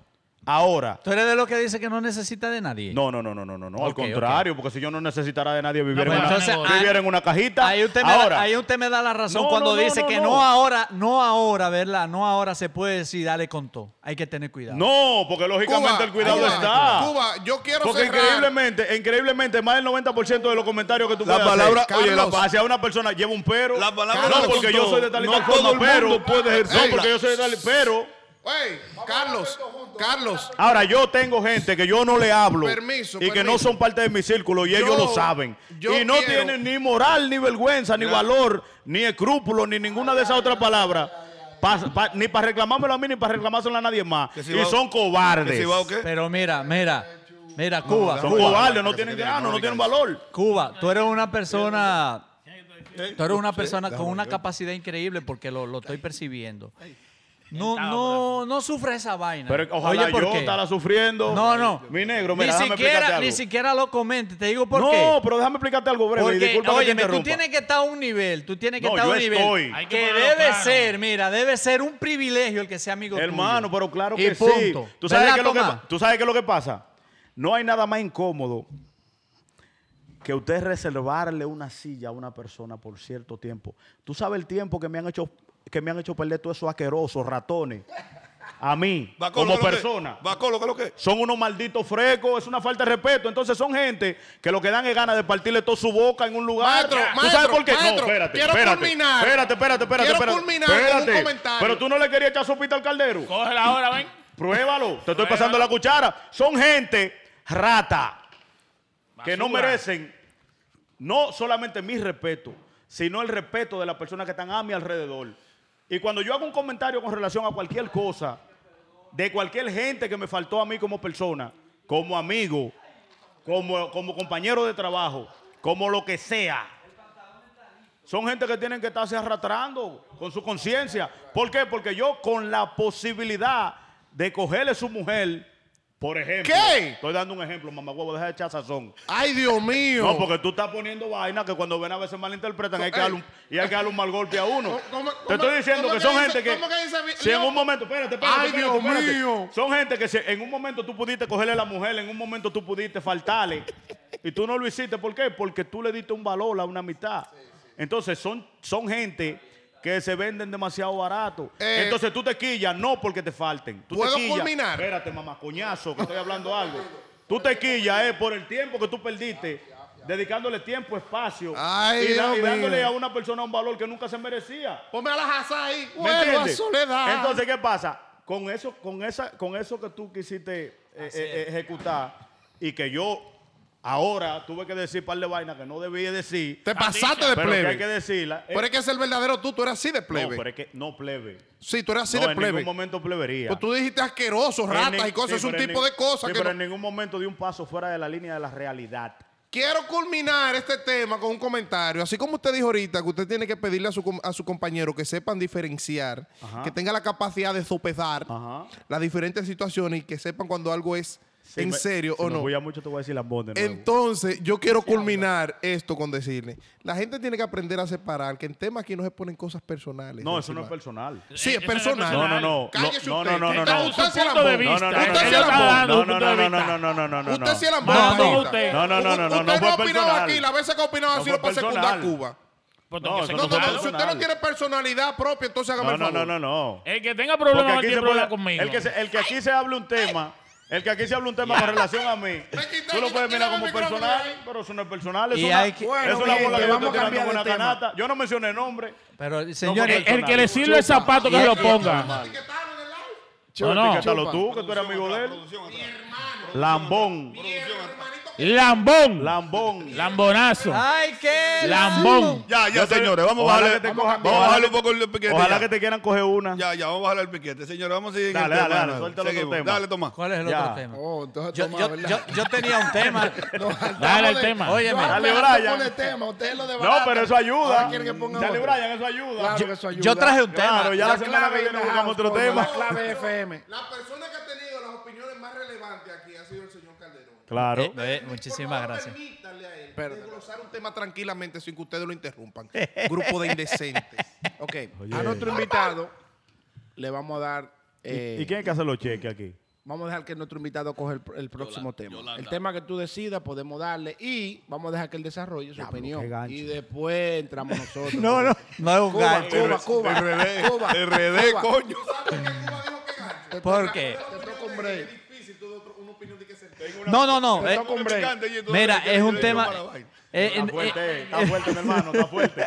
[SPEAKER 3] ahora.
[SPEAKER 4] Tú eres de los que dice que no necesita de nadie.
[SPEAKER 3] No, no, no, no, no, no, no.
[SPEAKER 4] Ok,
[SPEAKER 3] al contrario, porque si yo no necesitara de nadie vivir,
[SPEAKER 4] pero
[SPEAKER 3] en, una,
[SPEAKER 4] entonces,
[SPEAKER 3] vivir
[SPEAKER 4] ahí-
[SPEAKER 3] en una cajita.
[SPEAKER 4] Ahí usted, me
[SPEAKER 3] ahora,
[SPEAKER 4] da, ahí usted me da la razón
[SPEAKER 3] No,
[SPEAKER 4] cuando
[SPEAKER 3] no, no,
[SPEAKER 4] dice
[SPEAKER 3] no,
[SPEAKER 4] que no.
[SPEAKER 3] no.
[SPEAKER 4] ahora, no ahora, ¿verdad? No ahora se puede decir, dale con todo. Hay que tener cuidado.
[SPEAKER 3] No, porque lógicamente el cuidado
[SPEAKER 6] Cuba,
[SPEAKER 3] está.
[SPEAKER 6] Cuba, yo quiero
[SPEAKER 3] Porque
[SPEAKER 6] cerrar.
[SPEAKER 3] increíblemente, increíblemente, más del 90% de los comentarios que tú
[SPEAKER 7] La
[SPEAKER 3] puedes
[SPEAKER 7] palabra-
[SPEAKER 3] hacer,
[SPEAKER 7] oye, la
[SPEAKER 3] Carlos,
[SPEAKER 7] pa-
[SPEAKER 3] hacia una persona lleva un pero.
[SPEAKER 2] La palabra
[SPEAKER 3] no,
[SPEAKER 2] no
[SPEAKER 3] porque
[SPEAKER 2] contó.
[SPEAKER 3] yo soy de tal y
[SPEAKER 2] No
[SPEAKER 3] tal
[SPEAKER 2] todo
[SPEAKER 3] forma,
[SPEAKER 2] el
[SPEAKER 3] pero
[SPEAKER 2] mundo puede ejercer.
[SPEAKER 3] No, porque yo soy de tal y pero
[SPEAKER 6] Ey, Carlos, Carlos,
[SPEAKER 3] ahora yo tengo gente que yo no le hablo
[SPEAKER 6] Permiso,
[SPEAKER 3] y que no
[SPEAKER 6] permiso.
[SPEAKER 3] son parte de mi círculo y
[SPEAKER 6] Yo-
[SPEAKER 3] ellos lo saben.
[SPEAKER 6] yo
[SPEAKER 3] Y no
[SPEAKER 6] quiero-
[SPEAKER 3] tienen ni moral, ni vergüenza, ni valor, ni escrúpulos, ni ninguna de esas otras palabras. Pa- pa- ni para reclamármelo a mí, ni para reclamárselo a nadie más.
[SPEAKER 2] Que si
[SPEAKER 3] y
[SPEAKER 2] va-
[SPEAKER 3] son cobardes.
[SPEAKER 2] ¿Que si va o qué?
[SPEAKER 4] Pero mira, mira, mira, Cuba,
[SPEAKER 3] Son
[SPEAKER 4] Cuba,
[SPEAKER 3] cobardes, no tienen grano, no tienen valor.
[SPEAKER 4] Cuba, tú eres una persona,
[SPEAKER 3] Eh,
[SPEAKER 4] tú eres una persona con una capacidad increíble porque lo, lo estoy percibiendo. No, no, no sufre esa vaina.
[SPEAKER 3] Pero ojalá
[SPEAKER 4] Oye, ¿por
[SPEAKER 3] yo
[SPEAKER 4] qué?
[SPEAKER 3] estará sufriendo.
[SPEAKER 4] No, no.
[SPEAKER 3] Mi negro,
[SPEAKER 4] Ni
[SPEAKER 3] mira, déjame explicarte
[SPEAKER 4] siquiera,
[SPEAKER 3] algo.
[SPEAKER 4] ni siquiera lo comente. Te digo por
[SPEAKER 3] no,
[SPEAKER 4] qué.
[SPEAKER 3] pero déjame explicarte algo breve. y
[SPEAKER 4] Porque,
[SPEAKER 3] disculpa que te
[SPEAKER 4] oye, tú
[SPEAKER 3] interrumpa.
[SPEAKER 4] tienes que estar a un nivel, tú tienes que
[SPEAKER 3] No,
[SPEAKER 4] estar a
[SPEAKER 3] yo
[SPEAKER 4] un nivel
[SPEAKER 3] estoy.
[SPEAKER 5] Hay que
[SPEAKER 4] que
[SPEAKER 5] ponerlo
[SPEAKER 4] debe
[SPEAKER 5] claro.
[SPEAKER 4] ser, mira, debe ser un privilegio el que sea amigo tuyo.
[SPEAKER 3] Hermano, pero claro
[SPEAKER 4] Y
[SPEAKER 3] que
[SPEAKER 4] punto.
[SPEAKER 3] sí. ¿Tú sabes,
[SPEAKER 4] ¿Verdad,
[SPEAKER 3] qué es lo que,
[SPEAKER 4] Tomás?
[SPEAKER 3] pa- ¿Tú sabes qué es lo que pasa? No hay nada más incómodo que usted reservarle una silla a una persona por cierto tiempo. Tú sabes el tiempo que me han hecho, que me han hecho perder todos esos asquerosos ratones a mí
[SPEAKER 2] Bacolo,
[SPEAKER 3] como
[SPEAKER 2] ¿qué es lo que-
[SPEAKER 3] persona.
[SPEAKER 2] Bacolo, ¿qué es lo que?
[SPEAKER 3] Son unos malditos frescos, es una falta de respeto. Entonces son gente que lo que dan es ganas de partirle toda su boca en un lugar.
[SPEAKER 6] Maestro,
[SPEAKER 3] ¿Tú
[SPEAKER 6] maestro,
[SPEAKER 3] sabes por qué?
[SPEAKER 6] maestro,
[SPEAKER 3] no, espérate,
[SPEAKER 6] quiero
[SPEAKER 3] espérate,
[SPEAKER 6] culminar.
[SPEAKER 3] Espérate, espérate, espérate.
[SPEAKER 6] Quiero
[SPEAKER 3] espérate,
[SPEAKER 6] culminar con un
[SPEAKER 3] espérate.
[SPEAKER 6] comentario.
[SPEAKER 3] Pero tú no le querías echar sopita al caldero.
[SPEAKER 5] Cógela ahora, ven.
[SPEAKER 3] Pruébalo. Te estoy pasando la cuchara. Son gente rata que no
[SPEAKER 5] Basura.
[SPEAKER 3] merecen no solamente mi respeto, sino el respeto de las personas que están a mi alrededor. Y cuando yo hago un comentario con relación a cualquier cosa, de cualquier gente que me faltó a mí como persona, como amigo, como, como compañero de trabajo, como lo que sea. Son gente que tienen que estarse arrastrando con su conciencia. ¿Por qué? Porque yo con la posibilidad de cogerle su mujer, por ejemplo.
[SPEAKER 6] ¿Qué?
[SPEAKER 3] Estoy dando un ejemplo, mamá huevo, deja de echar sazón.
[SPEAKER 6] Ay, Dios mío.
[SPEAKER 3] No, porque tú estás poniendo vaina que cuando ven a veces malinterpretan hay que darle un, y hay que darle un mal golpe a uno.
[SPEAKER 6] ¿Cómo- cómo-
[SPEAKER 3] Te estoy diciendo
[SPEAKER 6] cómo
[SPEAKER 3] que
[SPEAKER 6] que
[SPEAKER 3] son
[SPEAKER 6] dice-
[SPEAKER 3] gente que.
[SPEAKER 6] cómo que dice-
[SPEAKER 3] si en
[SPEAKER 6] Leo?
[SPEAKER 3] un momento, espérate, espérate.
[SPEAKER 6] Ay,
[SPEAKER 3] espérate,
[SPEAKER 6] Dios
[SPEAKER 3] espérate.
[SPEAKER 6] mío.
[SPEAKER 3] Son gente que si en un momento tú pudiste cogerle a la mujer, en un momento tú pudiste faltarle. y tú no lo hiciste. ¿Por qué? Porque tú le diste un valor a una mitad. Entonces, son, son gente que se venden demasiado barato.
[SPEAKER 6] Eh,
[SPEAKER 3] Entonces tú te quillas, no porque te falten. Tú te
[SPEAKER 6] ¿Puedo
[SPEAKER 3] quillas-
[SPEAKER 6] culminar?
[SPEAKER 3] Espérate, mamá, coñazo, que estoy hablando algo. Tú te quillas, eh, por el tiempo que tú perdiste, dedicándole tiempo, espacio,
[SPEAKER 6] Ay,
[SPEAKER 3] y, da- y
[SPEAKER 6] Dios
[SPEAKER 3] dándole
[SPEAKER 6] mío.
[SPEAKER 3] a una persona un valor que nunca se merecía.
[SPEAKER 6] Ponme a la jaza ahí.
[SPEAKER 3] ¿Me
[SPEAKER 6] Vuelvo a
[SPEAKER 3] entiendes?
[SPEAKER 6] soledad.
[SPEAKER 3] Entonces, ¿qué pasa? Con eso, con esa, con eso que tú quisiste eh, eh, ejecutar y que yo ahora tuve que decir par de vainas que no debía decir,
[SPEAKER 6] te pasaste de
[SPEAKER 3] pero que hay que
[SPEAKER 6] plebe.
[SPEAKER 3] decirla. eh,
[SPEAKER 6] Pero es que es el verdadero tú. Tú eres así de
[SPEAKER 3] No, pero
[SPEAKER 6] plebe.
[SPEAKER 3] es que no plebe.
[SPEAKER 6] Sí, tú eres así
[SPEAKER 3] no,
[SPEAKER 6] de
[SPEAKER 3] en
[SPEAKER 6] plebe.
[SPEAKER 3] ningún momento plebería.
[SPEAKER 6] Pues tú dijiste asqueroso,
[SPEAKER 3] En
[SPEAKER 6] ratas
[SPEAKER 3] ni-
[SPEAKER 6] y cosas.
[SPEAKER 3] sí,
[SPEAKER 6] es un
[SPEAKER 3] pero en
[SPEAKER 6] tipo
[SPEAKER 3] ni-
[SPEAKER 6] de cosas
[SPEAKER 3] sí,
[SPEAKER 6] que
[SPEAKER 3] pero
[SPEAKER 6] no-
[SPEAKER 3] en ningún momento di un paso fuera de la línea de la realidad.
[SPEAKER 6] Quiero culminar este tema con un comentario. Así como usted dijo ahorita que usted tiene que pedirle a su, com- a su compañero que sepan diferenciar,
[SPEAKER 3] Ajá.
[SPEAKER 6] que tenga la capacidad de sopesar
[SPEAKER 3] Ajá.
[SPEAKER 6] las diferentes situaciones y que sepan cuando algo es
[SPEAKER 3] Sí,
[SPEAKER 6] en
[SPEAKER 3] me-
[SPEAKER 6] serio
[SPEAKER 3] si
[SPEAKER 6] o
[SPEAKER 3] me
[SPEAKER 6] no.
[SPEAKER 3] voy a mucho te voy a decir lambón de nuevo.
[SPEAKER 6] Entonces, yo quiero culminar esto con decirle, la gente tiene que aprender a separar que en temas aquí no se ponen cosas personales.
[SPEAKER 3] no, eso no
[SPEAKER 6] encima.
[SPEAKER 3] es personal.
[SPEAKER 6] Sí,
[SPEAKER 5] Eso
[SPEAKER 6] es
[SPEAKER 5] no es
[SPEAKER 6] personal.
[SPEAKER 5] personal.
[SPEAKER 3] No, no, no.
[SPEAKER 6] Cállese
[SPEAKER 3] No, no,
[SPEAKER 6] usted.
[SPEAKER 3] no, no,
[SPEAKER 6] Usted-
[SPEAKER 3] no.
[SPEAKER 6] Usted sí
[SPEAKER 5] Su punto de
[SPEAKER 6] era
[SPEAKER 5] vista.
[SPEAKER 3] No, no, no, no,
[SPEAKER 5] Usted
[SPEAKER 6] no,
[SPEAKER 5] se
[SPEAKER 6] no,
[SPEAKER 5] lo está
[SPEAKER 6] no,
[SPEAKER 5] dando
[SPEAKER 3] No,
[SPEAKER 5] un
[SPEAKER 3] no,
[SPEAKER 5] punto
[SPEAKER 3] no,
[SPEAKER 5] de
[SPEAKER 3] no,
[SPEAKER 5] vista.
[SPEAKER 3] no, no, no, no, no,
[SPEAKER 6] Usted sí era
[SPEAKER 5] No,
[SPEAKER 6] malo
[SPEAKER 5] no,
[SPEAKER 6] ahorita.
[SPEAKER 5] usted.
[SPEAKER 3] No, no, no, no, no,
[SPEAKER 6] Usted
[SPEAKER 3] no
[SPEAKER 6] no
[SPEAKER 3] fue
[SPEAKER 6] ha opinado
[SPEAKER 3] personal.
[SPEAKER 6] aquí. La vez que ha opinado ha
[SPEAKER 3] No
[SPEAKER 6] sido
[SPEAKER 3] fue
[SPEAKER 6] para secundar a
[SPEAKER 3] personal.
[SPEAKER 6] Cuba.
[SPEAKER 5] Pues
[SPEAKER 3] No,
[SPEAKER 5] tengo que
[SPEAKER 3] eso
[SPEAKER 5] ser
[SPEAKER 3] no
[SPEAKER 6] No, no,
[SPEAKER 5] claro.
[SPEAKER 6] no, si usted no tiene personalidad propia, entonces hágame
[SPEAKER 3] No,
[SPEAKER 6] el
[SPEAKER 3] no,
[SPEAKER 6] favor.
[SPEAKER 3] no, no, no.
[SPEAKER 5] El que tenga
[SPEAKER 3] Porque
[SPEAKER 5] problema no
[SPEAKER 3] aquí se
[SPEAKER 5] tiene
[SPEAKER 3] puede,
[SPEAKER 5] problema conmigo.
[SPEAKER 3] el que se- el que aquí se hable un tema, el que aquí se hable un tema con relación a mí,
[SPEAKER 6] quita-
[SPEAKER 3] tú lo puedes
[SPEAKER 6] quita-
[SPEAKER 3] mirar
[SPEAKER 6] quítame el
[SPEAKER 3] como
[SPEAKER 6] micrófono
[SPEAKER 3] personal,
[SPEAKER 6] de ahí.
[SPEAKER 3] pero eso no es personal, es
[SPEAKER 4] Y
[SPEAKER 3] una,
[SPEAKER 4] hay que-
[SPEAKER 3] es
[SPEAKER 1] Bueno,
[SPEAKER 3] una
[SPEAKER 1] gente,
[SPEAKER 3] bola que yo
[SPEAKER 1] vamos
[SPEAKER 3] te
[SPEAKER 1] a
[SPEAKER 3] estoy tirando
[SPEAKER 1] cambiar
[SPEAKER 3] con
[SPEAKER 1] de
[SPEAKER 3] una
[SPEAKER 1] tema.
[SPEAKER 3] canasta. Yo no mencioné nombre.
[SPEAKER 4] Pero,
[SPEAKER 3] por
[SPEAKER 4] señores,
[SPEAKER 5] el, el que le sirve el zapato que
[SPEAKER 4] Y-
[SPEAKER 5] se lo
[SPEAKER 4] y-
[SPEAKER 5] ponga.
[SPEAKER 3] Chupa,
[SPEAKER 5] no.
[SPEAKER 3] etiquétalo tú,
[SPEAKER 1] Chupa.
[SPEAKER 3] que tú eres amigo de él.
[SPEAKER 2] Producción atrás,
[SPEAKER 3] Lambón,
[SPEAKER 2] producción atrás.
[SPEAKER 5] Lambón.
[SPEAKER 3] lambón.
[SPEAKER 5] Lambonazo.
[SPEAKER 4] ¡Ay, qué!
[SPEAKER 5] Lambón.
[SPEAKER 2] Ya, ya,
[SPEAKER 3] Yo te-
[SPEAKER 2] señores, vamos a
[SPEAKER 3] ojalá
[SPEAKER 2] bajarle,
[SPEAKER 3] que te
[SPEAKER 2] vamos
[SPEAKER 3] cojan-
[SPEAKER 2] a bajarle
[SPEAKER 3] ojalá
[SPEAKER 2] un poco el piquete.
[SPEAKER 3] Ojalá
[SPEAKER 2] ya.
[SPEAKER 3] que te quieran coger una.
[SPEAKER 2] Ya, ya, vamos a bajar el piquete. Señores, vamos a seguir.
[SPEAKER 3] Dale,
[SPEAKER 2] el
[SPEAKER 3] dale,
[SPEAKER 2] tema,
[SPEAKER 3] dale,
[SPEAKER 2] hermano.
[SPEAKER 3] suéltalo otro
[SPEAKER 2] Seguimos.
[SPEAKER 3] tema.
[SPEAKER 2] Dale, toma.
[SPEAKER 4] ¿Cuál es el
[SPEAKER 3] Ya.
[SPEAKER 4] otro tema?
[SPEAKER 1] Oh, entonces
[SPEAKER 4] Yo,
[SPEAKER 1] toma,
[SPEAKER 4] yo-
[SPEAKER 1] ¿verdad?
[SPEAKER 4] yo- yo tenía
[SPEAKER 1] *laughs*
[SPEAKER 4] un tema.
[SPEAKER 1] Nos saltamos
[SPEAKER 5] Dale el
[SPEAKER 1] de-
[SPEAKER 5] tema.
[SPEAKER 1] Yo
[SPEAKER 4] Óyeme.
[SPEAKER 1] antes
[SPEAKER 3] Dale,
[SPEAKER 1] de poner
[SPEAKER 3] Brian.
[SPEAKER 1] tema, ustedes lo
[SPEAKER 3] No,
[SPEAKER 1] desbaratan.
[SPEAKER 3] pero eso ayuda.
[SPEAKER 1] Ahora quieren que ponga
[SPEAKER 3] Dale,
[SPEAKER 1] otro.
[SPEAKER 3] Brian, eso ayuda.
[SPEAKER 1] Claro que eso ayuda.
[SPEAKER 4] Yo traje un tema.
[SPEAKER 3] Claro, ya la
[SPEAKER 1] La
[SPEAKER 3] semana que
[SPEAKER 1] clave
[SPEAKER 3] viene
[SPEAKER 1] in the
[SPEAKER 3] buscamos
[SPEAKER 1] house,
[SPEAKER 3] otro
[SPEAKER 1] coño,
[SPEAKER 3] tema.
[SPEAKER 1] La clave FM.
[SPEAKER 3] *laughs*
[SPEAKER 6] La persona que ha tenido las opiniones más relevantes aquí ha sido el señor Calderón.
[SPEAKER 3] Claro.
[SPEAKER 4] Eh, eh, muchísimas
[SPEAKER 6] Por favor,
[SPEAKER 4] gracias.
[SPEAKER 6] permítale a él
[SPEAKER 1] Perdón.
[SPEAKER 6] desglosar un tema tranquilamente sin que ustedes
[SPEAKER 4] *laughs*
[SPEAKER 6] lo interrumpan. Grupo de indecentes.
[SPEAKER 1] Ok,
[SPEAKER 3] Oye.
[SPEAKER 1] a nuestro invitado le vamos a dar.
[SPEAKER 3] ¿Y-
[SPEAKER 1] eh,
[SPEAKER 3] ¿Y, quién es que hace los cheques aquí?
[SPEAKER 1] Vamos a dejar que nuestro invitado coja el, el próximo tema.
[SPEAKER 2] Yolanda.
[SPEAKER 1] El tema que tú decidas podemos darle y vamos a dejar que él desarrolle su
[SPEAKER 3] qué
[SPEAKER 1] opinión.
[SPEAKER 3] gancho.
[SPEAKER 1] Y después entramos nosotros.
[SPEAKER 4] No, no, no es un
[SPEAKER 1] Cuba,
[SPEAKER 4] gancho.
[SPEAKER 1] Cuba, Cuba.
[SPEAKER 2] RD, *laughs*
[SPEAKER 1] Cuba,
[SPEAKER 2] RD,
[SPEAKER 1] Cuba.
[SPEAKER 2] Eh, coño.
[SPEAKER 1] Te
[SPEAKER 4] ¿Por
[SPEAKER 1] toca-
[SPEAKER 4] qué?
[SPEAKER 1] Te toca un break.
[SPEAKER 4] No, no, no.
[SPEAKER 1] Te
[SPEAKER 4] eh,
[SPEAKER 1] toca un break.
[SPEAKER 4] mira, es un tema. eh,
[SPEAKER 3] Está
[SPEAKER 4] en-
[SPEAKER 3] fuerte,
[SPEAKER 4] eh,
[SPEAKER 3] está fuerte, mi hermano, está fuerte.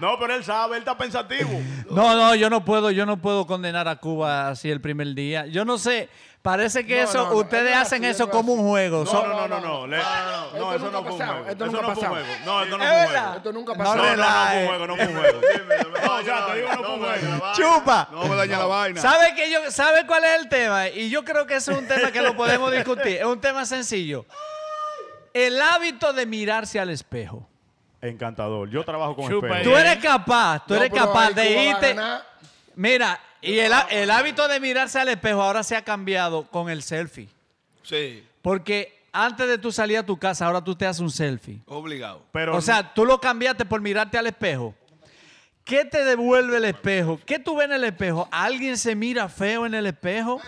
[SPEAKER 3] No, pero él sabe, él está pensativo.
[SPEAKER 4] No, no, yo no puedo, yo no puedo condenar a Cuba así el primer día. Yo no sé, parece que
[SPEAKER 1] No,
[SPEAKER 4] eso,
[SPEAKER 1] no, no,
[SPEAKER 4] ustedes
[SPEAKER 1] es así,
[SPEAKER 4] hacen
[SPEAKER 1] es
[SPEAKER 4] eso
[SPEAKER 1] así.
[SPEAKER 4] como un juego.
[SPEAKER 3] No,
[SPEAKER 4] son-
[SPEAKER 3] no, no, no, no. le-
[SPEAKER 1] Esto
[SPEAKER 3] No, eso
[SPEAKER 1] nunca
[SPEAKER 3] no
[SPEAKER 1] ha
[SPEAKER 3] fue un
[SPEAKER 1] pasado,
[SPEAKER 3] juego.
[SPEAKER 1] esto
[SPEAKER 3] Eso
[SPEAKER 1] nunca
[SPEAKER 3] no
[SPEAKER 1] ha
[SPEAKER 3] fue un
[SPEAKER 1] pasado.
[SPEAKER 3] juego. No, esto no
[SPEAKER 4] Es
[SPEAKER 3] fue un
[SPEAKER 4] verdad.
[SPEAKER 3] juego.
[SPEAKER 1] Esto nunca ha
[SPEAKER 4] No,
[SPEAKER 1] pasado.
[SPEAKER 3] No, no, no, fue
[SPEAKER 4] relaje.
[SPEAKER 3] un juego, no fue un *laughs* juego. No, ya, te digo, no fue un juego.
[SPEAKER 4] Chupa.
[SPEAKER 2] No me dañe la vaina.
[SPEAKER 4] ¿Sabe, que yo, ¿Sabe cuál es el tema? Y yo creo que ese es un tema que
[SPEAKER 1] *laughs*
[SPEAKER 4] lo podemos discutir. Es un tema sencillo. El hábito de mirarse al espejo.
[SPEAKER 3] Encantador. Yo trabajo con
[SPEAKER 5] Chupa
[SPEAKER 3] espejo.
[SPEAKER 4] Tú eres capaz, tú
[SPEAKER 1] No,
[SPEAKER 4] eres
[SPEAKER 1] pero
[SPEAKER 4] capaz
[SPEAKER 1] ahí
[SPEAKER 4] de
[SPEAKER 1] Cuba va a
[SPEAKER 4] irte.
[SPEAKER 1] ganar.
[SPEAKER 4] Mira, y el, há- el hábito de mirarse al espejo ahora se ha cambiado con el selfie.
[SPEAKER 2] Sí,
[SPEAKER 4] Porque antes de tú salir a tu casa, ahora tú te haces un selfie.
[SPEAKER 2] obligado.
[SPEAKER 3] Pero
[SPEAKER 4] o sea, tú lo cambiaste por mirarte al espejo. ¿Qué te devuelve el espejo? ¿Qué tú ves en el espejo? ¿Alguien se mira feo en el espejo?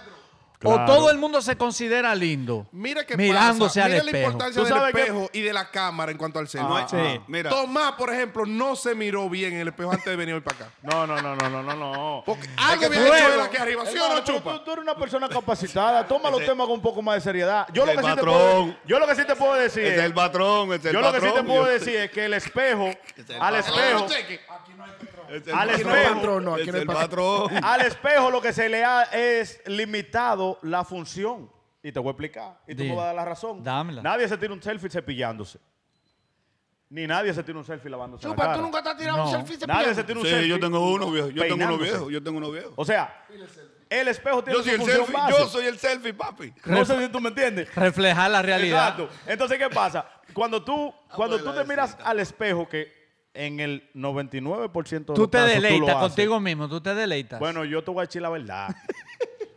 [SPEAKER 3] Claro.
[SPEAKER 4] ¿O todo el mundo se considera lindo?
[SPEAKER 6] Mira qué
[SPEAKER 4] Mirándose
[SPEAKER 6] pasa.
[SPEAKER 4] al
[SPEAKER 6] Mira la
[SPEAKER 4] espejo.
[SPEAKER 6] importancia
[SPEAKER 3] ¿Tú
[SPEAKER 6] del
[SPEAKER 3] sabes qué?
[SPEAKER 6] espejo y de la cámara en cuanto al
[SPEAKER 2] No
[SPEAKER 6] celular.
[SPEAKER 2] es-
[SPEAKER 4] sí.
[SPEAKER 2] ah, Mira,
[SPEAKER 6] Tomás, por ejemplo, no se miró bien en el espejo antes de venir hoy para acá.
[SPEAKER 3] no, no, no, no, no, no, no.
[SPEAKER 6] Porque algo
[SPEAKER 4] que
[SPEAKER 6] había hecho
[SPEAKER 4] luego-
[SPEAKER 6] él aquí arriba, ¿sí o no,
[SPEAKER 3] Hermano, pero
[SPEAKER 6] Chupa?
[SPEAKER 3] Tú, tú eres una persona capacitada. Toma los temas con un poco más de seriedad. Yo lo,
[SPEAKER 2] El
[SPEAKER 3] que sí te
[SPEAKER 2] patrón.
[SPEAKER 3] puedo, yo lo que sí te puedo decir
[SPEAKER 2] ese
[SPEAKER 3] es,
[SPEAKER 2] es el patrón, ese es el
[SPEAKER 3] yo lo que
[SPEAKER 2] patrón.
[SPEAKER 3] sí te puedo
[SPEAKER 2] yo-
[SPEAKER 3] decir es que el espejo,
[SPEAKER 2] es el
[SPEAKER 3] al
[SPEAKER 2] patrón.
[SPEAKER 3] espejo,
[SPEAKER 2] ese es el
[SPEAKER 3] al
[SPEAKER 2] patrón.
[SPEAKER 1] no hay
[SPEAKER 3] espejo,
[SPEAKER 1] patrón, no, aquí
[SPEAKER 2] Ese
[SPEAKER 1] no hay
[SPEAKER 2] es el
[SPEAKER 1] patrón.
[SPEAKER 3] *laughs*
[SPEAKER 2] patrón.
[SPEAKER 3] al espejo lo que se le ha es limitado la función. Y te voy a explicar. Y tú
[SPEAKER 4] Dime.
[SPEAKER 3] me vas a dar la razón.
[SPEAKER 4] Dámela.
[SPEAKER 3] Nadie se tira un selfie cepillándose. Ni nadie se tira un selfie lavándose la
[SPEAKER 1] Chupa,
[SPEAKER 3] cara.
[SPEAKER 1] tú nunca te has tirado un
[SPEAKER 4] No.
[SPEAKER 1] selfie
[SPEAKER 3] Nadie se
[SPEAKER 1] cepillado.
[SPEAKER 3] tira un selfie
[SPEAKER 2] Sí, yo tengo uno viejo. Yo tengo uno
[SPEAKER 3] peinándose.
[SPEAKER 2] viejo. Yo tengo uno viejo.
[SPEAKER 3] O sea, el espejo tiene
[SPEAKER 2] Yo soy
[SPEAKER 3] su
[SPEAKER 2] el
[SPEAKER 3] función
[SPEAKER 2] selfie.
[SPEAKER 3] básica.
[SPEAKER 2] Yo soy el selfie, papi.
[SPEAKER 3] No sé si tú me entiendes.
[SPEAKER 4] Reflejar la realidad.
[SPEAKER 3] Exacto. Entonces, ¿qué pasa? Cuando tú,
[SPEAKER 1] Ah,
[SPEAKER 3] cuando
[SPEAKER 2] pues,
[SPEAKER 3] tú
[SPEAKER 2] la
[SPEAKER 3] te miras
[SPEAKER 2] decita.
[SPEAKER 3] al espejo, que en el 99% de
[SPEAKER 4] Tú
[SPEAKER 3] los
[SPEAKER 4] te
[SPEAKER 3] casos lo
[SPEAKER 4] deleitas
[SPEAKER 3] haces.
[SPEAKER 4] contigo mismo, tú te deleitas.
[SPEAKER 3] Bueno, yo te voy a decir la verdad.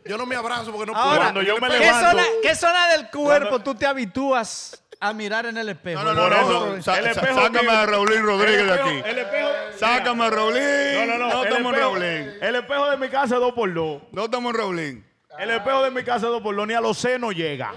[SPEAKER 6] Yo no me abrazo porque no puedo.
[SPEAKER 4] Ahora,
[SPEAKER 3] cuando yo me
[SPEAKER 4] ¿qué,
[SPEAKER 3] levanto-
[SPEAKER 4] zona, qué zona del cuerpo
[SPEAKER 3] Cuando-
[SPEAKER 4] tú te habitúas a mirar en el espejo?
[SPEAKER 2] No, no, no,
[SPEAKER 3] Por eso,
[SPEAKER 2] no. Sa-
[SPEAKER 3] el
[SPEAKER 2] sa-
[SPEAKER 3] espejo
[SPEAKER 2] Sácame
[SPEAKER 3] mío-
[SPEAKER 2] a Raulín Rodríguez
[SPEAKER 3] el
[SPEAKER 2] de
[SPEAKER 3] espejo,
[SPEAKER 2] aquí.
[SPEAKER 3] El espejo.
[SPEAKER 2] Sácame a Raulín.
[SPEAKER 3] No, no, no. el,
[SPEAKER 2] estamos en
[SPEAKER 3] espejo,
[SPEAKER 2] Raulín.
[SPEAKER 3] el espejo de mi casa es 2x2.
[SPEAKER 2] No estamos en Raulín.
[SPEAKER 3] El espejo de mi casa es 2x2. Ni a los senos llega.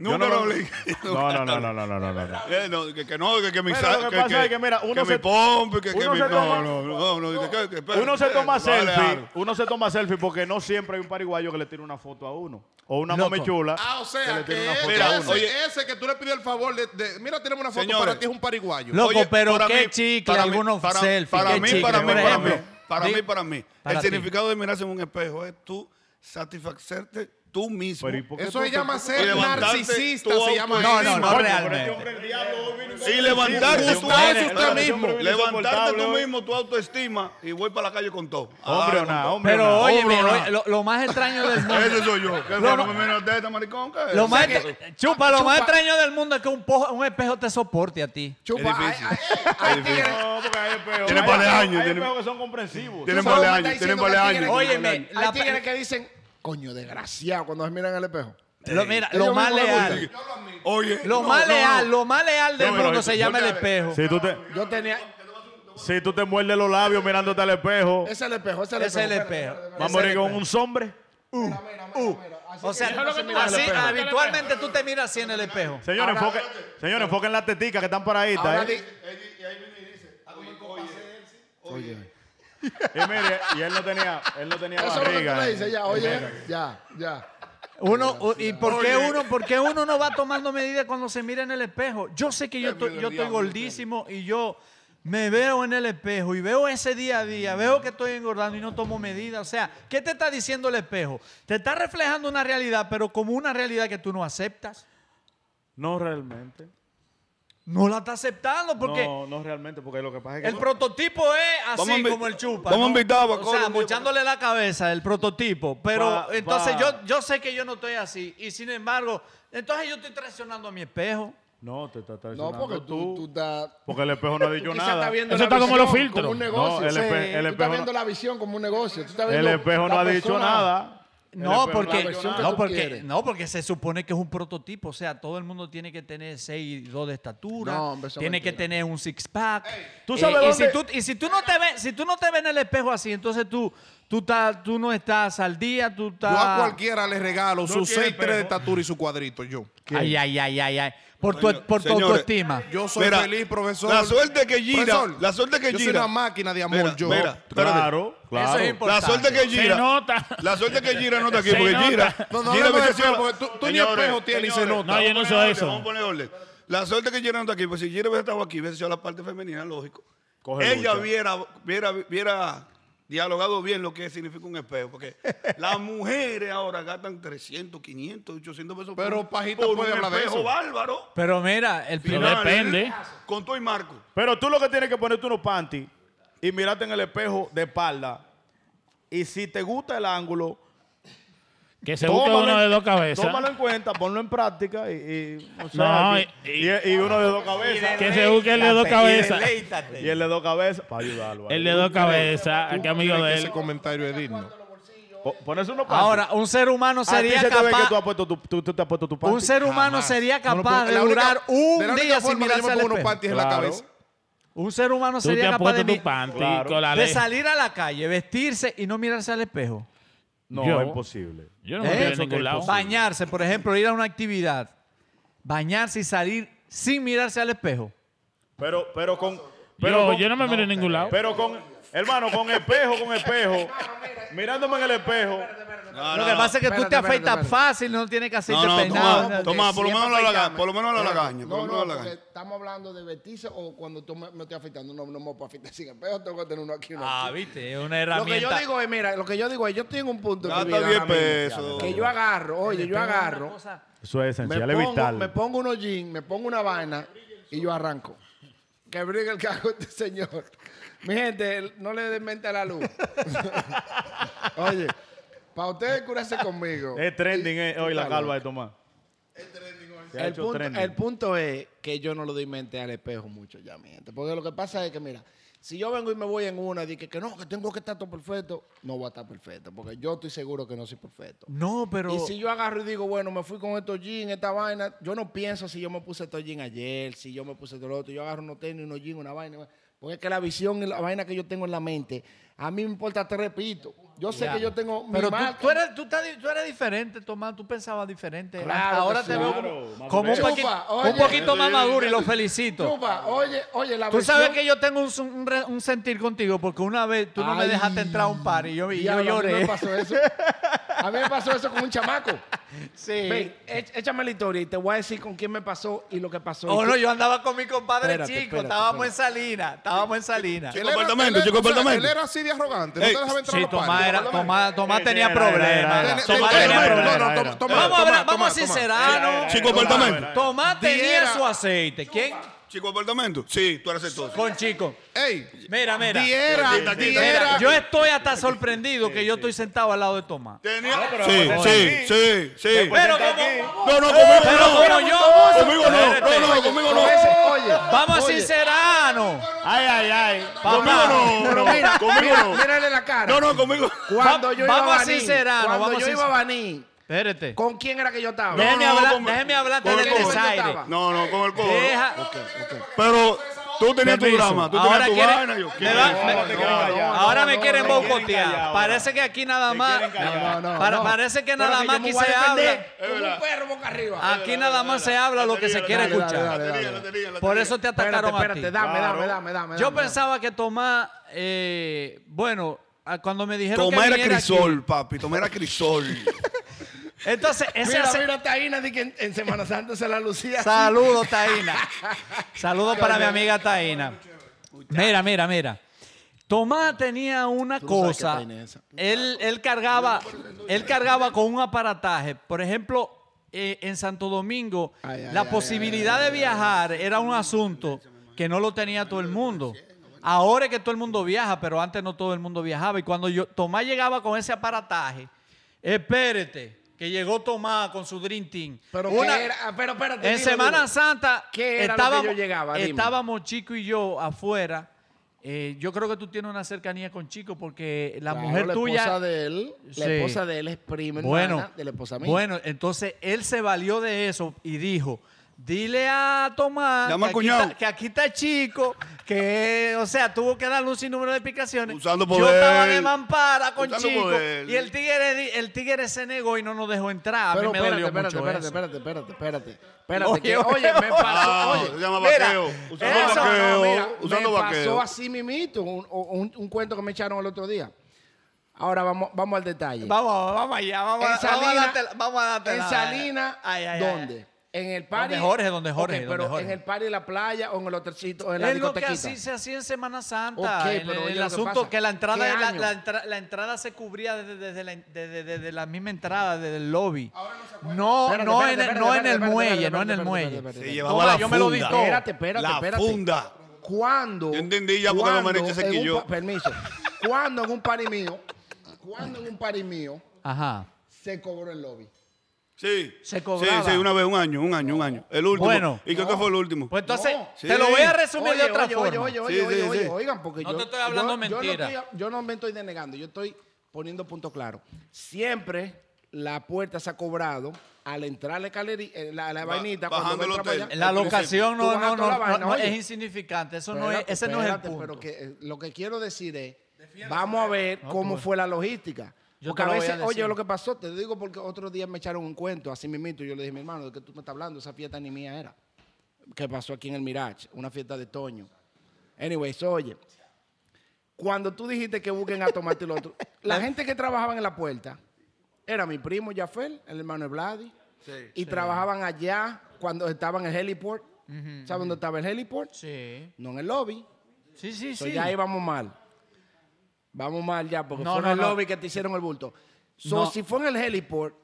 [SPEAKER 3] Yo
[SPEAKER 2] Nunca
[SPEAKER 3] no-
[SPEAKER 2] Raulín.
[SPEAKER 3] *laughs* No, no, no, no, no, no, no, no, no.
[SPEAKER 2] *laughs* Eh, no, que, que no, que, que mi
[SPEAKER 3] Pero lo
[SPEAKER 2] sa-
[SPEAKER 3] que pasa es que, mira, uno
[SPEAKER 2] que
[SPEAKER 3] se-
[SPEAKER 2] mi pompe, que, que
[SPEAKER 3] uno
[SPEAKER 2] mi-
[SPEAKER 3] se toma-
[SPEAKER 2] no, no, no, no, que- que- que- espérate,
[SPEAKER 3] Uno se toma
[SPEAKER 2] espérate, vale,
[SPEAKER 3] selfie.
[SPEAKER 2] algo.
[SPEAKER 3] Uno se toma selfie porque no siempre hay un pariguayo que le tire una foto a uno. O una
[SPEAKER 4] Loco.
[SPEAKER 3] mami chula.
[SPEAKER 6] Ah, o
[SPEAKER 3] que le
[SPEAKER 6] sea, que,
[SPEAKER 3] tire una
[SPEAKER 6] ese,
[SPEAKER 3] foto
[SPEAKER 2] Mira,
[SPEAKER 3] a uno.
[SPEAKER 2] oye.
[SPEAKER 6] ese, ese que tú le pides el favor de, de- Mira, tenemos una foto
[SPEAKER 2] Señores.
[SPEAKER 6] para ti, es un pariguayo.
[SPEAKER 4] Loco,
[SPEAKER 2] Oye,
[SPEAKER 4] pero
[SPEAKER 2] para
[SPEAKER 4] qué
[SPEAKER 2] mí-
[SPEAKER 4] chicle,
[SPEAKER 2] para mí-
[SPEAKER 4] algunos
[SPEAKER 2] para,
[SPEAKER 4] selfies.
[SPEAKER 2] Para
[SPEAKER 4] qué
[SPEAKER 2] mí,
[SPEAKER 4] chicle,
[SPEAKER 2] para mí,
[SPEAKER 4] por
[SPEAKER 2] para mí,
[SPEAKER 4] ejemplo.
[SPEAKER 2] para
[SPEAKER 4] Di-
[SPEAKER 2] mí, para mí.
[SPEAKER 4] Para
[SPEAKER 2] el
[SPEAKER 4] ti.
[SPEAKER 2] significado de mirarse en un espejo es tú satisfacerte tú mismo.
[SPEAKER 3] Pero, ¿y por qué tú
[SPEAKER 6] Eso se
[SPEAKER 3] te-
[SPEAKER 6] llama
[SPEAKER 2] Y
[SPEAKER 6] ser
[SPEAKER 2] levantarte
[SPEAKER 6] narcisista,
[SPEAKER 2] tu
[SPEAKER 6] se llama
[SPEAKER 2] autoestima.
[SPEAKER 4] No, no, no,
[SPEAKER 2] Marco,
[SPEAKER 4] realmente.
[SPEAKER 2] Y levantarte tú
[SPEAKER 6] Gustarse
[SPEAKER 2] mismo.
[SPEAKER 6] usted mismo.
[SPEAKER 2] Levantarte tú
[SPEAKER 3] Insoportable,
[SPEAKER 2] mismo tu autoestima y voy para la calle con todo.
[SPEAKER 3] Hombre
[SPEAKER 2] Ah,
[SPEAKER 3] o
[SPEAKER 2] con
[SPEAKER 3] nada,
[SPEAKER 2] todo.
[SPEAKER 3] hombre o
[SPEAKER 4] Pero
[SPEAKER 3] nada.
[SPEAKER 4] oye,
[SPEAKER 2] Hombre,
[SPEAKER 4] mira,
[SPEAKER 2] no.
[SPEAKER 4] oye, lo, lo más extraño del mundo.
[SPEAKER 2] Ese soy yo. ¿Qué fue? ¿No me miras de esta, maricón? ¿Qué es?
[SPEAKER 4] Lo más,
[SPEAKER 1] que-
[SPEAKER 4] chupa, lo
[SPEAKER 1] chupa.
[SPEAKER 4] más extraño del mundo es que un, pojo- un espejo te soporte a ti.
[SPEAKER 1] Chupa,
[SPEAKER 2] Es difícil.
[SPEAKER 1] ay, ay, ay,
[SPEAKER 2] Es difícil.
[SPEAKER 1] tigre.
[SPEAKER 3] No, porque hay espejos.
[SPEAKER 2] Tiene
[SPEAKER 3] Hay-
[SPEAKER 2] par de
[SPEAKER 3] hay-
[SPEAKER 2] años,
[SPEAKER 3] Hay
[SPEAKER 2] tiene-
[SPEAKER 3] espejos que son comprensivos.
[SPEAKER 2] Tienen
[SPEAKER 1] Tú sabes
[SPEAKER 2] vale
[SPEAKER 1] lo que
[SPEAKER 2] años,
[SPEAKER 1] está
[SPEAKER 2] tienen
[SPEAKER 1] diciendo
[SPEAKER 2] vale
[SPEAKER 1] la
[SPEAKER 2] años.
[SPEAKER 1] tigre.
[SPEAKER 4] Óyeme, la
[SPEAKER 1] Hay
[SPEAKER 4] pa-
[SPEAKER 1] tigres que dicen, coño, desgraciado, cuando se miran al espejo.
[SPEAKER 4] Lo, mira,
[SPEAKER 1] Ellos
[SPEAKER 4] lo más
[SPEAKER 1] mismos lo
[SPEAKER 4] leal.
[SPEAKER 2] Oye,
[SPEAKER 4] Lo
[SPEAKER 2] no,
[SPEAKER 4] más
[SPEAKER 2] no,
[SPEAKER 4] leal,
[SPEAKER 2] no.
[SPEAKER 4] lo más leal del
[SPEAKER 3] No, pero
[SPEAKER 4] mundo
[SPEAKER 3] eso-
[SPEAKER 4] se llama el espejo.
[SPEAKER 3] Si tú te,
[SPEAKER 1] Yo tenía.
[SPEAKER 3] si tú te muerdes los labios mirándote al espejo,
[SPEAKER 1] Ese es el espejo, ese es el
[SPEAKER 4] Ese es el
[SPEAKER 1] espejo.
[SPEAKER 4] espejo.
[SPEAKER 3] vamos a morir con un sombre.
[SPEAKER 4] O sea,
[SPEAKER 5] Eso es lo que tú
[SPEAKER 4] así,
[SPEAKER 5] haces.
[SPEAKER 4] habitualmente tú te miras así en el espejo.
[SPEAKER 3] Señor, enfoque, señor, enfoquen las teticas que están
[SPEAKER 1] Ahora
[SPEAKER 3] paraditas.
[SPEAKER 1] di-
[SPEAKER 3] ¿eh? Y mire, y él no tenía, él no tenía
[SPEAKER 1] Eso es lo que tú
[SPEAKER 3] barriga. eh.
[SPEAKER 1] le dices, ya, oye, ya, ya.
[SPEAKER 4] Uno, u- ¿Y por qué, uno, por qué uno no va tomando medidas cuando se mira en el espejo? Yo sé que yo estoy, yo estoy gordísimo y yo me veo en el espejo y veo ese día a día, veo que estoy engordando y no tomo medidas. O sea, ¿qué te está diciendo el espejo? Te está reflejando una realidad, pero como una realidad que tú no aceptas.
[SPEAKER 3] No realmente.
[SPEAKER 4] No la está aceptando porque
[SPEAKER 3] No, no realmente, porque lo que pasa es que
[SPEAKER 4] el prototipo es así
[SPEAKER 2] Vamos a invi-
[SPEAKER 4] como el chupa.
[SPEAKER 2] vamos a
[SPEAKER 4] ¿no?
[SPEAKER 2] invitar a
[SPEAKER 4] O
[SPEAKER 2] Bacolo
[SPEAKER 4] sea,
[SPEAKER 2] un día
[SPEAKER 4] mochándole la cabeza el prototipo. Pero
[SPEAKER 3] Va-
[SPEAKER 4] entonces
[SPEAKER 3] va.
[SPEAKER 4] Yo, yo sé que yo no estoy así. Y sin embargo, entonces yo estoy traicionando a mi espejo.
[SPEAKER 3] no te está
[SPEAKER 1] No,
[SPEAKER 3] traicionando
[SPEAKER 1] porque tú, tú estás.
[SPEAKER 3] porque el espejo no ha
[SPEAKER 1] *laughs*
[SPEAKER 3] dicho
[SPEAKER 1] Quizás
[SPEAKER 3] nada.
[SPEAKER 1] estás viendo
[SPEAKER 5] Eso
[SPEAKER 1] la
[SPEAKER 5] está como
[SPEAKER 1] visión
[SPEAKER 5] los filtros.
[SPEAKER 1] Como un
[SPEAKER 5] No,
[SPEAKER 1] negocio.
[SPEAKER 3] el espe- el
[SPEAKER 1] Tú
[SPEAKER 3] espejo
[SPEAKER 1] estás viendo
[SPEAKER 3] no-
[SPEAKER 1] la visión como un negocio. Tú estás
[SPEAKER 3] El
[SPEAKER 1] viendo
[SPEAKER 3] espejo no
[SPEAKER 1] la
[SPEAKER 3] ha dicho
[SPEAKER 1] persona-
[SPEAKER 3] nada.
[SPEAKER 4] No,
[SPEAKER 3] Pero la
[SPEAKER 4] porque,
[SPEAKER 3] versión
[SPEAKER 1] que
[SPEAKER 4] no,
[SPEAKER 1] tú
[SPEAKER 4] porque,
[SPEAKER 1] quieres.
[SPEAKER 4] no, porque se supone que es un prototipo. O sea, todo el mundo tiene que tener 6 2 de estatura.
[SPEAKER 1] No, hombre, eso es
[SPEAKER 4] tiene que
[SPEAKER 1] mentira.
[SPEAKER 4] tener un six-pack.
[SPEAKER 3] ¿Tú
[SPEAKER 4] Eh,
[SPEAKER 3] sabes
[SPEAKER 4] y,
[SPEAKER 3] dónde-
[SPEAKER 4] si tú, y si tú no te ves, si tú no te ves en el espejo así, entonces tú, tú, estás- tú no estás al día, tú
[SPEAKER 6] Yo
[SPEAKER 4] estás.
[SPEAKER 6] a cualquiera le regalo
[SPEAKER 3] No
[SPEAKER 6] su
[SPEAKER 3] quiere
[SPEAKER 6] seitre de
[SPEAKER 3] espejo.
[SPEAKER 6] estatura y su cuadrito, yo.
[SPEAKER 4] Ay, ay, ay, ay, ay. Por tu, por tu
[SPEAKER 2] Señores,
[SPEAKER 4] autoestima.
[SPEAKER 6] Yo soy
[SPEAKER 2] Mira,
[SPEAKER 6] feliz, profesor.
[SPEAKER 2] la suerte que gira,
[SPEAKER 6] Profesor,
[SPEAKER 2] la suerte que
[SPEAKER 6] yo
[SPEAKER 2] gira.
[SPEAKER 6] soy una máquina de amor,
[SPEAKER 2] Mira,
[SPEAKER 6] yo.
[SPEAKER 2] mira, espérate.
[SPEAKER 3] Claro, claro.
[SPEAKER 4] Eso es
[SPEAKER 2] La
[SPEAKER 4] importante.
[SPEAKER 2] suerte que
[SPEAKER 5] Se
[SPEAKER 2] gira.
[SPEAKER 5] nota.
[SPEAKER 2] La suerte que gira no está aquí
[SPEAKER 5] Se
[SPEAKER 2] porque
[SPEAKER 5] nota.
[SPEAKER 2] gira.
[SPEAKER 6] No, no,
[SPEAKER 2] gira
[SPEAKER 6] hablemos de
[SPEAKER 2] que se
[SPEAKER 6] espejo,
[SPEAKER 2] lleva-
[SPEAKER 6] porque tú- tú ni espejo tienes y se
[SPEAKER 2] señores,
[SPEAKER 6] nota.
[SPEAKER 5] No, yo no
[SPEAKER 2] vamos a
[SPEAKER 5] soy
[SPEAKER 2] poner orden,
[SPEAKER 5] eso.
[SPEAKER 2] Vamos a poner orden. La suerte que gira no está aquí, pues si gira hubiese estado aquí, hubiese sido la parte femenina, lógico.
[SPEAKER 3] Coge
[SPEAKER 2] Ella
[SPEAKER 3] lucha.
[SPEAKER 2] hubiera, hubiera, hubiera dialogado bien lo que significa un espejo, porque las mujeres ahora gastan 300, 500, 800 pesos
[SPEAKER 6] Pero Pajita
[SPEAKER 2] por
[SPEAKER 6] puede
[SPEAKER 2] un
[SPEAKER 6] hablar de
[SPEAKER 2] espejo
[SPEAKER 6] eso.
[SPEAKER 2] bárbaro.
[SPEAKER 4] Pero mira, el
[SPEAKER 5] Pero
[SPEAKER 4] primer-
[SPEAKER 5] depende.
[SPEAKER 2] Con todo y marco.
[SPEAKER 3] Pero tú lo que tienes que ponerte unos panties y mirarte en el espejo de espalda. Y si te gusta el ángulo,
[SPEAKER 5] Que se busque uno de dos cabezas.
[SPEAKER 3] Tómalo en cuenta, ponlo en práctica y, y, o
[SPEAKER 5] No,
[SPEAKER 3] sea, y, y- y uno de dos cabezas.
[SPEAKER 5] Que se busque el de dos cabezas.
[SPEAKER 3] Y el de dos cabezas para ayudarlo. ahí.
[SPEAKER 5] El de dos cabezas.
[SPEAKER 6] ¿Tú
[SPEAKER 5] Aquí amigo
[SPEAKER 6] crees que
[SPEAKER 5] de
[SPEAKER 6] Ese
[SPEAKER 5] él.
[SPEAKER 6] comentario es digno.
[SPEAKER 3] Po- Pones unos panties.
[SPEAKER 4] ahora, un ser humano
[SPEAKER 3] ¿A ti
[SPEAKER 4] sería
[SPEAKER 3] se te ve que
[SPEAKER 4] capaz.
[SPEAKER 3] tú, has puesto tu, tú, tú te has puesto tu Ah, panty?
[SPEAKER 4] Un ser humano
[SPEAKER 6] Jamás.
[SPEAKER 4] sería
[SPEAKER 6] No lo
[SPEAKER 4] capaz
[SPEAKER 6] puedo-
[SPEAKER 4] de
[SPEAKER 6] la única-
[SPEAKER 4] durar un
[SPEAKER 6] de la única
[SPEAKER 4] día sin
[SPEAKER 6] forma que
[SPEAKER 4] mirarse
[SPEAKER 6] yo
[SPEAKER 4] al
[SPEAKER 6] me pongo unos
[SPEAKER 4] espejo.
[SPEAKER 6] panties en la
[SPEAKER 3] Claro.
[SPEAKER 6] cabeza.
[SPEAKER 4] Un ser humano
[SPEAKER 5] Tú te
[SPEAKER 4] sería
[SPEAKER 5] has
[SPEAKER 4] capaz de,
[SPEAKER 5] puesto tu
[SPEAKER 4] mi-
[SPEAKER 5] panty
[SPEAKER 3] Claro.
[SPEAKER 5] con la
[SPEAKER 4] de
[SPEAKER 5] ley.
[SPEAKER 4] salir a la calle, vestirse y no mirarse al espejo.
[SPEAKER 3] No,
[SPEAKER 5] Yo-
[SPEAKER 3] es imposible.
[SPEAKER 5] Yo no
[SPEAKER 4] ¿Eh?
[SPEAKER 5] me pido en
[SPEAKER 3] Eso que
[SPEAKER 5] ningún lado.
[SPEAKER 4] Bañarse, por ejemplo, ir a una actividad. Bañarse y salir sin mirarse al espejo.
[SPEAKER 3] Pero, pero con. Pero
[SPEAKER 5] Yo,
[SPEAKER 3] con-
[SPEAKER 5] yo no me miro en ningún lado.
[SPEAKER 3] Pero con. Hermano, con espejo, con espejo. mirándome en el espejo.
[SPEAKER 4] lo que pasa es que tú
[SPEAKER 1] Espérate,
[SPEAKER 4] te afeitas
[SPEAKER 1] espérate, espérate.
[SPEAKER 4] fácil, no tienes que hacerte
[SPEAKER 2] No, no,
[SPEAKER 4] peinado.
[SPEAKER 2] toma,
[SPEAKER 4] nada.
[SPEAKER 2] toma. por lo menos la lagaña, por lo menos la lagaña, por
[SPEAKER 1] No,
[SPEAKER 2] lo menos la
[SPEAKER 1] no, porque
[SPEAKER 2] lagaña.
[SPEAKER 1] estamos hablando de vestirse o cuando tú me, me estoy afeitando, no, no me puedo afeitar sin espejo, tengo que tener uno aquí. Uno
[SPEAKER 4] Ah,
[SPEAKER 1] aquí.
[SPEAKER 4] viste, es una
[SPEAKER 1] Lo que yo
[SPEAKER 4] herramienta.
[SPEAKER 1] digo es, mira, lo que yo digo es, yo tengo un punto
[SPEAKER 2] Gasta
[SPEAKER 1] en mi vida
[SPEAKER 2] 10
[SPEAKER 1] ahora mismo,
[SPEAKER 2] pesos.
[SPEAKER 1] que yo agarro, oye, yo agarro,
[SPEAKER 3] Eso es
[SPEAKER 1] me
[SPEAKER 3] esencial, es
[SPEAKER 1] pongo,
[SPEAKER 3] vital.
[SPEAKER 1] me pongo unos jeans, me pongo una vaina y yo arranco. Que brigue el cago este señor. Mi gente, no le den mente a la
[SPEAKER 3] *laughs*
[SPEAKER 1] luz. oye, para ustedes curarse conmigo.
[SPEAKER 3] Es trending eh, hoy la
[SPEAKER 1] Está
[SPEAKER 3] calva de
[SPEAKER 1] loco.
[SPEAKER 3] Tomás. Es trending hoy.
[SPEAKER 1] El punto, el punto es que yo no lo doy mente al espejo mucho ya, mi gente. Porque lo que pasa es que, mira, si yo vengo y me voy en una y digo que no, que tengo que estar todo perfecto, no voy a estar perfecto. Porque yo estoy seguro que no soy perfecto.
[SPEAKER 4] No, pero.
[SPEAKER 1] Y si yo agarro y digo, bueno, me fui con estos jeans, esta vaina, yo no pienso si yo me puse estos jeans ayer, si yo me puse todo lo otro, yo agarro unos tenis, unos jeans, una vaina. Porque es que la visión y la vaina que yo tengo en la mente, a mí me importa, te repito, yo sé
[SPEAKER 4] Ya.
[SPEAKER 1] que yo tengo mi
[SPEAKER 4] Pero tú,
[SPEAKER 1] marca.
[SPEAKER 4] tú eras, tú, estás di- tú eras diferente, Tomás, tú pensabas diferente.
[SPEAKER 1] Claro
[SPEAKER 4] Hasta
[SPEAKER 1] que
[SPEAKER 4] ahora
[SPEAKER 1] sí.
[SPEAKER 4] te veo
[SPEAKER 3] Claro,
[SPEAKER 4] como,
[SPEAKER 3] madurez.
[SPEAKER 4] como un,
[SPEAKER 1] Chupa,
[SPEAKER 4] poquito-
[SPEAKER 1] oye.
[SPEAKER 4] un poquito más maduro y lo felicito.
[SPEAKER 1] Chupa, oye, oye, la
[SPEAKER 4] Tú
[SPEAKER 1] visión-
[SPEAKER 4] sabes que yo tengo un, un re- un sentir contigo porque una vez tú no me
[SPEAKER 1] Ay,
[SPEAKER 4] dejaste entrar a un par y yo, y yo
[SPEAKER 1] diablo, A mí me
[SPEAKER 4] lloré. *laughs*
[SPEAKER 1] pasó eso. A mí me pasó eso con un chamaco.
[SPEAKER 4] Sí.
[SPEAKER 1] Ven, éch- échame la historia y te voy a decir con quién me pasó y lo que pasó.
[SPEAKER 4] Oh,
[SPEAKER 1] Y
[SPEAKER 4] no,
[SPEAKER 1] tú-
[SPEAKER 4] yo andaba con mi compadre
[SPEAKER 1] Espérate,
[SPEAKER 4] chico,
[SPEAKER 1] espérate,
[SPEAKER 4] estábamos en Salina, estábamos en Salina.
[SPEAKER 2] Chico apartamento, chico
[SPEAKER 6] o sea,
[SPEAKER 2] apartamento.
[SPEAKER 6] Él era así de arrogante.
[SPEAKER 2] Ey,
[SPEAKER 6] no te dejaba entrar
[SPEAKER 4] Sí,
[SPEAKER 6] a los
[SPEAKER 4] Tomás,
[SPEAKER 6] parques.
[SPEAKER 4] era, Tomás, Tomás
[SPEAKER 1] Eh,
[SPEAKER 3] Era,
[SPEAKER 4] tenía
[SPEAKER 3] era,
[SPEAKER 4] problemas.
[SPEAKER 3] era,
[SPEAKER 4] Tomás
[SPEAKER 3] era.
[SPEAKER 6] Ten- ten-
[SPEAKER 4] tenía
[SPEAKER 6] ten-
[SPEAKER 4] problemas.
[SPEAKER 6] no, no, to-
[SPEAKER 4] Vamos
[SPEAKER 6] toma,
[SPEAKER 4] a Ah, hablar,
[SPEAKER 6] toma,
[SPEAKER 4] vamos a
[SPEAKER 6] toma, toma.
[SPEAKER 1] eh,
[SPEAKER 4] sincerarnos.
[SPEAKER 2] Chico apartamento.
[SPEAKER 4] Tomás tenía
[SPEAKER 6] Diera-
[SPEAKER 4] su aceite. ¿Quién?
[SPEAKER 2] Chico apartamento. Sí, tú eres exitoso.
[SPEAKER 4] Con Chico.
[SPEAKER 6] Ey,
[SPEAKER 4] Mira, mira.
[SPEAKER 6] diera,
[SPEAKER 4] Mira,
[SPEAKER 6] diera.
[SPEAKER 4] yo estoy hasta sorprendido que yo estoy sentado al lado de Tomás.
[SPEAKER 1] Ah,
[SPEAKER 2] Tenía.
[SPEAKER 3] pero
[SPEAKER 2] sí,
[SPEAKER 3] vamos a
[SPEAKER 2] sí,
[SPEAKER 3] decir.
[SPEAKER 2] sí, sí.
[SPEAKER 4] Pero
[SPEAKER 3] está
[SPEAKER 4] como,
[SPEAKER 2] No, no, conmigo
[SPEAKER 4] pero
[SPEAKER 2] no.
[SPEAKER 4] como yo.
[SPEAKER 2] Conmigo no. No,
[SPEAKER 4] Espérate.
[SPEAKER 2] no, conmigo
[SPEAKER 1] Pero
[SPEAKER 2] no.
[SPEAKER 1] este, ese- oye,
[SPEAKER 4] Vamos a
[SPEAKER 1] oye,
[SPEAKER 4] sincerarnos.
[SPEAKER 3] Ay, ay, ay.
[SPEAKER 2] Conmigo
[SPEAKER 4] Papá.
[SPEAKER 2] no.
[SPEAKER 1] Pero
[SPEAKER 2] no,
[SPEAKER 1] mira,
[SPEAKER 2] Conmigo
[SPEAKER 1] mira,
[SPEAKER 2] no.
[SPEAKER 1] mírale la cara.
[SPEAKER 2] No, no, conmigo.
[SPEAKER 1] Cuando
[SPEAKER 4] Va-
[SPEAKER 1] yo
[SPEAKER 4] vamos
[SPEAKER 1] iba
[SPEAKER 4] a
[SPEAKER 1] a Baní,
[SPEAKER 4] sincerarnos,
[SPEAKER 1] cuando
[SPEAKER 4] vamos a
[SPEAKER 1] yo iba a
[SPEAKER 4] sincer-
[SPEAKER 1] Baní,
[SPEAKER 4] Espérate.
[SPEAKER 1] ¿con quién era que yo estaba?
[SPEAKER 4] Déjeme
[SPEAKER 2] No, no,
[SPEAKER 4] hablar,
[SPEAKER 2] con-
[SPEAKER 4] déjeme hablarte
[SPEAKER 2] con-
[SPEAKER 4] del
[SPEAKER 2] con-
[SPEAKER 4] desaire.
[SPEAKER 2] No, no, con el codo.
[SPEAKER 4] Deja.
[SPEAKER 2] Pero tú tenías tu
[SPEAKER 4] Permiso.
[SPEAKER 2] drama, tú
[SPEAKER 4] Ahora
[SPEAKER 2] tenías tu
[SPEAKER 4] quieren-
[SPEAKER 2] vaina. Yo,
[SPEAKER 4] me
[SPEAKER 2] ¿quién?
[SPEAKER 4] va-
[SPEAKER 2] No,
[SPEAKER 4] me-
[SPEAKER 2] no,
[SPEAKER 3] te quieren callar.
[SPEAKER 4] Ahora
[SPEAKER 1] No,
[SPEAKER 4] me
[SPEAKER 1] no,
[SPEAKER 4] quieren
[SPEAKER 1] no,
[SPEAKER 3] te quieren callar
[SPEAKER 4] bocotear.
[SPEAKER 3] ahora.
[SPEAKER 4] Parece que aquí nada
[SPEAKER 3] Te
[SPEAKER 4] más.
[SPEAKER 3] quieren callar.
[SPEAKER 1] No, no,
[SPEAKER 4] Para-
[SPEAKER 1] no.
[SPEAKER 4] Parece que
[SPEAKER 1] Pero
[SPEAKER 4] nada
[SPEAKER 1] si yo
[SPEAKER 4] más
[SPEAKER 1] me
[SPEAKER 4] aquí
[SPEAKER 1] voy a
[SPEAKER 4] se
[SPEAKER 1] defender
[SPEAKER 4] habla.
[SPEAKER 1] Como un perro boca arriba.
[SPEAKER 4] Aquí nada más se habla lo que se quiere
[SPEAKER 1] dale, dale,
[SPEAKER 4] escuchar.
[SPEAKER 1] Pues dale.
[SPEAKER 2] la tenía, la
[SPEAKER 4] Por
[SPEAKER 2] tenía.
[SPEAKER 4] eso te
[SPEAKER 1] Espérate,
[SPEAKER 4] atacaron a ti.
[SPEAKER 1] espérate, dame,
[SPEAKER 3] Claro.
[SPEAKER 1] dame, dame, dame.
[SPEAKER 4] Yo
[SPEAKER 1] dame.
[SPEAKER 4] pensaba que Tomás, eh, bueno, a- cuando me dijeron que
[SPEAKER 2] Tomás era
[SPEAKER 4] viniera
[SPEAKER 2] crisol, papi. Tomás era crisol.
[SPEAKER 4] aquí- entonces, ese
[SPEAKER 1] Mira,
[SPEAKER 4] ace-
[SPEAKER 1] mira, Taína, di que en, en Semana Santa se la lucía. así.
[SPEAKER 4] Saludos, Taina.
[SPEAKER 1] *laughs*
[SPEAKER 4] Saludos para mi amiga Taina. Mira, mira, mira. Tomás tenía una
[SPEAKER 1] no sabes qué
[SPEAKER 4] cosa.
[SPEAKER 1] Taina es esa.
[SPEAKER 4] Él, él cargaba, él cargaba con un aparataje. Por ejemplo, eh, en Santo Domingo,
[SPEAKER 1] Ay, ay,
[SPEAKER 4] la
[SPEAKER 1] ay,
[SPEAKER 4] posibilidad de viajar era un asunto que no lo tenía todo el mundo. Ahora es que todo el mundo viaja, pero antes no todo el mundo viajaba. Y cuando yo, Tomás llegaba con ese aparataje, espérate, que llegó Tomás con su Dream Team.
[SPEAKER 1] Pero,
[SPEAKER 4] Una-
[SPEAKER 1] ¿qué era? Ah, pero espérate.
[SPEAKER 4] en
[SPEAKER 1] dilo,
[SPEAKER 4] Semana
[SPEAKER 1] dilo.
[SPEAKER 4] Santa
[SPEAKER 1] ¿Qué era lo que
[SPEAKER 4] estábamos,
[SPEAKER 1] yo llegaba? Dime.
[SPEAKER 4] estábamos Chico y yo afuera Eh, yo creo que tú tienes una cercanía con Chico porque la
[SPEAKER 1] Claro,
[SPEAKER 4] mujer
[SPEAKER 1] la
[SPEAKER 4] tuya.
[SPEAKER 1] esposa de él, la
[SPEAKER 4] Sí.
[SPEAKER 1] esposa de él es prima hermana
[SPEAKER 4] bueno,
[SPEAKER 1] de la esposa mía.
[SPEAKER 4] bueno, entonces él se valió de eso y dijo. Dile a
[SPEAKER 2] Llama
[SPEAKER 4] Tomás que
[SPEAKER 2] al
[SPEAKER 4] aquí,
[SPEAKER 2] cuñado".
[SPEAKER 4] está, que aquí está chico, que, o sea, tuvo que dar un sinnúmero de explicaciones.
[SPEAKER 2] Usando
[SPEAKER 4] Yo
[SPEAKER 2] poder.
[SPEAKER 4] estaba de mampara con
[SPEAKER 2] Usando
[SPEAKER 4] chico
[SPEAKER 2] poder.
[SPEAKER 4] y el tigre, di- el tigre se negó y no nos dejó entrar. A
[SPEAKER 1] Pero
[SPEAKER 4] mí me
[SPEAKER 1] espérate,
[SPEAKER 4] dolió
[SPEAKER 1] espérate,
[SPEAKER 4] mucho
[SPEAKER 1] espérate,
[SPEAKER 4] eso.
[SPEAKER 1] espérate, espérate, espérate, espérate.
[SPEAKER 4] Oye,
[SPEAKER 1] que,
[SPEAKER 4] oye,
[SPEAKER 1] oye, me pasó,
[SPEAKER 2] Ah,
[SPEAKER 1] oye,
[SPEAKER 2] se llama
[SPEAKER 4] mira,
[SPEAKER 2] vaqueo. Usando
[SPEAKER 4] eso no,
[SPEAKER 2] vaqueo.
[SPEAKER 1] mira,
[SPEAKER 2] usando
[SPEAKER 1] me
[SPEAKER 2] vaqueo.
[SPEAKER 1] pasó así mimito, un, un- un cuento que me echaron el otro día. Ahora vamos, vamos al detalle.
[SPEAKER 4] Vamos, vamos allá, vamos,
[SPEAKER 1] En
[SPEAKER 4] a- vamos a
[SPEAKER 1] Salina-
[SPEAKER 4] darte- vamos a darte
[SPEAKER 1] En
[SPEAKER 4] la-
[SPEAKER 1] Salinas,
[SPEAKER 4] Ay, ay, ay, ay.
[SPEAKER 1] ¿dónde? En el party.
[SPEAKER 4] Donde Jorge, donde Jorge,
[SPEAKER 1] Ok,
[SPEAKER 4] donde
[SPEAKER 1] pero
[SPEAKER 4] Jorge.
[SPEAKER 1] en el party de la playa o en el hotelcito o en la
[SPEAKER 4] es lo que
[SPEAKER 1] discotequita.
[SPEAKER 4] así se hacía en Semana Santa.
[SPEAKER 1] Ok,
[SPEAKER 4] en el-
[SPEAKER 1] pero
[SPEAKER 4] en
[SPEAKER 1] oye lo
[SPEAKER 4] el
[SPEAKER 1] que
[SPEAKER 4] asunto
[SPEAKER 1] pasa.
[SPEAKER 4] que la
[SPEAKER 1] ¿Qué
[SPEAKER 4] entrada, de la,
[SPEAKER 1] año?
[SPEAKER 4] la entra- la entrada se cubría desde, desde la, desde- desde la misma entrada, desde el lobby. No,
[SPEAKER 1] Espérate,
[SPEAKER 4] no
[SPEAKER 1] espérate,
[SPEAKER 4] en
[SPEAKER 1] espérate,
[SPEAKER 4] el- no en
[SPEAKER 1] espérate,
[SPEAKER 4] el
[SPEAKER 1] espérate,
[SPEAKER 4] muelle,
[SPEAKER 1] espérate,
[SPEAKER 4] no en el
[SPEAKER 1] espérate,
[SPEAKER 4] muelle.
[SPEAKER 1] espérate,
[SPEAKER 2] Se
[SPEAKER 1] espérate.
[SPEAKER 2] llevaba
[SPEAKER 4] Toma,
[SPEAKER 2] la
[SPEAKER 4] yo
[SPEAKER 2] funda.
[SPEAKER 4] me lo di todo.
[SPEAKER 1] Espérate, espérate,
[SPEAKER 2] La
[SPEAKER 1] espérate.
[SPEAKER 2] funda.
[SPEAKER 1] Cuando.
[SPEAKER 2] Yo entendí ya porque
[SPEAKER 1] cuando
[SPEAKER 2] la manita se
[SPEAKER 1] en un
[SPEAKER 2] quilló.
[SPEAKER 1] pa- Permiso. Cuando en un party mío, cuando en un party mío
[SPEAKER 4] Ajá.
[SPEAKER 1] se cobró el lobby.
[SPEAKER 2] Sí.
[SPEAKER 4] Se cobraba.
[SPEAKER 2] Sí, sí, una vez, un año, un año, un año. El último.
[SPEAKER 4] Bueno.
[SPEAKER 2] ¿Y qué qué fue el último?
[SPEAKER 4] Pues entonces,
[SPEAKER 1] No.
[SPEAKER 4] te lo
[SPEAKER 2] Sí.
[SPEAKER 4] voy a resumir
[SPEAKER 1] Oye,
[SPEAKER 4] de otra
[SPEAKER 1] oye,
[SPEAKER 4] forma.
[SPEAKER 1] Oye, oye,
[SPEAKER 2] Sí,
[SPEAKER 1] oye,
[SPEAKER 2] sí,
[SPEAKER 1] oye,
[SPEAKER 2] sí.
[SPEAKER 1] oigan, porque
[SPEAKER 4] No
[SPEAKER 1] yo.
[SPEAKER 4] te estoy hablando
[SPEAKER 1] yo- yo no
[SPEAKER 4] mentira.
[SPEAKER 1] estoy- Yo no me estoy denegando, yo estoy poniendo punto claro. Siempre la puerta se ha cobrado al entrar la escalerita, eh, la, la
[SPEAKER 2] Ba-
[SPEAKER 1] vainita.
[SPEAKER 2] bajando
[SPEAKER 1] cuando
[SPEAKER 2] el
[SPEAKER 1] entra
[SPEAKER 2] hotel.
[SPEAKER 1] para allá.
[SPEAKER 4] la
[SPEAKER 2] al principio.
[SPEAKER 4] locación
[SPEAKER 1] Tú
[SPEAKER 4] no,
[SPEAKER 1] bajas
[SPEAKER 4] no,
[SPEAKER 1] toda
[SPEAKER 4] no,
[SPEAKER 1] la vaina,
[SPEAKER 4] no- no es
[SPEAKER 1] oye.
[SPEAKER 4] insignificante. Eso no es,
[SPEAKER 1] Espérate,
[SPEAKER 4] ese no es el
[SPEAKER 1] espérate,
[SPEAKER 4] punto.
[SPEAKER 1] Pero que, eh, lo que quiero decir es, vamos a ver cómo
[SPEAKER 4] pues.
[SPEAKER 1] fue la logística.
[SPEAKER 4] Yo
[SPEAKER 1] porque
[SPEAKER 4] te
[SPEAKER 1] a
[SPEAKER 4] lo voy a
[SPEAKER 1] veces, oye,
[SPEAKER 4] decir.
[SPEAKER 1] lo que pasó, te digo porque otro día me echaron un cuento, así mismito, y yo le dije, mi hermano, ¿de qué tú me estás hablando? Esa fiesta ni mía era. Que pasó aquí en el Mirage, una fiesta de Toño. Anyways, oye, cuando tú dijiste que busquen a Tomate y lo
[SPEAKER 4] *laughs*
[SPEAKER 1] otro, la gente que trabajaba en la puerta era mi primo Jafel, el hermano de Vladi, y trabajaban allá cuando estaba en el heliport. ¿Sabes dónde estaba el heliport?
[SPEAKER 4] Sí,
[SPEAKER 1] No en el lobby.
[SPEAKER 4] sí, sí.
[SPEAKER 1] So,
[SPEAKER 4] sí.
[SPEAKER 1] ya ahí vamos mal. Vamos mal ya, porque
[SPEAKER 4] No,
[SPEAKER 1] fue
[SPEAKER 4] no,
[SPEAKER 1] en el
[SPEAKER 4] no.
[SPEAKER 1] lobby que te hicieron el bulto. So,
[SPEAKER 4] No.
[SPEAKER 1] si fue en el heliport,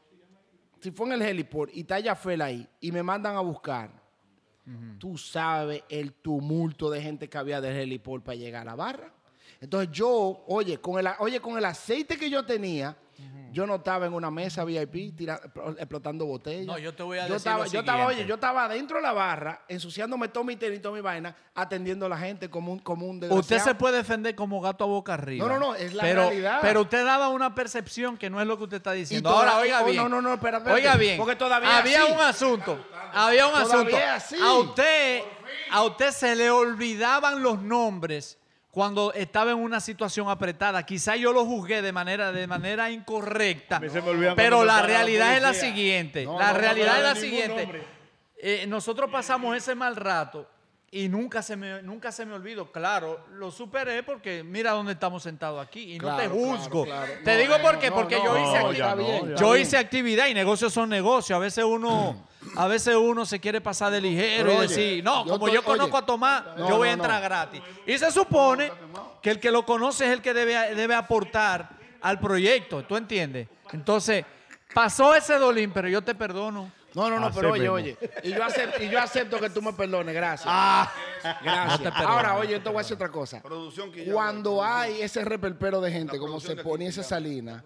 [SPEAKER 1] si fue en el heliport y está Yafel ahí y me mandan a buscar, tú sabes el tumulto de gente que había del heliport para llegar a la barra. Entonces yo, oye, con el, a- oye, con el aceite que yo tenía, yo no estaba en una mesa VIP tira- pro- explotando botellas.
[SPEAKER 4] No, yo te voy a decir
[SPEAKER 1] estaba,
[SPEAKER 4] lo
[SPEAKER 1] yo estaba,
[SPEAKER 4] siguiente.
[SPEAKER 1] oye, yo estaba dentro de la barra, ensuciándome todo mi tenis, toda mi vaina, atendiendo a la gente como un, como un
[SPEAKER 4] Usted
[SPEAKER 1] desgraciado.
[SPEAKER 4] se puede defender como gato a boca arriba.
[SPEAKER 1] No, no, no, es la
[SPEAKER 4] pero,
[SPEAKER 1] realidad.
[SPEAKER 4] Pero usted daba una percepción que no es lo que usted está diciendo.
[SPEAKER 1] Y toda-
[SPEAKER 4] Ahora, oiga
[SPEAKER 1] oh,
[SPEAKER 4] bien.
[SPEAKER 1] no, no, no, espera, espérate,
[SPEAKER 4] Oiga bien.
[SPEAKER 1] porque todavía
[SPEAKER 4] Había
[SPEAKER 1] así.
[SPEAKER 4] un asunto. Había un
[SPEAKER 1] Todavía así.
[SPEAKER 4] asunto. A usted, a usted se le olvidaban los nombres cuando estaba en una situación apretada. Quizá yo lo juzgué de manera, de manera incorrecta.
[SPEAKER 3] mí se me olvidan
[SPEAKER 4] Pero
[SPEAKER 3] cuando me
[SPEAKER 4] la
[SPEAKER 3] para la
[SPEAKER 4] realidad es la
[SPEAKER 3] policía.
[SPEAKER 4] siguiente.
[SPEAKER 3] No,
[SPEAKER 4] la
[SPEAKER 3] no me
[SPEAKER 4] realidad es la
[SPEAKER 3] acuerdo de ningún
[SPEAKER 4] siguiente.
[SPEAKER 3] nombre.
[SPEAKER 4] Eh, nosotros pasamos ese mal rato y nunca se me nunca se me olvidó. Claro, lo superé porque mira dónde estamos sentados aquí y no te
[SPEAKER 1] Claro, claro,
[SPEAKER 4] juzgo.
[SPEAKER 1] claro.
[SPEAKER 4] Te
[SPEAKER 1] No,
[SPEAKER 4] digo
[SPEAKER 1] no,
[SPEAKER 4] por qué,
[SPEAKER 1] no,
[SPEAKER 4] porque
[SPEAKER 1] no,
[SPEAKER 4] yo
[SPEAKER 1] no,
[SPEAKER 4] hice
[SPEAKER 1] ya
[SPEAKER 4] actividad.
[SPEAKER 1] no, ya no.
[SPEAKER 4] yo hice actividad y negocios son negocios. A veces uno a veces uno se quiere pasar de ligero
[SPEAKER 1] Pero
[SPEAKER 4] y
[SPEAKER 1] oye,
[SPEAKER 4] decir, no,
[SPEAKER 1] yo
[SPEAKER 4] como
[SPEAKER 1] estoy-
[SPEAKER 4] yo conozco
[SPEAKER 1] oye,
[SPEAKER 4] a Tomás,
[SPEAKER 1] no,
[SPEAKER 4] yo voy a
[SPEAKER 1] no, no.
[SPEAKER 4] entrar gratis. Y se supone que el que lo conoce es el que debe, debe aportar al proyecto, ¿tú entiendes? Entonces, pasó ese dolín, pero yo te perdono.
[SPEAKER 1] No, no, no,
[SPEAKER 3] Así
[SPEAKER 1] pero oye,
[SPEAKER 3] mismo.
[SPEAKER 1] oye. Y yo, acepto, y yo acepto que tú me perdones, gracias.
[SPEAKER 4] Ah. No te
[SPEAKER 1] gracias.
[SPEAKER 4] perdono,
[SPEAKER 1] Ahora,
[SPEAKER 4] no
[SPEAKER 1] oye, yo te voy a decir otra cosa.
[SPEAKER 2] Producción que ya-
[SPEAKER 1] Cuando hay ese reperpero de gente,
[SPEAKER 2] La
[SPEAKER 1] como se
[SPEAKER 2] producción de aquí,
[SPEAKER 1] ponía esa
[SPEAKER 2] ya,
[SPEAKER 1] salina,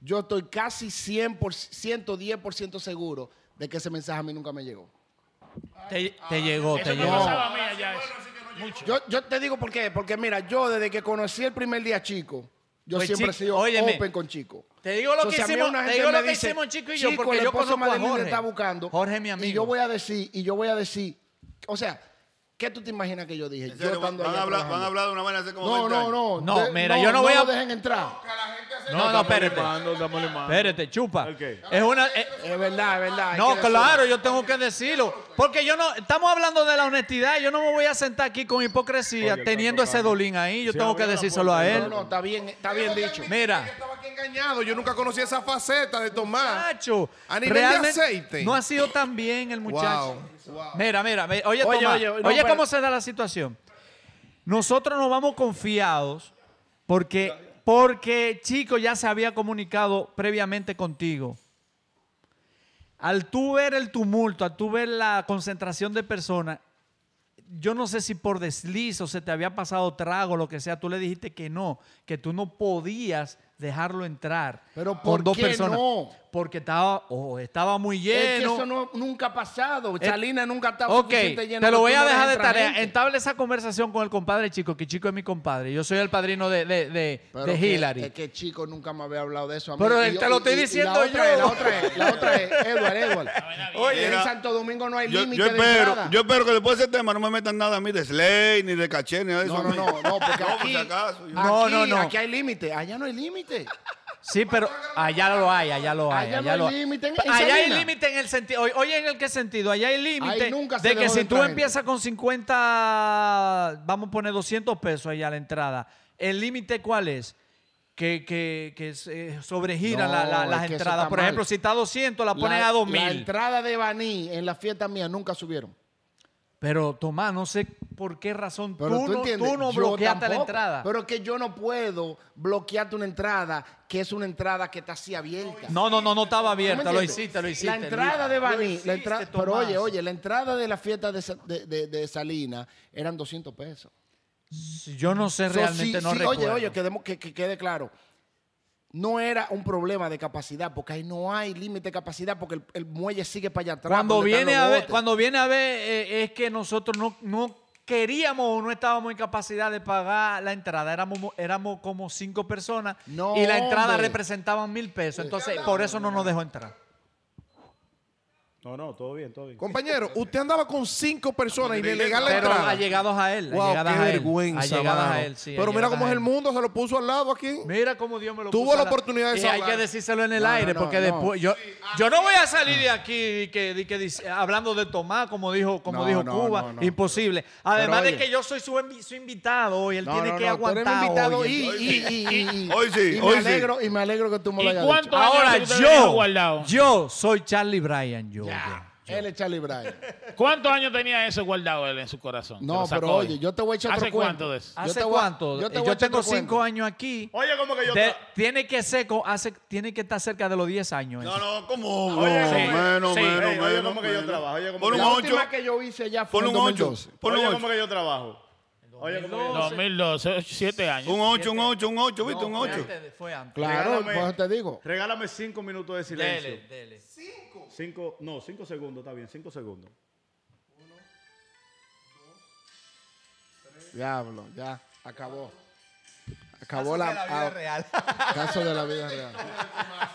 [SPEAKER 1] yo estoy casi 100 por, 110% seguro de que ese mensaje a mí nunca me llegó.
[SPEAKER 4] Te, te llegó, te
[SPEAKER 5] Eso me
[SPEAKER 4] llegó.
[SPEAKER 5] pasaba a mí allá. eso. Mucho.
[SPEAKER 1] Yo, yo te digo por qué. Porque mira, yo desde que conocí el primer día chico, yo
[SPEAKER 4] Pues,
[SPEAKER 1] siempre he
[SPEAKER 4] Chico,
[SPEAKER 1] sido
[SPEAKER 4] óyeme.
[SPEAKER 1] open con chico.
[SPEAKER 4] Te digo lo que
[SPEAKER 1] Entonces, a mí
[SPEAKER 4] hicimos,
[SPEAKER 1] una
[SPEAKER 4] te
[SPEAKER 1] gente
[SPEAKER 4] digo
[SPEAKER 1] me
[SPEAKER 4] lo que
[SPEAKER 1] dice,
[SPEAKER 4] hicimos chico y yo,
[SPEAKER 1] "Chico,
[SPEAKER 4] porque
[SPEAKER 1] el
[SPEAKER 4] yo
[SPEAKER 1] esposo
[SPEAKER 4] conozco a
[SPEAKER 1] Madeline te
[SPEAKER 4] Jorge.
[SPEAKER 1] está buscando.
[SPEAKER 4] Jorge es mi amigo.
[SPEAKER 1] Y yo voy a decir, y yo voy a decir, o sea, ¿qué tú te imaginas que yo dije?
[SPEAKER 2] En
[SPEAKER 1] Yo
[SPEAKER 2] serio, van,
[SPEAKER 1] estando
[SPEAKER 2] van
[SPEAKER 1] allá
[SPEAKER 2] a hablar,
[SPEAKER 1] trabajando.
[SPEAKER 2] van a hablar de una manera hace como
[SPEAKER 1] No,
[SPEAKER 2] 20 años.
[SPEAKER 1] no, no.
[SPEAKER 4] No, mira, yo no voy a-
[SPEAKER 1] No dejen entrar.
[SPEAKER 4] No, no,
[SPEAKER 3] Estamos
[SPEAKER 4] espérate.
[SPEAKER 3] limando, estamos limando.
[SPEAKER 4] Espérate, chupa.
[SPEAKER 3] ¿El qué?
[SPEAKER 4] Es una. eh,
[SPEAKER 1] Es verdad, es verdad. hay
[SPEAKER 4] no,
[SPEAKER 1] que decirlo.
[SPEAKER 4] claro, yo tengo que decirlo. Porque yo no. Estamos hablando de la honestidad. Yo no me voy a sentar aquí con hipocresía
[SPEAKER 3] Oye,
[SPEAKER 4] teniendo
[SPEAKER 3] está
[SPEAKER 4] ese dolín ahí. Yo
[SPEAKER 3] Sí,
[SPEAKER 4] tengo que
[SPEAKER 3] abrió la
[SPEAKER 4] decírselo a
[SPEAKER 3] puerta.
[SPEAKER 1] No,
[SPEAKER 4] él.
[SPEAKER 1] no, está bien, está bien dicho.
[SPEAKER 4] Mira.
[SPEAKER 6] Yo estaba aquí engañado. Yo nunca conocí esa faceta de Tomás.
[SPEAKER 4] Muchacho,
[SPEAKER 6] A nivel de aceite.
[SPEAKER 4] No ha sido tan bien el muchacho. Mira, mira, ve- oye,
[SPEAKER 1] Oye,
[SPEAKER 4] Tomás,
[SPEAKER 1] oye, no,
[SPEAKER 4] oye cómo
[SPEAKER 1] pero-
[SPEAKER 4] se da la situación. Nosotros nos vamos confiados porque, porque Chico ya se había comunicado previamente contigo. Al tú ver el tumulto, al tú ver la concentración de personas, yo no sé si por desliz o se te había pasado trago, lo que sea, tú le dijiste que no, que tú no podías dejarlo entrar
[SPEAKER 1] Pero
[SPEAKER 4] con
[SPEAKER 1] ¿por
[SPEAKER 4] dos
[SPEAKER 1] qué
[SPEAKER 4] personas.
[SPEAKER 1] no?
[SPEAKER 4] porque estaba, o estaba muy lleno.
[SPEAKER 1] Es que eso no- nunca ha pasado.
[SPEAKER 4] Eh,
[SPEAKER 1] Salinas nunca ha estado
[SPEAKER 4] Ok,
[SPEAKER 1] suficiente lleno
[SPEAKER 4] te
[SPEAKER 1] que
[SPEAKER 4] lo
[SPEAKER 1] tú
[SPEAKER 4] voy
[SPEAKER 1] no
[SPEAKER 4] a dejar de
[SPEAKER 1] dejes entrar
[SPEAKER 4] tarea.
[SPEAKER 1] gente.
[SPEAKER 4] Entable esa conversación con el compadre Chico, que Chico es mi compadre. Yo soy el padrino de, de, de-
[SPEAKER 1] Pero
[SPEAKER 4] de
[SPEAKER 1] que-
[SPEAKER 4] Hillary.
[SPEAKER 1] Es que chico nunca me había hablado de eso. A mí. Y
[SPEAKER 4] Pero te
[SPEAKER 1] yo-
[SPEAKER 4] lo
[SPEAKER 1] y-
[SPEAKER 4] estoy
[SPEAKER 1] y- y
[SPEAKER 4] diciendo
[SPEAKER 1] la otra es,
[SPEAKER 4] yo.
[SPEAKER 1] la otra es, la
[SPEAKER 4] *laughs*
[SPEAKER 1] otra es, Edward, Edward. Oye, en
[SPEAKER 2] Mira,
[SPEAKER 1] Santo Domingo no hay
[SPEAKER 2] Yo,
[SPEAKER 1] límite
[SPEAKER 2] yo
[SPEAKER 1] de
[SPEAKER 2] espero,
[SPEAKER 1] entrada.
[SPEAKER 2] yo espero que después de ese tema no me metan nada a mí de Slay, ni de caché, ni nada de
[SPEAKER 1] no,
[SPEAKER 2] eso. a
[SPEAKER 1] no,
[SPEAKER 2] mí.
[SPEAKER 1] no, no,
[SPEAKER 2] *laughs*
[SPEAKER 1] porque
[SPEAKER 2] por
[SPEAKER 1] aquí,
[SPEAKER 2] si acaso, yo-
[SPEAKER 4] No,
[SPEAKER 1] aquí-
[SPEAKER 4] no, no.
[SPEAKER 1] aquí hay límite, allá no hay límite.
[SPEAKER 4] Sí, pero allá lo hay, allá lo hay.
[SPEAKER 1] Allá
[SPEAKER 4] Allá,
[SPEAKER 1] no hay
[SPEAKER 4] lo
[SPEAKER 1] límite en- en
[SPEAKER 4] allá hay
[SPEAKER 1] Salinas.
[SPEAKER 4] límite en el sentido. Oye, oye, ¿en el qué sentido? Allá hay límite
[SPEAKER 1] Ahí nunca se
[SPEAKER 4] de que
[SPEAKER 1] dejó de
[SPEAKER 4] si tú
[SPEAKER 1] entrar
[SPEAKER 4] empiezas con 50, vamos a poner 200 pesos allá a la entrada. ¿El límite cuál es? Que, que, que se sobregiran
[SPEAKER 1] No,
[SPEAKER 4] la- la-
[SPEAKER 1] es que
[SPEAKER 4] las
[SPEAKER 1] eso
[SPEAKER 4] entradas.
[SPEAKER 1] está
[SPEAKER 4] Por
[SPEAKER 1] mal.
[SPEAKER 4] ejemplo, si está 200, la ponen a 2000.
[SPEAKER 1] La entrada de Baní en la fiesta mía nunca subieron.
[SPEAKER 4] Pero Tomás, no sé por qué razón
[SPEAKER 1] Pero tú,
[SPEAKER 4] tú, no,
[SPEAKER 1] entiendes,
[SPEAKER 4] tú no
[SPEAKER 1] yo
[SPEAKER 4] bloqueaste la
[SPEAKER 1] tampoco.
[SPEAKER 4] entrada.
[SPEAKER 1] Pero que yo no puedo bloquearte una entrada que es una entrada que está así abierta.
[SPEAKER 4] no, no, no, no estaba
[SPEAKER 1] ¿Tú me
[SPEAKER 4] abierta, lo
[SPEAKER 1] entiendes?
[SPEAKER 4] hiciste, lo hiciste.
[SPEAKER 1] La entrada de
[SPEAKER 4] Lo
[SPEAKER 1] Baní, la
[SPEAKER 4] hiciste,
[SPEAKER 1] entrada, pero
[SPEAKER 4] Tomás.
[SPEAKER 1] oye, oye, la entrada de la fiesta de, Sa- de, de- de Salina eran 200 pesos.
[SPEAKER 4] Yo no sé
[SPEAKER 1] So,
[SPEAKER 4] realmente,
[SPEAKER 1] sí,
[SPEAKER 4] no
[SPEAKER 1] sí,
[SPEAKER 4] recuerdo.
[SPEAKER 1] Oye, oye, quedemos- que, que quede claro. No era un problema de capacidad, porque ahí no hay límite de capacidad, porque el, el muelle sigue para allá atrás.
[SPEAKER 4] cuando,
[SPEAKER 1] donde están
[SPEAKER 4] viene
[SPEAKER 1] los
[SPEAKER 4] a ver,
[SPEAKER 1] botes.
[SPEAKER 4] cuando viene a ver, eh, es que nosotros no, no queríamos o no estábamos en capacidad de pagar la entrada. Éramos, mo- éramos como cinco personas
[SPEAKER 1] No,
[SPEAKER 4] y la entrada
[SPEAKER 1] hombre.
[SPEAKER 4] representaba mil pesos. Entonces, por eso no nos dejó entrar.
[SPEAKER 3] No, no, todo bien, todo bien.
[SPEAKER 6] Compañero, usted andaba con cinco personas y le legal la
[SPEAKER 4] Pero
[SPEAKER 6] entrada.
[SPEAKER 4] allegados a él.
[SPEAKER 6] Wow,
[SPEAKER 4] allegadas
[SPEAKER 6] qué
[SPEAKER 4] a él,
[SPEAKER 6] vergüenza,
[SPEAKER 4] allegadas a
[SPEAKER 6] mano.
[SPEAKER 4] él, sí,
[SPEAKER 6] Pero mira
[SPEAKER 4] allegadas
[SPEAKER 6] cómo
[SPEAKER 4] a
[SPEAKER 6] es el
[SPEAKER 4] él.
[SPEAKER 6] mundo, se lo puso al lado aquí.
[SPEAKER 4] Mira cómo Dios me lo
[SPEAKER 6] Tuvo
[SPEAKER 4] puso
[SPEAKER 6] la
[SPEAKER 4] a
[SPEAKER 6] oportunidad de
[SPEAKER 4] Y hay
[SPEAKER 6] hablar.
[SPEAKER 4] que decírselo en el
[SPEAKER 1] No, no,
[SPEAKER 4] aire,
[SPEAKER 1] no,
[SPEAKER 4] porque
[SPEAKER 1] no.
[SPEAKER 4] después. Yo, yo ah, no voy a salir de aquí y que, y que dice- hablando de Tomás, como dijo, como
[SPEAKER 1] No,
[SPEAKER 4] dijo
[SPEAKER 1] no,
[SPEAKER 4] Cuba.
[SPEAKER 1] no, no.
[SPEAKER 4] Imposible. Además
[SPEAKER 1] oye.
[SPEAKER 4] de que yo soy su, envi- su invitado hoy, él
[SPEAKER 1] No,
[SPEAKER 4] tiene
[SPEAKER 1] no,
[SPEAKER 4] que
[SPEAKER 1] no, tú eres mi
[SPEAKER 4] aguantar.
[SPEAKER 1] invitado
[SPEAKER 4] hoy,
[SPEAKER 1] y- y- *laughs* y- y- y-
[SPEAKER 2] Hoy sí,
[SPEAKER 1] y
[SPEAKER 2] hoy
[SPEAKER 1] me
[SPEAKER 2] sí.
[SPEAKER 1] alegro, Y me alegro que tú me lo
[SPEAKER 5] ¿Y
[SPEAKER 1] hayas
[SPEAKER 5] cuánto-
[SPEAKER 1] dicho.
[SPEAKER 4] Ahora
[SPEAKER 5] Tú te dejas
[SPEAKER 4] yo,
[SPEAKER 5] guardado.
[SPEAKER 4] yo soy Charlie Bryan. Yo,
[SPEAKER 1] Él es Charlie Bryan.
[SPEAKER 5] ¿Cuántos años tenía eso guardado él en su corazón? Que
[SPEAKER 1] No,
[SPEAKER 5] lo sacó
[SPEAKER 1] pero
[SPEAKER 5] hoy.
[SPEAKER 1] oye, yo te voy a echar otro
[SPEAKER 5] ¿Hace
[SPEAKER 1] cuento.
[SPEAKER 5] cuánto de eso?
[SPEAKER 1] Yo
[SPEAKER 4] ¿Hace
[SPEAKER 1] te voy a-
[SPEAKER 4] cuánto? Eh,
[SPEAKER 1] Yo,
[SPEAKER 4] Yo,
[SPEAKER 1] te voy a echar
[SPEAKER 4] tengo
[SPEAKER 1] otro
[SPEAKER 4] cinco
[SPEAKER 1] cuento.
[SPEAKER 4] años aquí.
[SPEAKER 3] Oye, como que yo.
[SPEAKER 4] De-
[SPEAKER 3] tra-
[SPEAKER 4] tiene que seco, hace, tiene que estar cerca de los 10 años.
[SPEAKER 2] No, no, como
[SPEAKER 3] Oye,
[SPEAKER 2] no,
[SPEAKER 3] sí.
[SPEAKER 2] menos,
[SPEAKER 3] Sí.
[SPEAKER 2] menos,
[SPEAKER 3] Oye, oye,
[SPEAKER 2] menos.
[SPEAKER 3] ¿cómo que yo
[SPEAKER 2] menos.
[SPEAKER 3] trabajo? Oye, ¿cómo
[SPEAKER 2] Pon
[SPEAKER 3] que
[SPEAKER 2] un
[SPEAKER 3] yo-
[SPEAKER 1] La
[SPEAKER 2] 8,
[SPEAKER 1] última que yo hice ya fue
[SPEAKER 2] pon
[SPEAKER 1] en
[SPEAKER 2] un 8,
[SPEAKER 1] 2012.
[SPEAKER 2] pon un
[SPEAKER 3] Oye,
[SPEAKER 2] 8.
[SPEAKER 3] ¿cómo que yo trabajo? Oye, ¿cómo que yo
[SPEAKER 5] 2012, 7 años.
[SPEAKER 2] Un 8, un 8, un 8, ¿viste? Un 8.
[SPEAKER 4] Fue antes.
[SPEAKER 1] Claro, por eso te digo.
[SPEAKER 3] Regálame cinco minutos de silencio.
[SPEAKER 4] Dele, dele.
[SPEAKER 3] Cinco, no, cinco segundos, está bien, cinco segundos.
[SPEAKER 1] Diablo, ya, acabó. Acabó la, ah, caso de la vida real.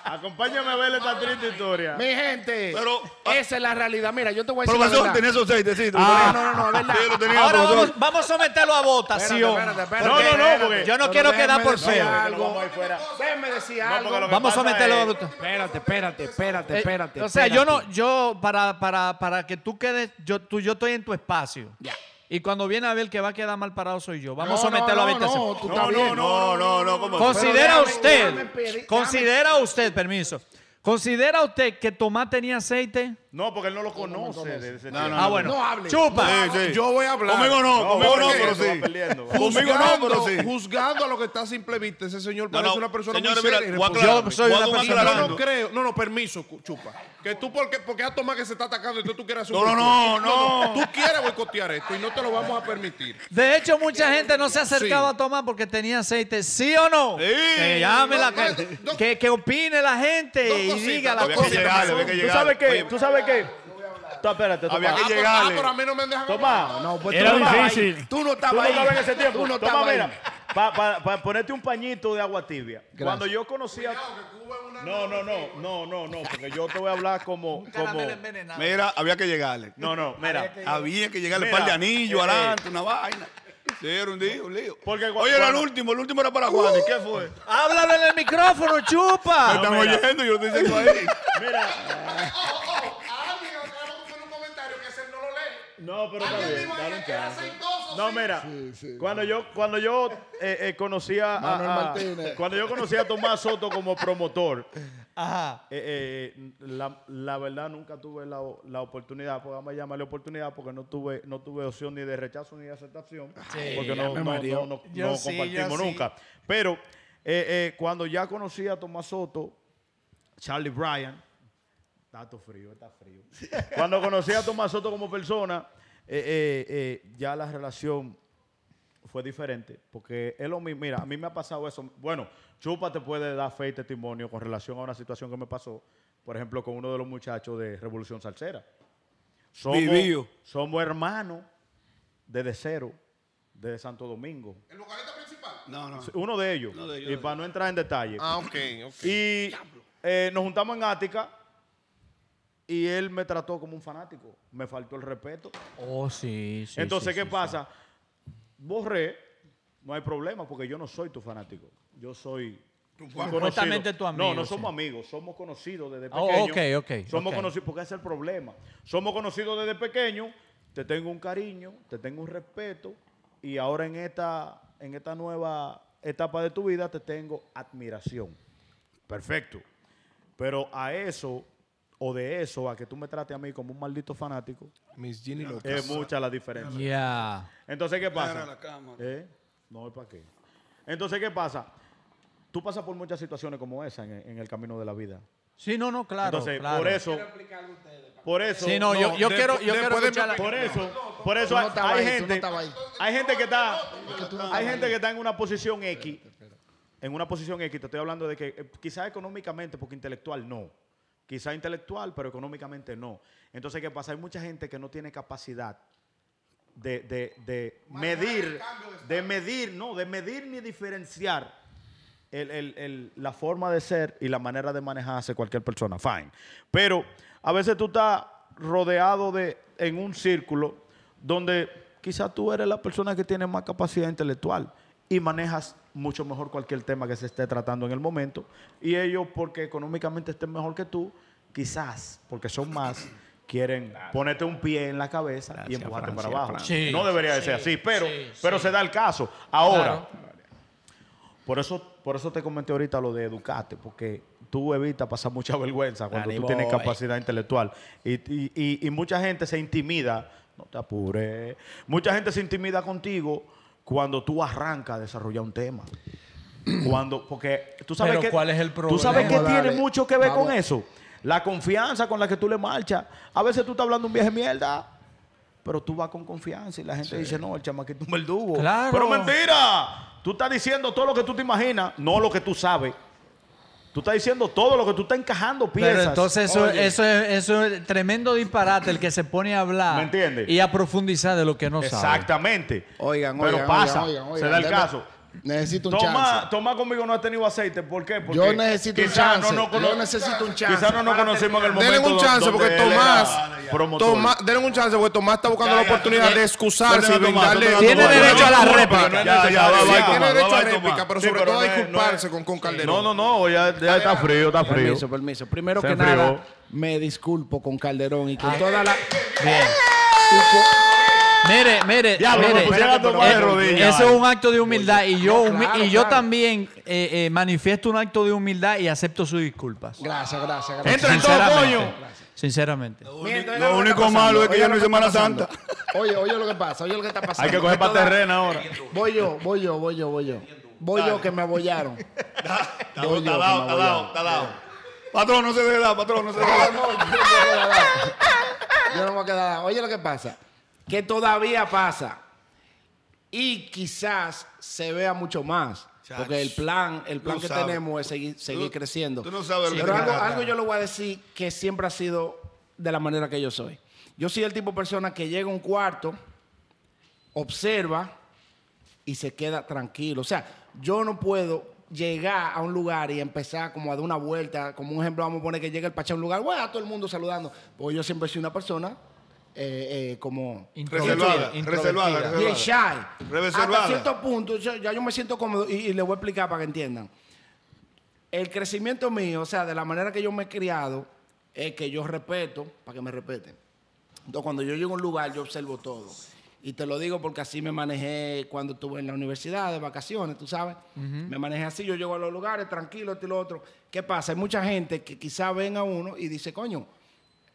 [SPEAKER 3] Acompáñame a ver esta triste historia.
[SPEAKER 1] Mi gente,
[SPEAKER 2] Pero-
[SPEAKER 1] esa es la realidad. Mira, yo te voy a decir la
[SPEAKER 2] Profesor,
[SPEAKER 1] verdad.
[SPEAKER 2] tenía esos 6, sí.
[SPEAKER 1] Ah, no, no, no, es verdad.
[SPEAKER 2] Sí, lo tenía,
[SPEAKER 4] Ahora
[SPEAKER 2] profesor.
[SPEAKER 4] vamos, vamos a someterlo a votación.
[SPEAKER 1] Espérate, espérate,
[SPEAKER 3] No, no,
[SPEAKER 1] espérate.
[SPEAKER 3] no, porque.
[SPEAKER 4] Yo no
[SPEAKER 1] Pero
[SPEAKER 4] quiero
[SPEAKER 1] déjame
[SPEAKER 4] quedar por
[SPEAKER 1] decir
[SPEAKER 4] feo.
[SPEAKER 1] algo.
[SPEAKER 3] Vamos ahí fuera.
[SPEAKER 1] Déjame decir
[SPEAKER 3] No, porque
[SPEAKER 1] algo.
[SPEAKER 3] lo que
[SPEAKER 4] Vamos a
[SPEAKER 3] pasa
[SPEAKER 4] someterlo
[SPEAKER 3] es-
[SPEAKER 4] a votación.
[SPEAKER 1] Espérate, espérate, espérate,
[SPEAKER 4] Eh,
[SPEAKER 1] espérate.
[SPEAKER 4] o sea, yo no,
[SPEAKER 1] espérate.
[SPEAKER 4] yo para, para, para que tú quedes, yo, tú, yo estoy en tu espacio.
[SPEAKER 1] Ya.
[SPEAKER 4] Y cuando viene a ver que va a quedar mal parado soy yo. Vamos
[SPEAKER 1] No,
[SPEAKER 4] a someterlo a
[SPEAKER 1] no, no,
[SPEAKER 4] votación.
[SPEAKER 1] no, tú estás
[SPEAKER 2] No,
[SPEAKER 1] bien.
[SPEAKER 2] no, no, no, no, ¿cómo?
[SPEAKER 4] Considera
[SPEAKER 1] Pero déjame-
[SPEAKER 4] usted,
[SPEAKER 1] déjame pedir-
[SPEAKER 4] considera usted, permiso. Considera usted que Tomás tenía aceite.
[SPEAKER 3] No, porque él no lo conoce. de ese
[SPEAKER 2] No,
[SPEAKER 3] tiempo.
[SPEAKER 2] no,
[SPEAKER 4] Ah, bueno.
[SPEAKER 1] no hable.
[SPEAKER 4] Chupa.
[SPEAKER 2] Sí, sí.
[SPEAKER 6] Yo voy a hablar.
[SPEAKER 2] Conmigo no, conmigo no,
[SPEAKER 6] porque-
[SPEAKER 2] pero
[SPEAKER 3] Estaba
[SPEAKER 2] sí.
[SPEAKER 3] perdiendo.
[SPEAKER 2] Conmigo no, pero sí.
[SPEAKER 6] Juzgando a lo que está a simple vista, ese señor
[SPEAKER 2] No,
[SPEAKER 6] parece
[SPEAKER 2] no,
[SPEAKER 6] una persona
[SPEAKER 2] señores,
[SPEAKER 6] muy
[SPEAKER 2] mira,
[SPEAKER 6] seria. y
[SPEAKER 2] voy a
[SPEAKER 6] responsable.
[SPEAKER 2] aclarar,
[SPEAKER 4] Yo soy
[SPEAKER 2] voy a
[SPEAKER 4] una
[SPEAKER 2] dar un
[SPEAKER 4] persona-
[SPEAKER 6] Yo no
[SPEAKER 2] aclarando.
[SPEAKER 6] creo, no, no, permiso, cu- chupa. Que tú, porque, porque a Tomás que se está atacando y tú, tú quieres hacer un
[SPEAKER 2] No, no,
[SPEAKER 6] boicot.
[SPEAKER 2] no,
[SPEAKER 6] Tú quieres boicotear esto y no te lo vamos a permitir.
[SPEAKER 4] De hecho, mucha gente no se acercaba
[SPEAKER 6] Sí.
[SPEAKER 4] a Tomás porque tenía aceite. ¿Sí o no?
[SPEAKER 2] Sí.
[SPEAKER 4] Que llame la
[SPEAKER 6] No,
[SPEAKER 4] gente.
[SPEAKER 6] no, no.
[SPEAKER 4] que, que opine la gente
[SPEAKER 6] Dos
[SPEAKER 4] y
[SPEAKER 6] cositas,
[SPEAKER 4] diga la
[SPEAKER 6] dos
[SPEAKER 2] Había que
[SPEAKER 4] cosa.
[SPEAKER 2] llegarle, había que
[SPEAKER 3] ¿Tú
[SPEAKER 2] llegarle.
[SPEAKER 3] sabes qué?
[SPEAKER 2] Oye,
[SPEAKER 3] ¿Tú sabes qué? Tú, espérate,
[SPEAKER 2] Había
[SPEAKER 3] Tomás.
[SPEAKER 2] que
[SPEAKER 6] Ah, pero-
[SPEAKER 2] llegarle.
[SPEAKER 6] pero a mí no me dejan
[SPEAKER 3] Tomás.
[SPEAKER 6] hablar.
[SPEAKER 1] No, pues tú
[SPEAKER 5] Era
[SPEAKER 1] no estabas ahí.
[SPEAKER 5] difícil.
[SPEAKER 1] Tú no
[SPEAKER 3] Tú no
[SPEAKER 1] estabas ahí.
[SPEAKER 3] estabas en ese
[SPEAKER 1] Tú
[SPEAKER 3] tiempo.
[SPEAKER 1] no
[SPEAKER 3] Toma,
[SPEAKER 1] estabas ahí.
[SPEAKER 3] mira, para ponerte un pañito de agua tibia. Cuando yo conocía. No, no, no, no, no, no, porque yo te voy a hablar como. como...
[SPEAKER 2] Mira, había que llegarle.
[SPEAKER 3] No, no, mira.
[SPEAKER 2] Había que llegarle un
[SPEAKER 3] Mira,
[SPEAKER 2] par de anillos
[SPEAKER 3] eh,
[SPEAKER 2] adelante, una vaina. Sí, era un lío, un lío.
[SPEAKER 3] Porque cua-
[SPEAKER 2] Oye, era el
[SPEAKER 3] cuando-
[SPEAKER 2] último, el último era para Juan. ¿Y qué fue?
[SPEAKER 4] Háblalo en el micrófono,
[SPEAKER 2] Me
[SPEAKER 4] chupa.
[SPEAKER 2] *laughs* están
[SPEAKER 3] mira.
[SPEAKER 2] oyendo, yo lo estoy diciendo ahí.
[SPEAKER 3] Mira.
[SPEAKER 6] Alguien acaba de poner un comentario que ese no lo lee.
[SPEAKER 3] No, pero está
[SPEAKER 6] Alguien
[SPEAKER 3] bien,
[SPEAKER 6] dijo ahí
[SPEAKER 3] dale un
[SPEAKER 6] que era
[SPEAKER 3] chance.
[SPEAKER 6] aceitoso,
[SPEAKER 3] No,
[SPEAKER 6] sí.
[SPEAKER 3] mira. Cuando yo, cuando yo eh, eh, conocía
[SPEAKER 1] Manuel
[SPEAKER 3] a, a-
[SPEAKER 1] Martínez.
[SPEAKER 3] cuando yo conocía a Tomás Soto como promotor,
[SPEAKER 4] Ajá.
[SPEAKER 3] Eh, eh, la, la verdad nunca tuve la, o- la oportunidad, porque vamos a llamarle oportunidad, porque no tuve, no tuve opción ni de rechazo ni de aceptación, porque no, no, no- no-
[SPEAKER 4] Yo
[SPEAKER 3] no
[SPEAKER 4] sí,
[SPEAKER 3] compartimos
[SPEAKER 4] yo sí.
[SPEAKER 3] nunca. Pero eh, eh, cuando ya conocí a Tomás Soto, Charlie Bryan, está todo frío, está frío. cuando conocí a Tomás Soto como persona, eh, eh, eh, ya la relación fue diferente, porque es lo mismo. Mira, a mí me ha pasado eso. Bueno, Chupa te puede dar fe y testimonio con relación a una situación que me pasó por ejemplo, con uno de los muchachos de Revolución Salsera.
[SPEAKER 2] Vivío.
[SPEAKER 3] Somos, somos hermanos desde cero, desde Santo Domingo.
[SPEAKER 6] ¿El vocalista principal?
[SPEAKER 2] No, no.
[SPEAKER 3] Uno de ellos.
[SPEAKER 2] Ah. Uno de ellos,
[SPEAKER 3] y
[SPEAKER 2] de-
[SPEAKER 3] para no entrar en detalle.
[SPEAKER 6] Ah, ok, ok.
[SPEAKER 3] Y eh, nos juntamos en Ática y él me trató como un fanático. Me faltó el respeto.
[SPEAKER 4] Oh, sí, sí.
[SPEAKER 3] Entonces,
[SPEAKER 4] sí,
[SPEAKER 3] ¿qué
[SPEAKER 4] sí,
[SPEAKER 3] pasa? Borré, no hay problema porque yo no soy tu fanático. Yo soy. conocido.
[SPEAKER 4] Supuestamente tu amigo,
[SPEAKER 3] No, no
[SPEAKER 4] sí.
[SPEAKER 3] somos amigos, somos conocidos desde
[SPEAKER 4] Oh,
[SPEAKER 3] pequeño.
[SPEAKER 4] ok, ok,
[SPEAKER 3] Somos
[SPEAKER 4] ok.
[SPEAKER 3] conocidos, porque ese es el problema. Somos conocidos desde pequeño, te tengo un cariño, te tengo un respeto, y ahora en esta, en esta nueva etapa de tu vida te tengo admiración. Perfecto. Pero a eso, o de eso, a que tú me trates a mí como un maldito fanático,
[SPEAKER 6] Miss Ginny López.
[SPEAKER 3] es mucha la
[SPEAKER 4] sí.
[SPEAKER 3] diferencia.
[SPEAKER 4] Ya.
[SPEAKER 3] Entonces, ¿qué
[SPEAKER 2] Claro,
[SPEAKER 3] pasa?
[SPEAKER 2] la cámara.
[SPEAKER 3] ¿Eh? No, ¿para qué? Entonces, ¿qué pasa? Tú pasas por muchas situaciones como esa en, en el camino de la vida.
[SPEAKER 4] Sí, no, no, claro.
[SPEAKER 3] Entonces,
[SPEAKER 4] claro.
[SPEAKER 3] por eso, por eso,
[SPEAKER 4] Sí, no, yo, yo
[SPEAKER 6] despu-
[SPEAKER 4] quiero, yo quiero
[SPEAKER 6] después de
[SPEAKER 4] escuchar
[SPEAKER 6] mi
[SPEAKER 4] la-
[SPEAKER 3] por eso, por eso
[SPEAKER 1] no
[SPEAKER 3] hay,
[SPEAKER 1] estabas
[SPEAKER 3] hay
[SPEAKER 1] ahí, tú no
[SPEAKER 3] gente,
[SPEAKER 1] estabas ahí.
[SPEAKER 3] hay gente que está,
[SPEAKER 1] tú no estabas
[SPEAKER 3] hay
[SPEAKER 1] ahí.
[SPEAKER 3] gente que está en una posición X, en una posición X. Te estoy hablando de que eh, quizás económicamente, porque intelectual no, quizás intelectual, pero económicamente no. Entonces, ¿qué pasa? Hay mucha gente que no tiene capacidad de, de- de medir, de medir, no, de medir ni diferenciar el- el- el- la forma de ser y la manera de manejarse cualquier persona. Fine. Pero a veces tú estás rodeado de, en un círculo donde quizás tú eres la persona que tiene más capacidad intelectual y manejas mucho mejor cualquier tema que se esté tratando en el momento. Y ellos, porque económicamente estén mejor que tú, quizás porque
[SPEAKER 4] *clears throat*
[SPEAKER 3] son más, quieren ponerte un pie en la cabeza y empujarte para abajo.
[SPEAKER 4] Sí.
[SPEAKER 3] no debería de ser así, pero, pero se da el caso. Ahora, por eso, por eso te comenté ahorita lo de educarte, porque tú evitas pasar mucha *laughs* vergüenza cuando
[SPEAKER 4] Dale,
[SPEAKER 3] tú tienes
[SPEAKER 4] boy.
[SPEAKER 3] capacidad intelectual. Y, y- y- y mucha gente se intimida, no te apures, mucha gente se intimida contigo cuando tú arrancas a desarrollar
[SPEAKER 4] *clears throat*
[SPEAKER 3] un tema. Cuando, porque tú sabes
[SPEAKER 4] Pero
[SPEAKER 3] que,
[SPEAKER 4] ¿cuál es el
[SPEAKER 3] Tú sabes
[SPEAKER 4] problema?
[SPEAKER 3] que tiene
[SPEAKER 1] Dale,
[SPEAKER 3] mucho que ver
[SPEAKER 1] vamos.
[SPEAKER 3] con eso. La confianza con la que tú le marchas. A veces tú estás hablando un viaje mierda, pero tú vas con confianza y la gente dice, no, el chamaquito es un verdugo.
[SPEAKER 4] Claro.
[SPEAKER 3] Pero mentira. Tú estás diciendo todo lo que tú te imaginas, no lo que tú sabes. Tú estás diciendo todo lo que tú estás encajando piezas.
[SPEAKER 4] Pero entonces eso,
[SPEAKER 3] Oye,
[SPEAKER 4] eso, es, eso es tremendo disparate el que se pone a hablar
[SPEAKER 3] ¿Me entiendes?
[SPEAKER 4] y a profundizar de lo que no sabe.
[SPEAKER 3] Exactamente.
[SPEAKER 1] Oigan,
[SPEAKER 3] Pero
[SPEAKER 1] oigan,
[SPEAKER 3] pasa.
[SPEAKER 1] oigan, oigan,
[SPEAKER 3] se da el
[SPEAKER 1] deme-
[SPEAKER 3] caso.
[SPEAKER 1] Necesito un
[SPEAKER 3] Toma,
[SPEAKER 1] chance.
[SPEAKER 3] toma conmigo no ha tenido aceite. ¿Por qué? Porque
[SPEAKER 1] Yo necesito un
[SPEAKER 3] quizá
[SPEAKER 1] chance.
[SPEAKER 3] no nos cono-
[SPEAKER 1] Yo necesito un chance.
[SPEAKER 3] Quizás no nos conocimos en el momento.
[SPEAKER 6] Denle un chance
[SPEAKER 3] donde
[SPEAKER 6] porque
[SPEAKER 3] él era
[SPEAKER 6] Tomás-
[SPEAKER 3] promotor.
[SPEAKER 6] Tomás, denle un chance porque Tomás está buscando
[SPEAKER 2] Ya,
[SPEAKER 6] la
[SPEAKER 2] ya,
[SPEAKER 6] oportunidad
[SPEAKER 2] ya.
[SPEAKER 6] de excusarse y
[SPEAKER 3] Dóndenle a Tomás,
[SPEAKER 6] brindarle.
[SPEAKER 3] dóndenle a
[SPEAKER 4] Tiene
[SPEAKER 3] Tomás.
[SPEAKER 4] derecho a la
[SPEAKER 3] No, no,
[SPEAKER 4] réplica.
[SPEAKER 3] pero no es necesario.
[SPEAKER 6] Sí,
[SPEAKER 3] Ya, ya,
[SPEAKER 6] tiene
[SPEAKER 3] ya,
[SPEAKER 6] derecho
[SPEAKER 3] ya,
[SPEAKER 6] a
[SPEAKER 3] ya,
[SPEAKER 6] réplica,
[SPEAKER 3] Tomás.
[SPEAKER 6] pero
[SPEAKER 3] Sí,
[SPEAKER 6] sobre todo a
[SPEAKER 3] no es- no es-
[SPEAKER 6] disculparse con- con Calderón.
[SPEAKER 3] No, no, no, ya, ya está frío, está frío.
[SPEAKER 1] Permiso, permiso. Primero
[SPEAKER 3] Se
[SPEAKER 1] que
[SPEAKER 3] enfrió. Ah.
[SPEAKER 1] nada, me disculpo con Calderón y con toda la.
[SPEAKER 4] Bien. Mire, mire,
[SPEAKER 3] Diablo, me
[SPEAKER 4] mire.
[SPEAKER 3] pusieron a tomar de
[SPEAKER 4] Eh,
[SPEAKER 3] rodillas,
[SPEAKER 4] Eso es
[SPEAKER 3] vale.
[SPEAKER 4] un acto de humildad y yo,
[SPEAKER 1] No,
[SPEAKER 4] humi-
[SPEAKER 1] claro,
[SPEAKER 4] y yo
[SPEAKER 1] claro.
[SPEAKER 4] también eh, eh, manifiesto un acto de humildad y acepto sus disculpas.
[SPEAKER 1] Gracias, gracias,
[SPEAKER 3] *laughs*
[SPEAKER 1] gracias.
[SPEAKER 3] Entra en todo,
[SPEAKER 4] Sinceramente.
[SPEAKER 3] coño.
[SPEAKER 4] Sinceramente.
[SPEAKER 1] Mientras,
[SPEAKER 2] Lo
[SPEAKER 1] oiga que
[SPEAKER 2] único
[SPEAKER 1] está
[SPEAKER 2] malo es que
[SPEAKER 1] oiga
[SPEAKER 2] ya
[SPEAKER 1] lo
[SPEAKER 2] no hice
[SPEAKER 1] está
[SPEAKER 2] Semana
[SPEAKER 1] pasando. *laughs*
[SPEAKER 2] Santa.
[SPEAKER 1] Oye, oye lo que pasa, oye lo que está pasando.
[SPEAKER 3] Hay que coger para
[SPEAKER 1] Toda-
[SPEAKER 3] terrena ahora.
[SPEAKER 1] Voy yo, voy yo, voy yo, voy yo. Voy yo que me abollaron.
[SPEAKER 2] Está
[SPEAKER 1] Voy yo, que
[SPEAKER 2] dado, está
[SPEAKER 1] me
[SPEAKER 2] dado, está
[SPEAKER 1] voy
[SPEAKER 2] dado,
[SPEAKER 1] yo.
[SPEAKER 2] está dado. Patrón, no se debe dar, patrón, no se debe
[SPEAKER 1] Ah,
[SPEAKER 2] dar.
[SPEAKER 1] no, yo no me voy a quedar. Yo no me voy a quedar. Oye lo que pasa. Que todavía pasa. Y quizás se vea mucho más.
[SPEAKER 2] Chacho.
[SPEAKER 1] Porque el plan, el plan
[SPEAKER 2] Tú
[SPEAKER 1] que
[SPEAKER 2] sabes.
[SPEAKER 1] tenemos es seguir, seguir creciendo.
[SPEAKER 2] tú no sabes lo que
[SPEAKER 1] Pero
[SPEAKER 2] te
[SPEAKER 1] algo,
[SPEAKER 2] gana.
[SPEAKER 1] algo yo lo voy a decir que siempre ha sido de la manera que yo soy. Yo soy el tipo de persona que llega a un cuarto, observa y se queda tranquilo. O sea, yo no puedo llegar a un lugar y empezar como a dar una vuelta. Como un ejemplo, vamos a poner que llega el Pachá a un lugar, bueno, a todo el mundo saludando. Porque yo siempre soy una persona eh, eh, como...
[SPEAKER 2] Reservada,
[SPEAKER 4] Introvertida,
[SPEAKER 2] reservada,
[SPEAKER 4] introvertida.
[SPEAKER 2] reservada.
[SPEAKER 1] Bien shy.
[SPEAKER 2] Reservada.
[SPEAKER 1] Hasta cierto punto, yo- ya yo me siento cómodo y, y les voy a explicar para que entiendan. El crecimiento mío, o sea, de la manera que yo me he criado, es que yo respeto para que me respeten. Entonces, cuando yo llego a un lugar, yo observo todo. Y te lo digo porque así me manejé cuando estuve en la universidad, de vacaciones, tú sabes. Me manejé así, yo llego a los lugares, tranquilo, esto y lo otro. ¿Qué pasa? Hay mucha gente que quizá ven a uno y dice, coño,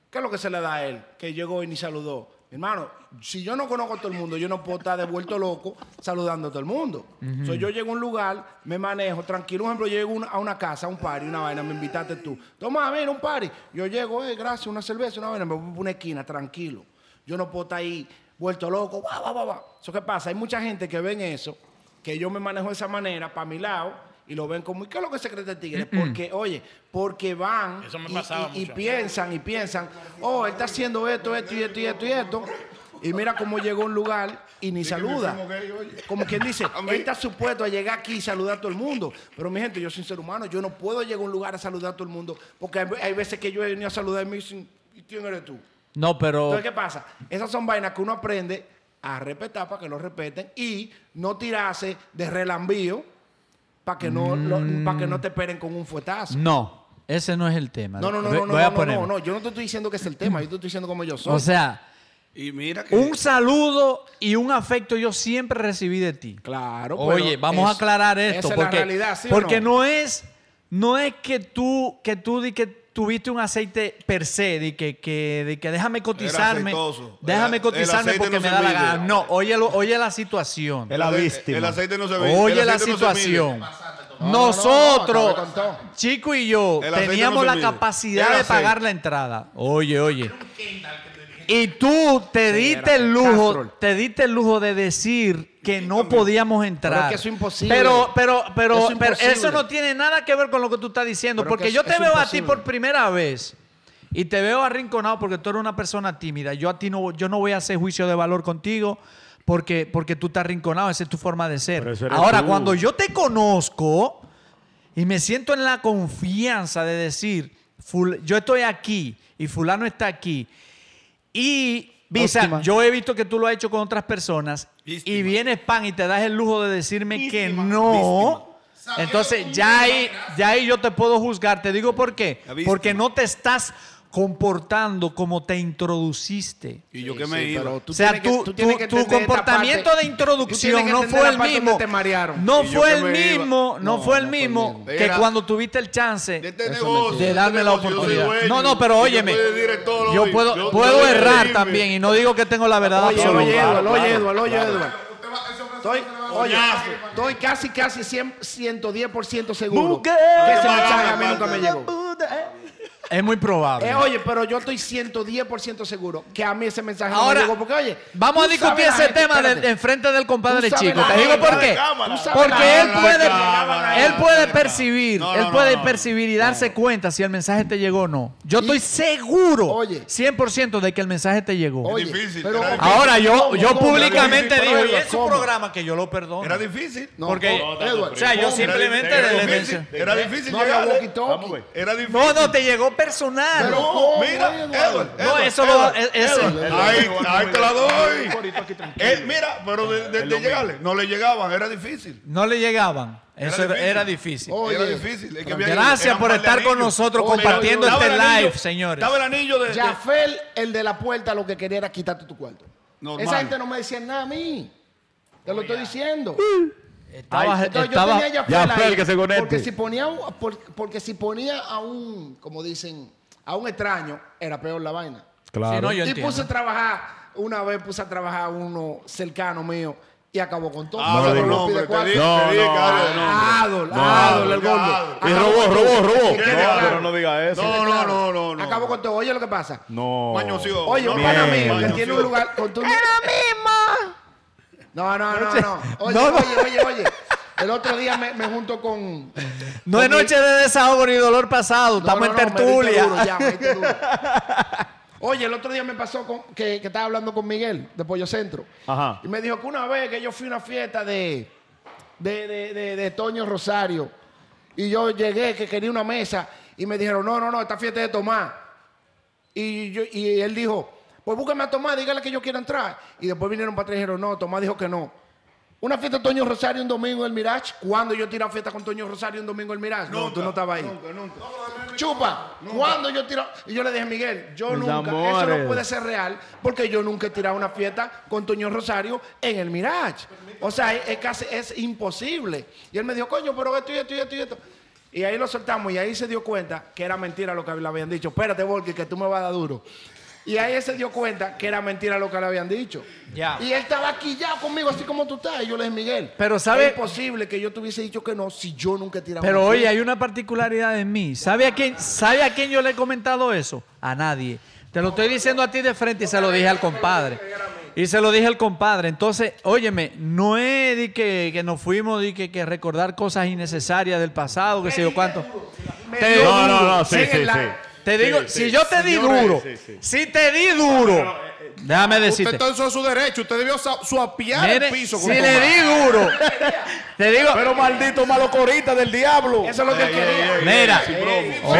[SPEAKER 1] ¿Qué es lo que se le da a él? Que llegó y ni saludó. Mi hermano, si yo no conozco a todo el mundo, yo no puedo estar de vuelto loco saludando a todo el mundo. So, yo llego a un lugar, me manejo tranquilo. Un ejemplo, yo llego a una- a una casa, a un party, una vaina, me invitaste tú. Toma, mira, un party. Yo llego, eh, gracias, una cerveza, una vaina, me voy a una esquina, tranquilo. Yo no puedo estar ahí vuelto loco, guau, guau, guau, guau. ¿Eso qué pasa? Hay mucha gente que ven eso, que yo me manejo de esa manera, para mi lado, Y lo ven como, ¿y qué es lo que se cree este tigre? Porque, oye, porque van
[SPEAKER 5] Eso me
[SPEAKER 1] y-
[SPEAKER 5] pasaba
[SPEAKER 1] y, y
[SPEAKER 5] mucho.
[SPEAKER 1] piensan y piensan, oh, él está haciendo esto, esto y esto y esto y esto. Y mira cómo llegó a un lugar y ni saluda. Como quien dice, él está supuesto a llegar aquí y saludar a todo el mundo. Pero mi gente, yo soy un ser humano, yo no puedo llegar a un lugar a saludar a todo el mundo. Porque hay, hay veces que yo he venido a saludar y me dicen, ¿y quién eres tú?
[SPEAKER 4] No, pero
[SPEAKER 1] Entonces, ¿qué pasa? Esas son vainas que uno aprende a respetar para que lo respeten y no tirarse de relambío para que, no, para que no te esperen con un fuetazo.
[SPEAKER 4] no, ese no es el tema.
[SPEAKER 1] No, no, no,
[SPEAKER 4] Ve-
[SPEAKER 1] no, no,
[SPEAKER 4] voy a
[SPEAKER 1] no, no,
[SPEAKER 4] poner.
[SPEAKER 1] no, no, yo no te estoy diciendo que es el tema, yo te estoy diciendo como yo soy.
[SPEAKER 4] O sea,
[SPEAKER 2] Y mira que.
[SPEAKER 4] un saludo y un afecto yo siempre recibí de ti.
[SPEAKER 1] claro.
[SPEAKER 4] Oye,
[SPEAKER 1] pero
[SPEAKER 4] vamos a
[SPEAKER 1] es-
[SPEAKER 4] aclarar esto
[SPEAKER 1] Esa
[SPEAKER 4] porque
[SPEAKER 1] es la realidad, ¿sí o
[SPEAKER 4] porque
[SPEAKER 1] no?
[SPEAKER 4] no es no es que tú que tú di que tuviste un aceite per se de que, que- de que déjame cotizarme,
[SPEAKER 2] aceitoso.
[SPEAKER 4] déjame
[SPEAKER 2] El a- el
[SPEAKER 4] cotizarme
[SPEAKER 2] aceite
[SPEAKER 4] porque
[SPEAKER 2] no
[SPEAKER 4] me
[SPEAKER 2] se
[SPEAKER 4] da la
[SPEAKER 2] mide.
[SPEAKER 4] gana. No, oye, lo- oye la situación.
[SPEAKER 3] Es la
[SPEAKER 2] ace-
[SPEAKER 3] víctima.
[SPEAKER 2] El aceite no se ve.
[SPEAKER 4] Oye
[SPEAKER 2] el
[SPEAKER 4] la
[SPEAKER 2] aceite no se mide.
[SPEAKER 4] situación.
[SPEAKER 1] no, no,
[SPEAKER 4] Nosotros,
[SPEAKER 1] no, no, no, no.
[SPEAKER 4] Chico y yo,
[SPEAKER 2] El aceite
[SPEAKER 4] teníamos
[SPEAKER 2] no se
[SPEAKER 4] la
[SPEAKER 2] mide.
[SPEAKER 4] capacidad
[SPEAKER 2] Era
[SPEAKER 4] de pagar
[SPEAKER 2] aceite.
[SPEAKER 4] la entrada. Oye, oye. Y tú te diste el lujo,
[SPEAKER 1] Castrol.
[SPEAKER 4] te diste el lujo de decir que no podíamos entrar.
[SPEAKER 1] Pero es que eso es imposible.
[SPEAKER 4] Pero, pero, pero,
[SPEAKER 1] Eso es
[SPEAKER 4] pero
[SPEAKER 1] imposible.
[SPEAKER 4] eso no tiene nada que ver con lo que tú estás diciendo.
[SPEAKER 1] Pero que
[SPEAKER 4] porque
[SPEAKER 1] es-
[SPEAKER 4] yo te
[SPEAKER 1] es
[SPEAKER 4] veo a ti
[SPEAKER 1] imposible.
[SPEAKER 4] por primera vez y te veo arrinconado porque tú eres una persona tímida. Yo a ti no, yo no voy a hacer juicio de valor contigo porque, porque tú estás arrinconado. Esa es tu forma de ser.
[SPEAKER 3] Pero eso eres
[SPEAKER 4] Ahora,
[SPEAKER 3] tú.
[SPEAKER 4] cuando yo te conozco y me siento en la confianza de decir, "Ful- yo estoy aquí y fulano está aquí. Y, Visa,
[SPEAKER 3] Óptima.
[SPEAKER 4] yo he visto que tú lo has hecho con otras personas y
[SPEAKER 2] Víctima.
[SPEAKER 4] vienes pan y te das el lujo de decirme que no. Entonces, ya ahí, ya ahí yo te puedo juzgar. Te digo por qué.
[SPEAKER 2] La víctima.
[SPEAKER 4] Porque no te estás comportando como te introduciste.
[SPEAKER 2] Y yo que
[SPEAKER 1] Sí,
[SPEAKER 2] me
[SPEAKER 1] sí,
[SPEAKER 2] iba.
[SPEAKER 1] pero tú
[SPEAKER 4] o sea,
[SPEAKER 1] tienes que-
[SPEAKER 4] tu,
[SPEAKER 1] tú tienes
[SPEAKER 4] tu-
[SPEAKER 1] que
[SPEAKER 4] tu
[SPEAKER 1] entender esta
[SPEAKER 4] comportamiento
[SPEAKER 1] parte.
[SPEAKER 4] de
[SPEAKER 1] Tú
[SPEAKER 4] introducción
[SPEAKER 1] tienes que
[SPEAKER 4] no
[SPEAKER 1] entender
[SPEAKER 4] fue
[SPEAKER 1] la
[SPEAKER 4] el
[SPEAKER 1] parte donde
[SPEAKER 4] mismo.
[SPEAKER 1] te marearon.
[SPEAKER 4] No
[SPEAKER 2] Y yo
[SPEAKER 4] fue
[SPEAKER 2] que
[SPEAKER 4] el
[SPEAKER 2] me iba.
[SPEAKER 4] mismo,
[SPEAKER 1] No,
[SPEAKER 4] no, fue el
[SPEAKER 1] no fue el
[SPEAKER 4] mismo
[SPEAKER 1] mismo.
[SPEAKER 4] que
[SPEAKER 2] Era-
[SPEAKER 4] cuando tuviste el chance
[SPEAKER 2] De este
[SPEAKER 1] Eso es
[SPEAKER 2] negocio.
[SPEAKER 1] mentira.
[SPEAKER 4] de
[SPEAKER 2] este
[SPEAKER 4] darme la
[SPEAKER 2] negocio, yo soy
[SPEAKER 4] oportunidad.
[SPEAKER 2] dueño,
[SPEAKER 4] No, no, pero
[SPEAKER 2] yo
[SPEAKER 4] óyeme.
[SPEAKER 2] soy el director hoy,
[SPEAKER 4] Yo puedo,
[SPEAKER 2] yo-
[SPEAKER 4] puedo
[SPEAKER 2] yo
[SPEAKER 4] errar
[SPEAKER 2] dime.
[SPEAKER 4] también y no digo que tengo la verdad
[SPEAKER 1] Oye,
[SPEAKER 4] absoluta.
[SPEAKER 1] oye, Eduardo,
[SPEAKER 4] Claro,
[SPEAKER 1] oye,
[SPEAKER 4] claro.
[SPEAKER 1] Eduardo, oye, Eduardo. Estoy, oye, estoy casi, casi 100, 110% seguro que
[SPEAKER 4] Buque.
[SPEAKER 1] ese mensaje a mí nunca me llegó.
[SPEAKER 3] ¿eh?
[SPEAKER 4] Es muy probable.
[SPEAKER 1] Eh, oye, pero yo estoy 110% seguro que a mí ese mensaje no
[SPEAKER 4] Ahora,
[SPEAKER 1] me llegó. Porque, oye,
[SPEAKER 4] vamos a
[SPEAKER 1] tú sabes
[SPEAKER 4] discutir
[SPEAKER 1] la
[SPEAKER 4] ese
[SPEAKER 1] gente-
[SPEAKER 4] tema del-
[SPEAKER 1] espérate.
[SPEAKER 4] enfrente del compadre
[SPEAKER 1] Tú sabes
[SPEAKER 4] chico.
[SPEAKER 1] la
[SPEAKER 4] Te digo
[SPEAKER 1] gente.
[SPEAKER 4] por qué.
[SPEAKER 1] Tú sabes
[SPEAKER 4] Porque
[SPEAKER 1] la
[SPEAKER 4] él
[SPEAKER 1] gente.
[SPEAKER 4] puede,
[SPEAKER 1] Cámara.
[SPEAKER 4] él puede percibir,
[SPEAKER 2] No, no,
[SPEAKER 4] él
[SPEAKER 2] no,
[SPEAKER 4] puede
[SPEAKER 2] no.
[SPEAKER 4] percibir y darse cuenta si el mensaje te llegó o no. Yo estoy seguro,
[SPEAKER 1] Oye.
[SPEAKER 4] 100% de que el mensaje te llegó.
[SPEAKER 1] Oye,
[SPEAKER 2] difícil,
[SPEAKER 1] pero-
[SPEAKER 2] era difícil.
[SPEAKER 4] Ahora yo,
[SPEAKER 1] ¿Cómo?
[SPEAKER 4] yo
[SPEAKER 1] ¿Cómo?
[SPEAKER 4] públicamente
[SPEAKER 1] Pero,
[SPEAKER 4] digo,
[SPEAKER 1] Eduardo,
[SPEAKER 4] y es su
[SPEAKER 1] ¿cómo?
[SPEAKER 4] programa que yo lo perdono.
[SPEAKER 2] Era difícil.
[SPEAKER 1] No,
[SPEAKER 4] Porque-
[SPEAKER 1] ¿cómo? Edward,
[SPEAKER 4] O sea, Ah, yo
[SPEAKER 1] ¿cómo?
[SPEAKER 4] simplemente
[SPEAKER 2] era,
[SPEAKER 4] le
[SPEAKER 2] difícil.
[SPEAKER 4] mencioné.
[SPEAKER 2] Era difícil
[SPEAKER 1] No había
[SPEAKER 2] llegarle.
[SPEAKER 3] Vamos a
[SPEAKER 1] walkie-talkie.
[SPEAKER 3] ver.
[SPEAKER 2] Era difícil.
[SPEAKER 4] No, no, te llegó personal.
[SPEAKER 2] Pero,
[SPEAKER 1] ¿Cómo,
[SPEAKER 2] mira,
[SPEAKER 1] Edward?
[SPEAKER 2] Edward.
[SPEAKER 4] No,
[SPEAKER 2] Edward,
[SPEAKER 4] eso lo-
[SPEAKER 2] Edward,
[SPEAKER 4] es- ese-
[SPEAKER 2] Edward, Ahí, ahí te la
[SPEAKER 3] Un
[SPEAKER 2] doy.
[SPEAKER 3] corito aquí tranquilo.
[SPEAKER 2] Eh, mira, pero de, de- de llegarle, no le llegaban, era difícil.
[SPEAKER 4] no le llegaban.
[SPEAKER 2] Era
[SPEAKER 4] Eso era-
[SPEAKER 2] difícil.
[SPEAKER 4] era difícil.
[SPEAKER 1] Oye,
[SPEAKER 2] era difícil. es que había-
[SPEAKER 4] Gracias
[SPEAKER 2] eran
[SPEAKER 4] por
[SPEAKER 2] par de
[SPEAKER 4] estar con
[SPEAKER 2] anillos.
[SPEAKER 4] nosotros
[SPEAKER 2] Oye,
[SPEAKER 4] compartiendo
[SPEAKER 2] estaba
[SPEAKER 4] este
[SPEAKER 2] el anillo-
[SPEAKER 4] live, señores.
[SPEAKER 2] Estaba el anillo de. de-
[SPEAKER 1] Jafel, el de la puerta, lo que quería era quitarte tu cuarto.
[SPEAKER 2] Normal.
[SPEAKER 1] Esa gente no me decía nada a mí. Te lo estoy diciendo.
[SPEAKER 3] Uh,
[SPEAKER 4] Estaba,
[SPEAKER 1] Entonces
[SPEAKER 4] estaba-
[SPEAKER 1] yo tenía a Yafel
[SPEAKER 3] Yafel,
[SPEAKER 1] ahí,
[SPEAKER 3] que se conecte.
[SPEAKER 1] Porque si, ponía, un- por- porque si ponía a un, como dicen, a un extraño, era peor la vaina.
[SPEAKER 3] Claro.
[SPEAKER 4] Sí, no, yo
[SPEAKER 1] y
[SPEAKER 4] entiendo.
[SPEAKER 1] puse a trabajar, una vez puse a trabajar a uno cercano mío y acabó con todo.
[SPEAKER 2] Habla
[SPEAKER 1] Solo
[SPEAKER 2] de
[SPEAKER 1] lo
[SPEAKER 2] nombre,
[SPEAKER 1] pide
[SPEAKER 2] te
[SPEAKER 1] cuatro.
[SPEAKER 2] dije,
[SPEAKER 3] No,
[SPEAKER 2] te dije
[SPEAKER 3] no.
[SPEAKER 2] que habla de nombre.
[SPEAKER 1] Adol, Adol, el gordo.
[SPEAKER 2] Adol.
[SPEAKER 3] Y
[SPEAKER 1] Acabó
[SPEAKER 3] robó,
[SPEAKER 1] con
[SPEAKER 3] robó,
[SPEAKER 1] todo.
[SPEAKER 3] robó.
[SPEAKER 1] Que quede
[SPEAKER 3] No,
[SPEAKER 1] claro.
[SPEAKER 3] pero no diga eso.
[SPEAKER 2] No, no, no, no, no.
[SPEAKER 1] Acabó con todo. Oye lo que pasa.
[SPEAKER 3] No.
[SPEAKER 2] Mañoció.
[SPEAKER 1] Oye, un
[SPEAKER 2] No,
[SPEAKER 1] pana
[SPEAKER 3] bien.
[SPEAKER 1] mío que
[SPEAKER 2] Mañoció.
[SPEAKER 1] tiene un lugar con tu... No, no, no, no. Oye,
[SPEAKER 4] No, no.
[SPEAKER 1] oye, oye, oye. El otro día me, me junto con...
[SPEAKER 4] No es
[SPEAKER 1] con mi-
[SPEAKER 4] noche de desahogo ni dolor
[SPEAKER 1] No,
[SPEAKER 4] pasado, estamos
[SPEAKER 1] no,
[SPEAKER 4] en
[SPEAKER 1] no, me diste
[SPEAKER 4] tertulia.
[SPEAKER 1] duro, ya, me diste duro. Oye, el otro día me pasó con- que, que estaba hablando con Miguel de Pollo Centro.
[SPEAKER 3] Ajá.
[SPEAKER 1] Y me dijo que una vez que yo fui a una fiesta de, de, de- de- de Toño Rosario y yo llegué, que quería una mesa y me dijeron, no, no, no, esta fiesta es de Tomás. Y, yo- y él dijo, pues búscame a Tomás, dígale que yo quiero entrar. Y después vinieron para atrás y dijeron, no, Tomás dijo que no. Una fiesta de Toño Rosario un domingo en el Mirage. ¿Cuándo yo tiré a fiesta con Toño Rosario un domingo en el Mirage? no, tú no estabas ahí. Chupa, cuando yo tiro? Y yo le dije, Miguel, yo
[SPEAKER 3] Mis
[SPEAKER 1] nunca, eso
[SPEAKER 3] amores.
[SPEAKER 1] no puede ser real, porque yo nunca he tirado una fiesta con Toño Rosario en el Mirage. O sea, es, es casi, es imposible. Y él me dijo, coño, pero esto y esto y esto y esto. Y ahí lo soltamos y ahí se dio cuenta que era mentira lo que le habían dicho. Espérate, Volky, que tú me vas a dar duro. Y ahí él se dio cuenta que era mentira lo que le habían dicho.
[SPEAKER 4] Ya.
[SPEAKER 1] Y él estaba aquí ya conmigo, así como tú estás. Y yo le dije, Miguel,
[SPEAKER 4] Pero, ¿sabe?
[SPEAKER 1] es imposible que yo te hubiese dicho que no si yo nunca he tirado
[SPEAKER 4] Pero
[SPEAKER 1] una
[SPEAKER 4] oye,
[SPEAKER 1] fiesta".
[SPEAKER 4] hay una particularidad en mí. ¿Sabe a quién, sabe a quién yo le he comentado eso? A nadie. Te lo estoy diciendo a ti de frente y se lo dije al compadre. Y se lo dije al compadre. Entonces, óyeme, no es de que, que nos fuimos, de que, que recordar cosas innecesarias del pasado, que sé yo cuánto. Te-
[SPEAKER 3] No, no, no, sí,
[SPEAKER 1] Sí,
[SPEAKER 3] sí,
[SPEAKER 1] la-
[SPEAKER 3] sí.
[SPEAKER 4] Te digo,
[SPEAKER 3] Sí,
[SPEAKER 4] si
[SPEAKER 3] sí,
[SPEAKER 4] yo te di
[SPEAKER 3] señores,
[SPEAKER 4] duro,
[SPEAKER 3] sí, sí.
[SPEAKER 4] si te di duro, déjame
[SPEAKER 6] Usted
[SPEAKER 4] decirte.
[SPEAKER 6] está en su- su derecho. Usted debió sa- suapiar
[SPEAKER 4] Mire,
[SPEAKER 6] el piso.
[SPEAKER 4] si
[SPEAKER 6] con
[SPEAKER 4] le
[SPEAKER 6] Tomás.
[SPEAKER 4] di duro, te digo,
[SPEAKER 3] Pero maldito malocorita del diablo.
[SPEAKER 1] Eso es lo que quería.
[SPEAKER 4] mira,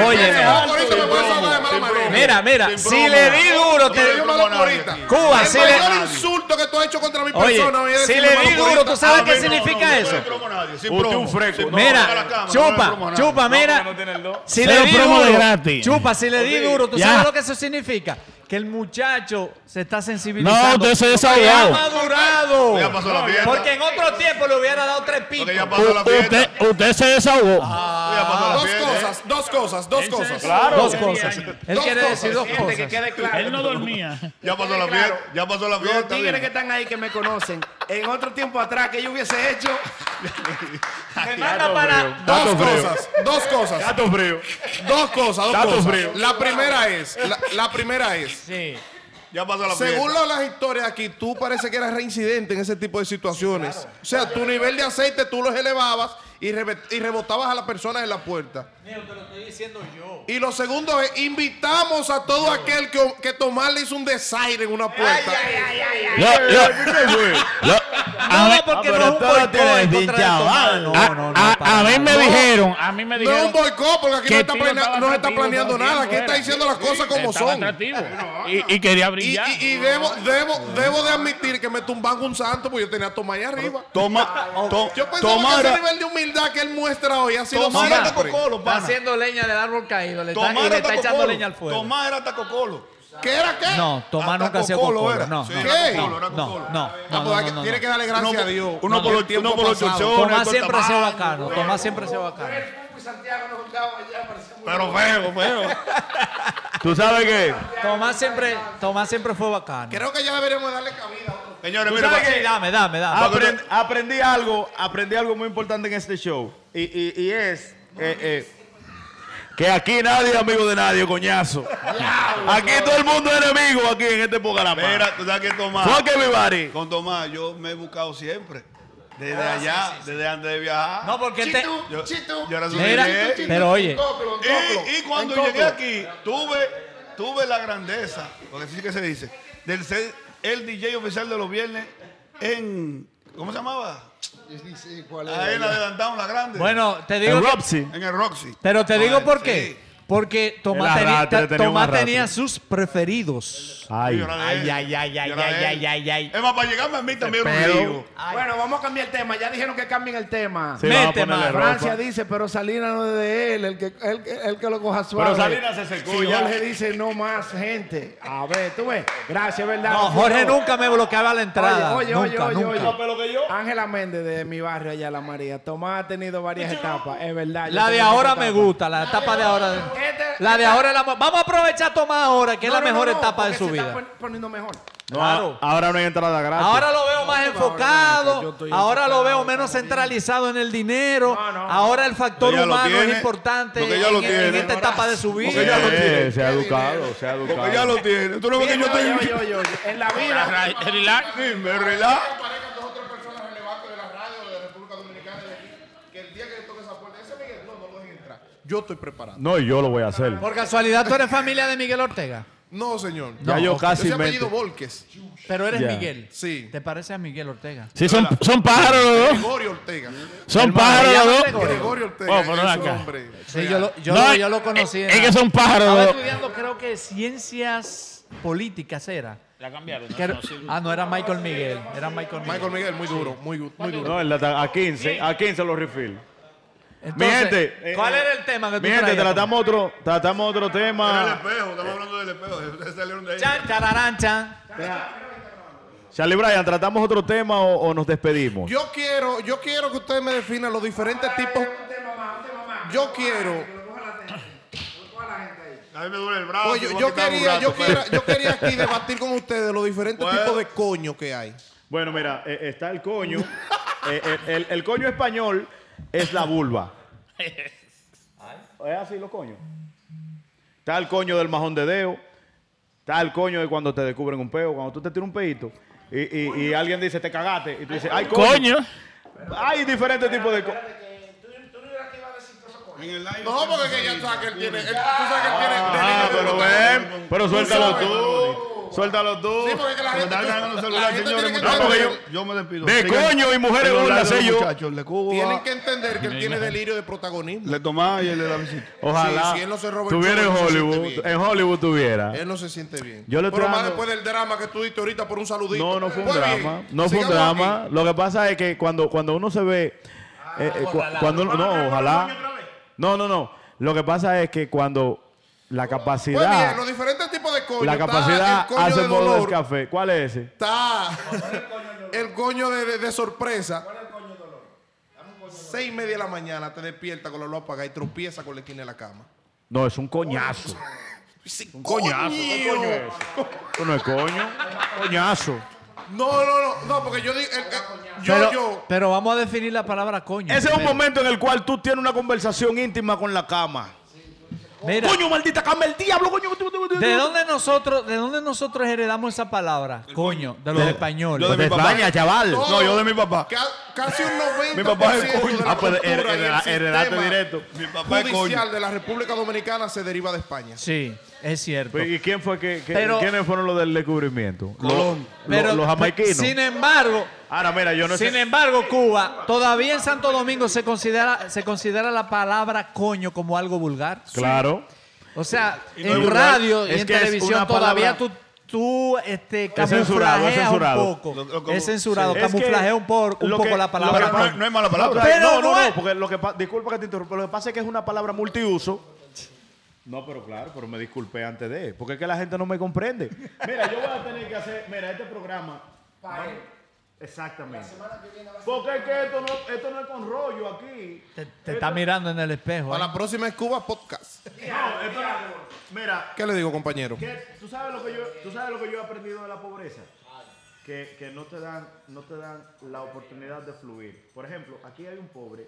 [SPEAKER 4] oye,
[SPEAKER 6] Ah, ahorita me voy a salvar de mala manera.
[SPEAKER 4] mira, mira, si le di duro, te
[SPEAKER 6] Mira, yo
[SPEAKER 4] digo,
[SPEAKER 6] malo corita.
[SPEAKER 4] Cuba,
[SPEAKER 6] el
[SPEAKER 4] si
[SPEAKER 6] mayor
[SPEAKER 4] le-
[SPEAKER 6] insulto que tú has hecho contra mi
[SPEAKER 4] oye,
[SPEAKER 6] persona es
[SPEAKER 4] si
[SPEAKER 6] decirme
[SPEAKER 4] le
[SPEAKER 6] malo
[SPEAKER 4] di duro,
[SPEAKER 6] corita.
[SPEAKER 4] ¿tú sabes qué
[SPEAKER 3] ver, no,
[SPEAKER 4] significa eso?
[SPEAKER 3] Usted un fresco.
[SPEAKER 4] Mira, chupa, chupa, mira.
[SPEAKER 3] porque no tiene el do.
[SPEAKER 4] Si
[SPEAKER 5] Cero
[SPEAKER 4] le di
[SPEAKER 5] promo
[SPEAKER 4] duro,
[SPEAKER 5] de gratis.
[SPEAKER 4] chupa, si le di duro, ¿tú
[SPEAKER 5] Ya.
[SPEAKER 4] sabes lo que eso significa? Que el muchacho se está sensibilizando.
[SPEAKER 5] No, usted se ha
[SPEAKER 4] Porque ha
[SPEAKER 5] desahogado.
[SPEAKER 4] madurado.
[SPEAKER 2] Ya pasó la fiesta.
[SPEAKER 4] Porque en otro tiempo le hubiera dado tres picos.
[SPEAKER 2] Porque ya pasó la fiesta.
[SPEAKER 5] Usted, usted se desahogó.
[SPEAKER 2] Ya pasó la
[SPEAKER 6] Dos
[SPEAKER 2] fiesta.
[SPEAKER 6] cosas, dos cosas, dos cosas.
[SPEAKER 4] Dos cosas. Él
[SPEAKER 6] Dos
[SPEAKER 4] quiere decir dos
[SPEAKER 6] cosas.
[SPEAKER 1] Gente, que
[SPEAKER 4] cosas.
[SPEAKER 1] quede claro.
[SPEAKER 5] Él no dormía.
[SPEAKER 2] Ya pasó la
[SPEAKER 1] Claro.
[SPEAKER 2] fiesta. Ya pasó la
[SPEAKER 1] Los
[SPEAKER 2] fiesta.
[SPEAKER 1] tigres que
[SPEAKER 2] dime.
[SPEAKER 1] están ahí que me conocen, en otro tiempo atrás, que yo hubiese hecho?
[SPEAKER 4] Me manda para.
[SPEAKER 6] Dos
[SPEAKER 3] Dato frío.
[SPEAKER 6] cosas, dos cosas,
[SPEAKER 3] Dato frío.
[SPEAKER 6] dos cosas, dos
[SPEAKER 3] Dato
[SPEAKER 6] cosas.
[SPEAKER 3] frío.
[SPEAKER 6] La primera es, la, la primera es,
[SPEAKER 4] Sí.
[SPEAKER 2] Ya pasó la fiesta.
[SPEAKER 6] según lo- las historias aquí, tú parece que eras reincidente en ese tipo de situaciones. O sea, tu nivel de aceite tú los elevabas y, rebe- y rebotabas a las personas en la puerta.
[SPEAKER 4] te lo estoy diciendo yo.
[SPEAKER 6] Y lo segundo es, invitamos a todo aquel que, que Tomás le hizo un desaire en una puerta.
[SPEAKER 4] No,
[SPEAKER 3] Ah,
[SPEAKER 4] porque no es un boicot en contra de Tomás. No, no, no. para
[SPEAKER 5] A, a
[SPEAKER 4] nada.
[SPEAKER 5] mí me dijeron, a mí me
[SPEAKER 6] No es
[SPEAKER 5] dijeron.
[SPEAKER 6] un boicot, porque aquí
[SPEAKER 5] que
[SPEAKER 6] no está,
[SPEAKER 5] Tino
[SPEAKER 6] planea-
[SPEAKER 5] estaba
[SPEAKER 6] no se está
[SPEAKER 5] atractivo
[SPEAKER 6] planeando
[SPEAKER 5] todo el
[SPEAKER 6] nada,
[SPEAKER 5] tiempo,
[SPEAKER 6] aquí está
[SPEAKER 5] era.
[SPEAKER 6] diciendo las cosas como
[SPEAKER 5] Estaba
[SPEAKER 6] son.
[SPEAKER 5] atractivo. Y, y quería
[SPEAKER 6] Y,
[SPEAKER 5] brillar.
[SPEAKER 6] y- y debo, debo, debo de admitir que me tumban un santo porque yo tenía a Tomás ahí arriba.
[SPEAKER 3] Ah,
[SPEAKER 2] Toma,
[SPEAKER 3] oh,
[SPEAKER 2] to-
[SPEAKER 6] Yo pensaba
[SPEAKER 2] tomar,
[SPEAKER 6] que ese nivel de humildad que él muestra hoy ha sido
[SPEAKER 2] tomar era
[SPEAKER 6] siempre.
[SPEAKER 2] Tacocolo,
[SPEAKER 4] Está
[SPEAKER 2] pana.
[SPEAKER 4] haciendo leña del árbol caído. Le está, y
[SPEAKER 2] Tomar era
[SPEAKER 4] le está echando leña al
[SPEAKER 2] Tacocolo.
[SPEAKER 4] fuego.
[SPEAKER 2] Tomar era Tacocolo.
[SPEAKER 6] ¿Qué era qué?
[SPEAKER 4] No, Tomás
[SPEAKER 2] Hasta
[SPEAKER 4] nunca ha sido
[SPEAKER 2] Cocolo
[SPEAKER 4] Cocolo.
[SPEAKER 2] era.
[SPEAKER 4] No,
[SPEAKER 2] Sí,
[SPEAKER 4] no,
[SPEAKER 2] era
[SPEAKER 6] ¿Qué?
[SPEAKER 2] Cocolo, era
[SPEAKER 4] no,
[SPEAKER 2] Cocolo.
[SPEAKER 4] no, no,
[SPEAKER 6] Ah,
[SPEAKER 4] no,
[SPEAKER 6] pues,
[SPEAKER 4] no,
[SPEAKER 6] tiene
[SPEAKER 4] no.
[SPEAKER 6] que darle gracias a Dios.
[SPEAKER 2] Uno por
[SPEAKER 6] El
[SPEAKER 2] los
[SPEAKER 6] tiempo
[SPEAKER 2] uno por los
[SPEAKER 6] pasado.
[SPEAKER 2] chorchones,
[SPEAKER 4] Tomás
[SPEAKER 2] con
[SPEAKER 4] siempre ha sido
[SPEAKER 2] tamaño.
[SPEAKER 4] bacano. Tomás siempre ha sido bacano.
[SPEAKER 2] Pero feo, feo.
[SPEAKER 3] Tú sabes qué.
[SPEAKER 4] Tomás siempre, Tomás siempre fue bacano.
[SPEAKER 6] Creo que ya deberíamos darle cabida a otro.
[SPEAKER 2] Señores,
[SPEAKER 3] ¿Tú
[SPEAKER 2] mira,
[SPEAKER 3] sabes
[SPEAKER 2] pa-
[SPEAKER 4] Sí, dame, dame, dame.
[SPEAKER 1] Ah,
[SPEAKER 3] Aprend- aprendí algo, aprendí algo muy importante en este show. Y, y- y es eh, eh, que aquí nadie es amigo de nadie, coñazo. aquí todo el mundo es enemigo aquí en este programa.
[SPEAKER 2] mira, tú sabes que Tomás.
[SPEAKER 3] Fuck everybody.
[SPEAKER 2] Con Tomás, yo me he buscado siempre. Desde allá, desde antes de viajar.
[SPEAKER 4] No, porque te...
[SPEAKER 1] Chitu,
[SPEAKER 2] Yo-
[SPEAKER 1] chitu.
[SPEAKER 2] yo era su
[SPEAKER 4] Mira,
[SPEAKER 2] líder.
[SPEAKER 4] pero oye,
[SPEAKER 2] Y, y cuando llegué aquí, tuve, tuve la grandeza, porque así que se dice, del ser el DJ oficial de los viernes en. ¿Cómo se llamaba? Ahí en la de Downtown, la grande.
[SPEAKER 4] bueno, te digo,
[SPEAKER 3] En
[SPEAKER 4] que-
[SPEAKER 3] Robsy.
[SPEAKER 2] En el Roxy.
[SPEAKER 4] pero te digo
[SPEAKER 2] Ah,
[SPEAKER 4] por
[SPEAKER 2] sí.
[SPEAKER 4] qué. Porque Tomás,
[SPEAKER 3] Era
[SPEAKER 4] tenía-
[SPEAKER 3] rata,
[SPEAKER 4] ta-
[SPEAKER 3] tenía un
[SPEAKER 4] Tomás
[SPEAKER 3] arrastre.
[SPEAKER 4] tenía sus preferidos.
[SPEAKER 2] Sí,
[SPEAKER 3] Ay.
[SPEAKER 2] yo era de
[SPEAKER 4] Ay,
[SPEAKER 2] él.
[SPEAKER 4] ay, ay, ay,
[SPEAKER 2] Yo era de
[SPEAKER 4] ay,
[SPEAKER 2] él.
[SPEAKER 4] ay, ay, ay.
[SPEAKER 2] Es más, para llegarme a mí también era un
[SPEAKER 3] pedo.
[SPEAKER 2] lío.
[SPEAKER 1] Bueno, vamos a cambiar el tema. Ya dijeron que cambien el tema.
[SPEAKER 3] Sí, vamos a
[SPEAKER 4] Mete,
[SPEAKER 3] ponerle
[SPEAKER 4] man.
[SPEAKER 3] ropa.
[SPEAKER 1] Francia dice, pero Salinas no es de él, el que, el, que- el que lo coja suave.
[SPEAKER 3] Pero Salinas se secó
[SPEAKER 1] Si
[SPEAKER 3] ya.
[SPEAKER 1] Jorge dice, no más gente. A ver, tú ves. Gracias, ¿verdad?
[SPEAKER 4] No, Jorge nunca me bloqueaba la entrada.
[SPEAKER 1] Ah, Oye, oye,
[SPEAKER 4] nunca,
[SPEAKER 1] oye,
[SPEAKER 4] nunca.
[SPEAKER 3] Ah,
[SPEAKER 1] oye. Ángela Méndez de mi barrio allá, La María. Tomás ha tenido varias etapas, es verdad. yo
[SPEAKER 4] La de
[SPEAKER 1] tengo esa
[SPEAKER 4] ahora me
[SPEAKER 1] etapa.
[SPEAKER 4] gusta, la etapa de ahora.
[SPEAKER 1] Este-
[SPEAKER 4] La de ahora es la mo- Vamos a aprovechar a Tomás ahora, que es
[SPEAKER 1] No,
[SPEAKER 4] la
[SPEAKER 1] no, no,
[SPEAKER 4] mejor
[SPEAKER 1] no,
[SPEAKER 4] etapa de
[SPEAKER 1] porque
[SPEAKER 4] su
[SPEAKER 1] se
[SPEAKER 4] vida.
[SPEAKER 1] está pon- poniendo mejor.
[SPEAKER 3] No,
[SPEAKER 4] Claro.
[SPEAKER 3] Ahora no hay entrada gratis.
[SPEAKER 4] Ahora lo veo más
[SPEAKER 1] yo
[SPEAKER 4] enfocado,
[SPEAKER 1] estoy
[SPEAKER 4] ahora lo
[SPEAKER 1] enfocado
[SPEAKER 4] veo menos centralizado en el dinero, ahora el factor
[SPEAKER 2] Porque ya lo
[SPEAKER 4] humano es
[SPEAKER 2] tiene,
[SPEAKER 4] importante
[SPEAKER 2] porque ya lo
[SPEAKER 4] en, en
[SPEAKER 2] tiene.
[SPEAKER 4] esta etapa de su vida.
[SPEAKER 2] Porque ya lo
[SPEAKER 3] Eh,
[SPEAKER 2] tiene.
[SPEAKER 3] Se ha educado, se ha educado.
[SPEAKER 2] Porque ya lo tiene. Tú no ves que yo
[SPEAKER 1] Oye,
[SPEAKER 2] estoy.
[SPEAKER 1] oye, oye, oye, En la vida.
[SPEAKER 5] Ra- relax.
[SPEAKER 2] Sí, me relajo.
[SPEAKER 6] Aparezcan dos o tres personas relevantes de la radio de la República Dominicana de aquí, que el día que yo toque esa puerta, ese Miguel, no, no lo dejen entrar. Yo estoy preparado.
[SPEAKER 3] No, y yo lo voy a hacer.
[SPEAKER 4] Por casualidad tú eres familia de Miguel Ortega,
[SPEAKER 6] No, señor.
[SPEAKER 3] Ya yo casi
[SPEAKER 6] Ese
[SPEAKER 3] meto.
[SPEAKER 6] apellido Volques.
[SPEAKER 4] pero eres
[SPEAKER 3] Ya.
[SPEAKER 4] Miguel.
[SPEAKER 6] Sí.
[SPEAKER 4] ¿Te parece a Miguel Ortega?
[SPEAKER 5] Sí, son, son pájaros los dos.
[SPEAKER 6] Gregorio Ortega.
[SPEAKER 5] Son pájaros los dos.
[SPEAKER 6] Gregorio Ortega.
[SPEAKER 5] Bueno, pero
[SPEAKER 6] es
[SPEAKER 5] acá.
[SPEAKER 6] su nombre.
[SPEAKER 4] Sí, yo lo, yo,
[SPEAKER 5] No, eh,
[SPEAKER 4] lo- yo lo conocí.
[SPEAKER 5] Es, es que son pájaros
[SPEAKER 4] Estaba
[SPEAKER 5] los dos.
[SPEAKER 4] estudiando creo que ciencias políticas era.
[SPEAKER 5] La cambiaron.
[SPEAKER 4] Que era- ah, no, era Michael Miguel, era Michael Miguel.
[SPEAKER 6] Michael Miguel, muy duro, muy, gu- muy duro.
[SPEAKER 3] No, el de- a 15, a 15 lo refil.
[SPEAKER 4] Entonces,
[SPEAKER 3] gente, eh,
[SPEAKER 4] ¿cuál
[SPEAKER 3] eh,
[SPEAKER 4] era el tema que tú
[SPEAKER 3] Mi gente,
[SPEAKER 4] traías, Tomás?
[SPEAKER 3] tratamos otro, tratamos otro
[SPEAKER 2] Era el
[SPEAKER 3] tema.
[SPEAKER 2] espejo, estamos hablando del espejo. Ustedes salieron de ahí.
[SPEAKER 4] Chan, chararán, chan.
[SPEAKER 3] Charlie Bryan, ¿tratamos otro tema o, o nos despedimos?
[SPEAKER 6] Yo quiero, yo quiero que ustedes me definan los diferentes tipos. Yo quiero,
[SPEAKER 2] A mí me duele el brazo.
[SPEAKER 6] oye,
[SPEAKER 2] voy a
[SPEAKER 6] yo
[SPEAKER 2] quitar un
[SPEAKER 6] quería,
[SPEAKER 2] rato,
[SPEAKER 6] yo
[SPEAKER 2] pero-
[SPEAKER 6] quería, yo quería *laughs* aquí debatir con ustedes los diferentes
[SPEAKER 2] Bueno.
[SPEAKER 6] tipos de coño que hay.
[SPEAKER 3] Bueno, mira, eh, está el coño. *laughs* Eh, el, el- el coño español es la vulva. ¿Es así los coños? Está el coño del majón de dedo. Está el coño de cuando te descubren un peo, cuando tú te tiras un peito. y, y- y alguien dice, te cagaste. Y tú dices, ay, coño.
[SPEAKER 5] Coño.
[SPEAKER 3] Hay diferentes tipos de cosas.
[SPEAKER 2] En el live.
[SPEAKER 6] No, porque que ya sabes que él tiene. él- tú sabes que él tiene.
[SPEAKER 3] Ah,
[SPEAKER 6] tiene-
[SPEAKER 3] pero ven, pero suéltalo tú. Suéltalo tú.
[SPEAKER 6] Sí, porque que la
[SPEAKER 2] Me
[SPEAKER 6] gente.
[SPEAKER 2] están cargando el celular,
[SPEAKER 6] la gente
[SPEAKER 2] señores,
[SPEAKER 6] tiene que
[SPEAKER 2] muchachos.
[SPEAKER 3] No, porque
[SPEAKER 6] entender-
[SPEAKER 3] yo-
[SPEAKER 2] yo me despido.
[SPEAKER 3] De
[SPEAKER 2] Sigan-
[SPEAKER 3] coño y mujeres
[SPEAKER 2] sigan
[SPEAKER 3] gordas,
[SPEAKER 2] hablando,
[SPEAKER 3] sé yo.
[SPEAKER 2] muchachos, el de Cuba,
[SPEAKER 6] Tienen que entender que él tiene delirio de protagonismo.
[SPEAKER 2] Le tomás y el de la visita.
[SPEAKER 3] Ojalá
[SPEAKER 6] Sí, si él no se roba el
[SPEAKER 3] tuviera en
[SPEAKER 6] show, él se
[SPEAKER 3] Hollywood.
[SPEAKER 6] siente bien.
[SPEAKER 3] En Hollywood tuviera.
[SPEAKER 6] Él no se siente bien.
[SPEAKER 3] Yo le estoy
[SPEAKER 6] Pero más
[SPEAKER 3] dando-
[SPEAKER 6] después del drama que tú diste ahorita por un saludito.
[SPEAKER 3] No, no fue un
[SPEAKER 6] Muy bien,
[SPEAKER 3] drama. No fue un
[SPEAKER 6] sigamos
[SPEAKER 3] drama.
[SPEAKER 6] aquí. Ah,
[SPEAKER 3] Lo que pasa es que cuando, cuando uno se ve. eh, eh, cu- cuando uno- no, ojalá. No, no, no. Lo que pasa es que cuando la
[SPEAKER 6] Pues bien,
[SPEAKER 3] capacidad.
[SPEAKER 6] los diferentes tipos de coño.
[SPEAKER 3] La
[SPEAKER 6] Está el
[SPEAKER 3] capacidad
[SPEAKER 6] coño
[SPEAKER 3] hace
[SPEAKER 6] de
[SPEAKER 3] modo
[SPEAKER 6] dolor,
[SPEAKER 3] del café. ¿Cuál es ese?
[SPEAKER 6] Está el coño de, de- de sorpresa. Seis y media de la mañana te despierta con la luz apagada y tropieza con la esquina de la cama.
[SPEAKER 3] No, es un coñazo.
[SPEAKER 6] Un
[SPEAKER 3] coñazo, ¿qué coño es? Eso no es coño. Coñazo.
[SPEAKER 6] No, no, no, no, porque yo digo, el- el- yo,
[SPEAKER 4] pero,
[SPEAKER 6] yo,
[SPEAKER 4] pero vamos a definir la palabra coño.
[SPEAKER 3] Ese es un
[SPEAKER 4] primero.
[SPEAKER 3] momento en el cual tú tienes una conversación íntima con la cama.
[SPEAKER 4] Mira,
[SPEAKER 3] Coño, maldita cama, el diablo, coño.
[SPEAKER 4] ¿de dónde nosotros, de dónde nosotros heredamos esa palabra? Coño, de los españoles.
[SPEAKER 3] Yo de España, chaval.
[SPEAKER 6] todo,
[SPEAKER 2] No, yo de mi papá.
[SPEAKER 6] ca- casi un 90%
[SPEAKER 2] Mi papá es coño.
[SPEAKER 6] de la
[SPEAKER 3] Ah, pues
[SPEAKER 6] cultura
[SPEAKER 3] her-
[SPEAKER 6] y el
[SPEAKER 3] her- heredaste
[SPEAKER 6] sistema
[SPEAKER 3] directo.
[SPEAKER 2] Mi papá es coño.
[SPEAKER 6] judicial de la República Dominicana se deriva de España.
[SPEAKER 4] Sí, es cierto.
[SPEAKER 3] Pues, ¿Y quién fue que, que-
[SPEAKER 4] Pero-
[SPEAKER 3] quiénes fueron los del descubrimiento? Los- los-
[SPEAKER 4] Pero, pues,
[SPEAKER 3] los, jamaiquinos.
[SPEAKER 4] Sin embargo,
[SPEAKER 3] Ahora mira, yo no
[SPEAKER 4] sin
[SPEAKER 3] sé.
[SPEAKER 4] embargo, Cuba, todavía en Santo Domingo se considera, se considera la palabra coño como algo vulgar.
[SPEAKER 3] Claro.
[SPEAKER 4] O sea,
[SPEAKER 3] no es
[SPEAKER 4] en
[SPEAKER 3] vulgar.
[SPEAKER 4] radio y
[SPEAKER 3] Es
[SPEAKER 4] en
[SPEAKER 3] que es
[SPEAKER 4] televisión
[SPEAKER 3] una
[SPEAKER 4] todavía
[SPEAKER 3] palabra-
[SPEAKER 4] tú, tú este,
[SPEAKER 3] censurado, es
[SPEAKER 4] camuflajeas
[SPEAKER 3] censurado.
[SPEAKER 4] un poco.
[SPEAKER 2] Lo- lo como-
[SPEAKER 4] es censurado,
[SPEAKER 3] sí. Es que
[SPEAKER 4] camuflajea un, por- un
[SPEAKER 3] lo
[SPEAKER 4] poco
[SPEAKER 3] que-
[SPEAKER 4] la
[SPEAKER 2] No,
[SPEAKER 4] palabra
[SPEAKER 2] pero no,
[SPEAKER 4] coño.
[SPEAKER 2] es- no es mala
[SPEAKER 3] Pero,
[SPEAKER 2] palabra.
[SPEAKER 4] Pero
[SPEAKER 3] no, no,
[SPEAKER 4] no
[SPEAKER 3] no,
[SPEAKER 4] es-
[SPEAKER 3] porque lo que pa- disculpa que te interrumpa, lo que pasa es que es una palabra multiuso. No, pero claro, pero me disculpé antes de, porque es que la gente no me comprende. Mira, yo voy a tener que hacer, mira, este programa para Exactamente. Porque es que esto no, esto no es con rollo aquí.
[SPEAKER 4] Te, te está mirando en el espejo.
[SPEAKER 6] Para
[SPEAKER 4] ¿eh?
[SPEAKER 6] la próxima es Cuba Podcast.
[SPEAKER 3] No, esto no- mira,
[SPEAKER 6] ¿Qué le digo, compañero?
[SPEAKER 3] que- ¿tú, sabes lo que yo, tú sabes lo que yo he aprendido de la pobreza. Que, que no, te dan, no te dan la oportunidad de fluir. Por ejemplo, aquí hay un pobre,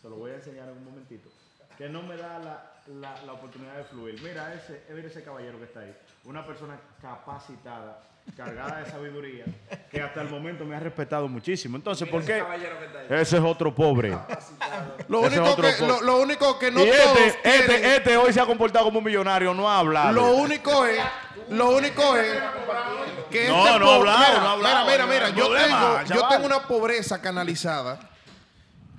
[SPEAKER 3] se lo voy a enseñar en un momentito, que no me da la, la- la oportunidad de fluir. Mira ese, eh, mira ese caballero que está ahí. Una persona capacitada, cargada de sabiduría, que hasta el momento me ha respetado muchísimo. Entonces, ¿por qué? Ese es otro pobre.
[SPEAKER 6] Lo
[SPEAKER 3] Ese es
[SPEAKER 6] único,
[SPEAKER 3] otro
[SPEAKER 6] que,
[SPEAKER 3] po-
[SPEAKER 6] lo, lo único que no
[SPEAKER 3] y
[SPEAKER 6] todos
[SPEAKER 3] este,
[SPEAKER 6] quieren-
[SPEAKER 3] este, este hoy se ha comportado como un millonario, no ha hablado.
[SPEAKER 6] Lo único es, lo único es que
[SPEAKER 3] No,
[SPEAKER 6] este
[SPEAKER 3] no ha
[SPEAKER 6] po-
[SPEAKER 3] hablado,
[SPEAKER 6] mira,
[SPEAKER 3] no ha hablado.
[SPEAKER 6] Mira, mira, mira,
[SPEAKER 3] No hay
[SPEAKER 6] yo
[SPEAKER 3] problema,
[SPEAKER 6] tengo, yo
[SPEAKER 3] chaval.
[SPEAKER 6] tengo una pobreza canalizada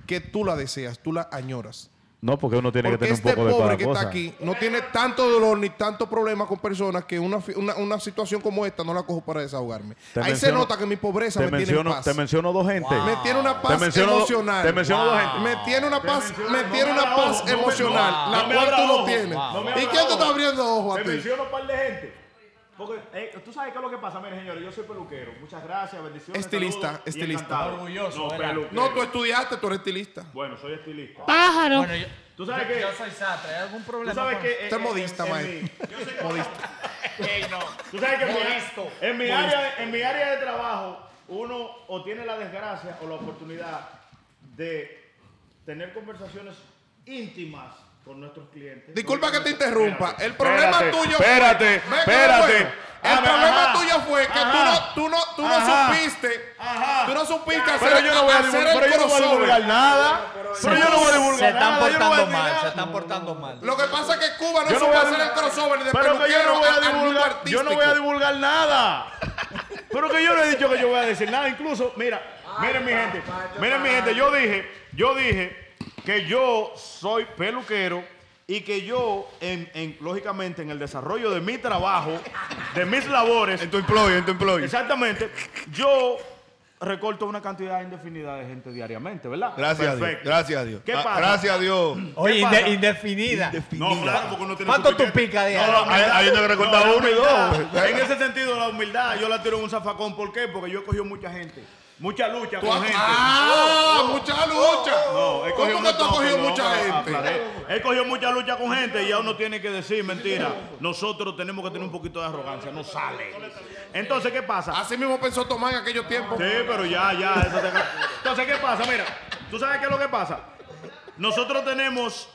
[SPEAKER 6] que tú la deseas, tú la añoras.
[SPEAKER 3] No, porque uno tiene
[SPEAKER 6] Porque
[SPEAKER 3] que tener
[SPEAKER 6] este
[SPEAKER 3] un poco de
[SPEAKER 6] pobre
[SPEAKER 3] cada
[SPEAKER 6] que
[SPEAKER 3] cosa.
[SPEAKER 6] está aquí no tiene tanto dolor ni tanto problema con personas que una, fi- una, una situación como esta no la cojo para desahogarme.
[SPEAKER 3] Te
[SPEAKER 6] Ahí se
[SPEAKER 3] menciono-
[SPEAKER 6] nota que mi pobreza
[SPEAKER 3] te
[SPEAKER 6] me tiene en
[SPEAKER 3] menciono,
[SPEAKER 6] paz.
[SPEAKER 3] Te menciono dos gente.
[SPEAKER 6] Me tiene una
[SPEAKER 3] Te
[SPEAKER 6] paz
[SPEAKER 3] menciono,
[SPEAKER 6] emocional.
[SPEAKER 3] Te menciono dos gente.
[SPEAKER 6] Me tiene una paz,
[SPEAKER 3] menciono-
[SPEAKER 6] me
[SPEAKER 3] no
[SPEAKER 6] tiene
[SPEAKER 3] me
[SPEAKER 6] una
[SPEAKER 3] abra
[SPEAKER 6] paz
[SPEAKER 3] ojo, no me-
[SPEAKER 6] emocional,
[SPEAKER 3] no, no
[SPEAKER 6] la
[SPEAKER 3] me
[SPEAKER 6] cual
[SPEAKER 3] abra
[SPEAKER 6] tú no
[SPEAKER 3] ojo,
[SPEAKER 6] tienes.
[SPEAKER 3] no me
[SPEAKER 6] ¿Y
[SPEAKER 3] abra
[SPEAKER 6] quién te
[SPEAKER 3] ojo.
[SPEAKER 6] está abriendo ojo a
[SPEAKER 3] Te
[SPEAKER 6] ti?
[SPEAKER 3] menciono un par de gente. Porque, eh, tú sabes qué es lo que pasa, miren señores, yo soy peluquero. Muchas gracias, bendiciones.
[SPEAKER 6] Estilista,
[SPEAKER 3] saludos y
[SPEAKER 6] estilista.
[SPEAKER 3] encantado.
[SPEAKER 4] Orgulloso,
[SPEAKER 3] No,
[SPEAKER 4] ¿verdad?
[SPEAKER 3] peluquero.
[SPEAKER 6] No, pues- tú estudiaste, tú eres estilista.
[SPEAKER 3] Bueno, soy estilista.
[SPEAKER 4] Bueno, yo,
[SPEAKER 3] Tú sabes que
[SPEAKER 4] yo soy sastre, ¿hay algún
[SPEAKER 3] tú
[SPEAKER 4] problema?
[SPEAKER 3] sabes
[SPEAKER 4] con-
[SPEAKER 3] que eh,
[SPEAKER 6] Usted es
[SPEAKER 3] eh,
[SPEAKER 6] modista,
[SPEAKER 3] en- en
[SPEAKER 6] maestro.
[SPEAKER 3] mi-
[SPEAKER 6] Modista.
[SPEAKER 3] Tú sabes que en mi- en mi, área, en mi área de trabajo, uno o tiene la desgracia o la oportunidad de tener conversaciones íntimas con nuestros clientes.
[SPEAKER 6] Disculpa que te
[SPEAKER 3] Espérate,
[SPEAKER 6] interrumpa. El problema
[SPEAKER 3] espérate,
[SPEAKER 6] tuyo
[SPEAKER 3] Espérate,
[SPEAKER 6] fue. Ve que
[SPEAKER 3] espérate.
[SPEAKER 6] bueno. El
[SPEAKER 3] Ajá,
[SPEAKER 6] problema
[SPEAKER 3] ajá,
[SPEAKER 6] tuyo fue que
[SPEAKER 3] ajá.
[SPEAKER 6] tú no, tú no, tú no
[SPEAKER 3] Ajá.
[SPEAKER 6] supiste.
[SPEAKER 3] Ajá.
[SPEAKER 6] Tú no supiste hacer,
[SPEAKER 3] Pero yo no voy a
[SPEAKER 6] hacer
[SPEAKER 3] divulgar, pero
[SPEAKER 6] el
[SPEAKER 3] yo no voy a divulgar
[SPEAKER 6] crossover.
[SPEAKER 3] nada. Pero yo no voy a divulgar
[SPEAKER 4] se están
[SPEAKER 3] nada. yo no voy a
[SPEAKER 4] portando mal,
[SPEAKER 3] tirar.
[SPEAKER 4] se están portando mal.
[SPEAKER 6] Lo que pasa es que Cuba no
[SPEAKER 3] Yo no
[SPEAKER 6] supo
[SPEAKER 3] voy a
[SPEAKER 6] hacer el
[SPEAKER 3] divulgar-
[SPEAKER 6] crossover de
[SPEAKER 3] Pero que yo
[SPEAKER 6] peluquero
[SPEAKER 3] no voy
[SPEAKER 6] a-
[SPEAKER 3] a
[SPEAKER 6] al mundo
[SPEAKER 3] divulgar, yo no voy a
[SPEAKER 6] artístico.
[SPEAKER 3] divulgar nada. Pero que yo no he dicho que yo voy a decir nada. Incluso, mira, miren mi gente, miren mi gente, yo dije, yo dije que yo soy peluquero y que yo, en, en- lógicamente, en el desarrollo de mi trabajo, de mis labores,
[SPEAKER 2] En tu employee, en tu employee.
[SPEAKER 3] exactamente, yo recorto una cantidad indefinida de gente diariamente, ¿verdad?
[SPEAKER 2] Gracias a Dios.
[SPEAKER 3] Perfecto.
[SPEAKER 2] Gracias a Dios.
[SPEAKER 3] ¿Qué
[SPEAKER 2] Ah,
[SPEAKER 3] pasa?
[SPEAKER 2] Gracias a Dios.
[SPEAKER 4] Oye,
[SPEAKER 3] ¿Qué
[SPEAKER 4] inde-
[SPEAKER 3] pasa?
[SPEAKER 4] indefinida.
[SPEAKER 3] No, claro, porque uno tiene
[SPEAKER 4] ¿Cuánto
[SPEAKER 3] su
[SPEAKER 4] tú
[SPEAKER 3] piquete.
[SPEAKER 4] picas de ahí?
[SPEAKER 3] No, no,
[SPEAKER 2] Ahí- ahí
[SPEAKER 3] no,
[SPEAKER 2] no que cortar
[SPEAKER 3] la
[SPEAKER 2] uno y
[SPEAKER 3] humildad.
[SPEAKER 2] dos.
[SPEAKER 3] *laughs* En ese sentido, la humildad, yo la tiro en un zafacón. ¿Por qué? Porque yo he cogido mucha gente. Mucha lucha con gente. Oh,
[SPEAKER 6] ¡Ah! ¡Mucha lucha!
[SPEAKER 3] No, he cogido
[SPEAKER 6] ¿Cómo que tú
[SPEAKER 3] mucho-
[SPEAKER 6] has cogido
[SPEAKER 3] no,
[SPEAKER 6] mucha
[SPEAKER 3] no,
[SPEAKER 6] gente?
[SPEAKER 3] aclaré. He cogido mucha lucha con gente y ya uno tiene que decir, mentira, nosotros tenemos que tener un poquito de arrogancia, no sale. Entonces, ¿qué pasa?
[SPEAKER 6] Así mismo pensó Tomás en aquellos tiempos.
[SPEAKER 3] Sí, pero ya, ya. eso te- Entonces, ¿qué pasa? Mira, ¿tú sabes qué es lo que pasa? Nosotros tenemos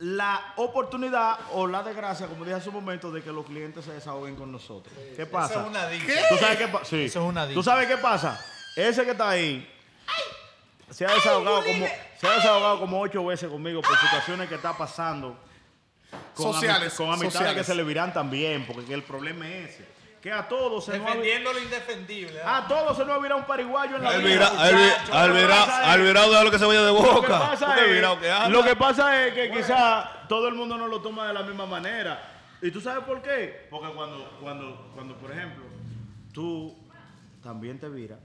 [SPEAKER 3] la oportunidad o la desgracia, como dije hace un momento, de que los clientes se desahoguen con nosotros. ¿Qué pasa?
[SPEAKER 7] Eso es una dicha.
[SPEAKER 3] ¿Tú sabes qué pasa? Sí.
[SPEAKER 7] Eso es una dicha.
[SPEAKER 3] ¿Tú sabes qué pasa? Ese que está ahí se ha desahogado como se ha desahogado como ocho veces conmigo por situaciones que está pasando con
[SPEAKER 6] Sociales,
[SPEAKER 3] ami- con amistades
[SPEAKER 6] sociales.
[SPEAKER 3] que se le virán también, porque el problema es ese. Que a todos se nos ha vi-
[SPEAKER 7] Defendiendo lo indefendible. ¿ah?
[SPEAKER 3] a todos se nos virá un pariguayo en la
[SPEAKER 2] Al
[SPEAKER 3] vida,
[SPEAKER 2] vira- al vi-
[SPEAKER 3] muchacho.
[SPEAKER 2] al
[SPEAKER 3] Lo que
[SPEAKER 2] vira-
[SPEAKER 3] pasa
[SPEAKER 2] al
[SPEAKER 3] es-
[SPEAKER 2] virado déjalo que se vaya de boca.
[SPEAKER 3] lo que pasa
[SPEAKER 2] Porque el
[SPEAKER 3] es,
[SPEAKER 2] virado que anda.
[SPEAKER 3] lo que pasa es que quizá todo el mundo no lo toma de la misma manera. ¿Y tú sabes por qué? Porque cuando, cuando, cuando por ejemplo, tú también te viras,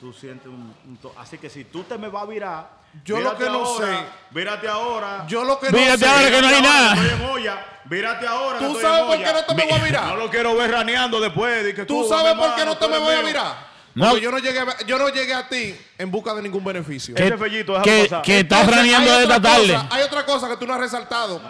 [SPEAKER 3] tú sientes un... un to- Así que si tú te me vas a virar,
[SPEAKER 6] Yo lo
[SPEAKER 3] vírate
[SPEAKER 6] que no
[SPEAKER 3] ahora,
[SPEAKER 6] sé-
[SPEAKER 3] Vírate ahora.
[SPEAKER 6] Yo lo que
[SPEAKER 4] Mírate
[SPEAKER 6] no sé-
[SPEAKER 4] ahora que no hay nada.
[SPEAKER 3] Estoy en olla. Vírate ahora. que
[SPEAKER 6] ¿Tú
[SPEAKER 3] estoy
[SPEAKER 6] sabes
[SPEAKER 3] en
[SPEAKER 6] por qué
[SPEAKER 3] olla.
[SPEAKER 6] no te me voy a mirar?
[SPEAKER 3] No lo quiero ver raneando después. di que
[SPEAKER 6] ¿Tú
[SPEAKER 3] "Cuba,
[SPEAKER 6] sabes
[SPEAKER 3] mi
[SPEAKER 6] por qué
[SPEAKER 3] hermano,
[SPEAKER 6] no te
[SPEAKER 3] tú
[SPEAKER 6] me
[SPEAKER 3] eres
[SPEAKER 6] voy a
[SPEAKER 3] mío".
[SPEAKER 6] mirar?
[SPEAKER 4] No.
[SPEAKER 6] Porque yo no llegué, a- yo no llegué a ti en busca de ningún beneficio.
[SPEAKER 3] Ese fellito, déjalo
[SPEAKER 4] que,
[SPEAKER 3] pasar.
[SPEAKER 4] que estás
[SPEAKER 6] Entonces,
[SPEAKER 4] franeando
[SPEAKER 6] hay
[SPEAKER 4] de
[SPEAKER 6] otra
[SPEAKER 4] esta tarde.
[SPEAKER 6] cosa- hay otra cosa que tú no has resaltado.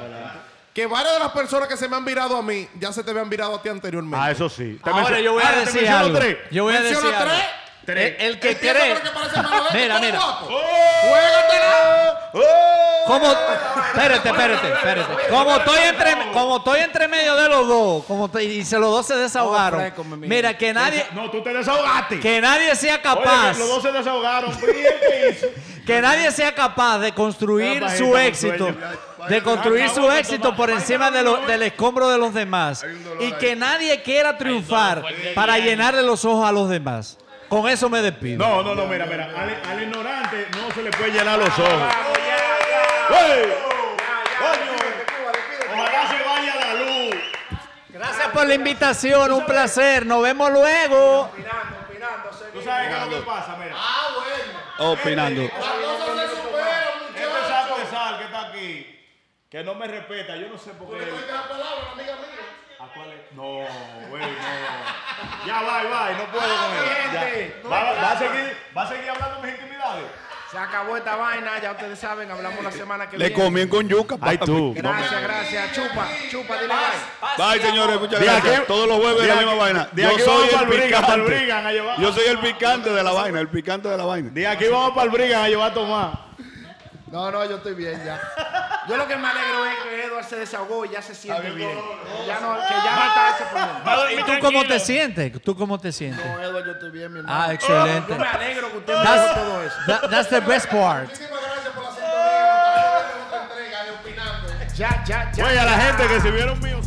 [SPEAKER 6] Que varias de las personas que se me han virado a mí ya se te habían virado a ti anteriormente.
[SPEAKER 3] Ah, eso sí. Te
[SPEAKER 4] Ahora
[SPEAKER 3] mencio-
[SPEAKER 4] yo voy a
[SPEAKER 3] Ahora te
[SPEAKER 4] decir
[SPEAKER 3] menciono
[SPEAKER 4] algo.
[SPEAKER 3] tres.
[SPEAKER 4] Yo voy a
[SPEAKER 6] Menciono
[SPEAKER 4] decir algo.
[SPEAKER 6] tres.
[SPEAKER 3] Tres.
[SPEAKER 4] El, el que
[SPEAKER 6] Empieza
[SPEAKER 4] cree.
[SPEAKER 6] porque parece malo de este,
[SPEAKER 4] Mira,
[SPEAKER 6] todo
[SPEAKER 4] mira.
[SPEAKER 6] guapo.
[SPEAKER 3] ¡Oh!
[SPEAKER 4] Como, espérate, espérate, espérate. Como estoy entre, como estoy entre medio de los dos, como estoy- y se los dos se desahogaron.
[SPEAKER 1] fresco, mi amigo.
[SPEAKER 4] Mira que nadie,
[SPEAKER 3] No, tú te desahogaste.
[SPEAKER 4] que nadie sea
[SPEAKER 3] Oye,
[SPEAKER 4] capaz,
[SPEAKER 3] que los dos se desahogaron. Bien, ¿qué
[SPEAKER 4] *laughs*
[SPEAKER 3] hizo?
[SPEAKER 4] que nadie sea capaz de construir
[SPEAKER 3] Era para
[SPEAKER 4] su
[SPEAKER 3] irme con
[SPEAKER 4] éxito,
[SPEAKER 3] sueño.
[SPEAKER 4] de construir
[SPEAKER 3] acabo
[SPEAKER 4] su
[SPEAKER 3] de
[SPEAKER 4] éxito
[SPEAKER 3] tomar.
[SPEAKER 4] por
[SPEAKER 3] Ay,
[SPEAKER 4] encima de lo- del escombro de los demás y que nadie quiera triunfar
[SPEAKER 5] fuerte
[SPEAKER 4] para
[SPEAKER 5] bien.
[SPEAKER 4] llenarle los ojos a los demás. Con eso me despido.
[SPEAKER 3] No, no, no, mira, mira. Al, al ignorante no se le puede llenar
[SPEAKER 4] Ah,
[SPEAKER 3] los ojos. ¡Ey! Coño, Ojalá se vaya la luz.
[SPEAKER 4] Gracias por la invitación, un placer. Nos vemos luego.
[SPEAKER 3] ¿Tú sabes qué es lo que pasa? Mira.
[SPEAKER 2] Ah, Opinando.
[SPEAKER 6] Eh,
[SPEAKER 3] Este saco de sal que está aquí, que no me respeta, yo no sé por qué. ¿A cuál es? No, güey, no. Ya va, va, no puedo con él. Ya. Va, va- va a seguir, va a seguir hablando mis intimidades.
[SPEAKER 1] Se acabó esta vaina, ya ustedes saben, hablamos la semana que
[SPEAKER 2] Le
[SPEAKER 1] viene.
[SPEAKER 2] comien con yuca.
[SPEAKER 3] Ay, tú.
[SPEAKER 1] Gracias, gracias. Chupa, chupa, dile bye.
[SPEAKER 2] Bye, señores. Muchas
[SPEAKER 3] De
[SPEAKER 2] gracias.
[SPEAKER 3] aquí-
[SPEAKER 2] Todos los jueves
[SPEAKER 3] de
[SPEAKER 2] la
[SPEAKER 3] aquí-
[SPEAKER 2] misma vaina.
[SPEAKER 3] de
[SPEAKER 2] Yo
[SPEAKER 3] aquí
[SPEAKER 2] soy
[SPEAKER 3] vamos
[SPEAKER 2] el
[SPEAKER 3] pa'l Brigan, pa'l
[SPEAKER 2] picante.
[SPEAKER 3] Brigan a llevar-
[SPEAKER 2] Yo soy el picante de la vaina. El picante de la vaina.
[SPEAKER 3] De aquí vamos para el Brigan a llevar a tomar.
[SPEAKER 1] No, no, yo estoy bien ya. Yo lo que me alegro es que Edward se desahogó y ya se siente bien. Ya no, que ya no está ese problema.
[SPEAKER 4] ¿Y tú cómo te sientes? ¿Tú cómo te sientes?
[SPEAKER 1] No, Edward, yo estoy bien, mi hermano. Oh,
[SPEAKER 4] Ah, excelente.
[SPEAKER 1] Yo me alegro que usted me dijo todo eso.
[SPEAKER 4] That's, that- that's the best part.
[SPEAKER 6] Muchísimas gracias por la sintonía. Nos vemos en otra entrega de Opinando.
[SPEAKER 1] Ya, ya, ya.
[SPEAKER 3] Oye, a la gente que se vieron míos.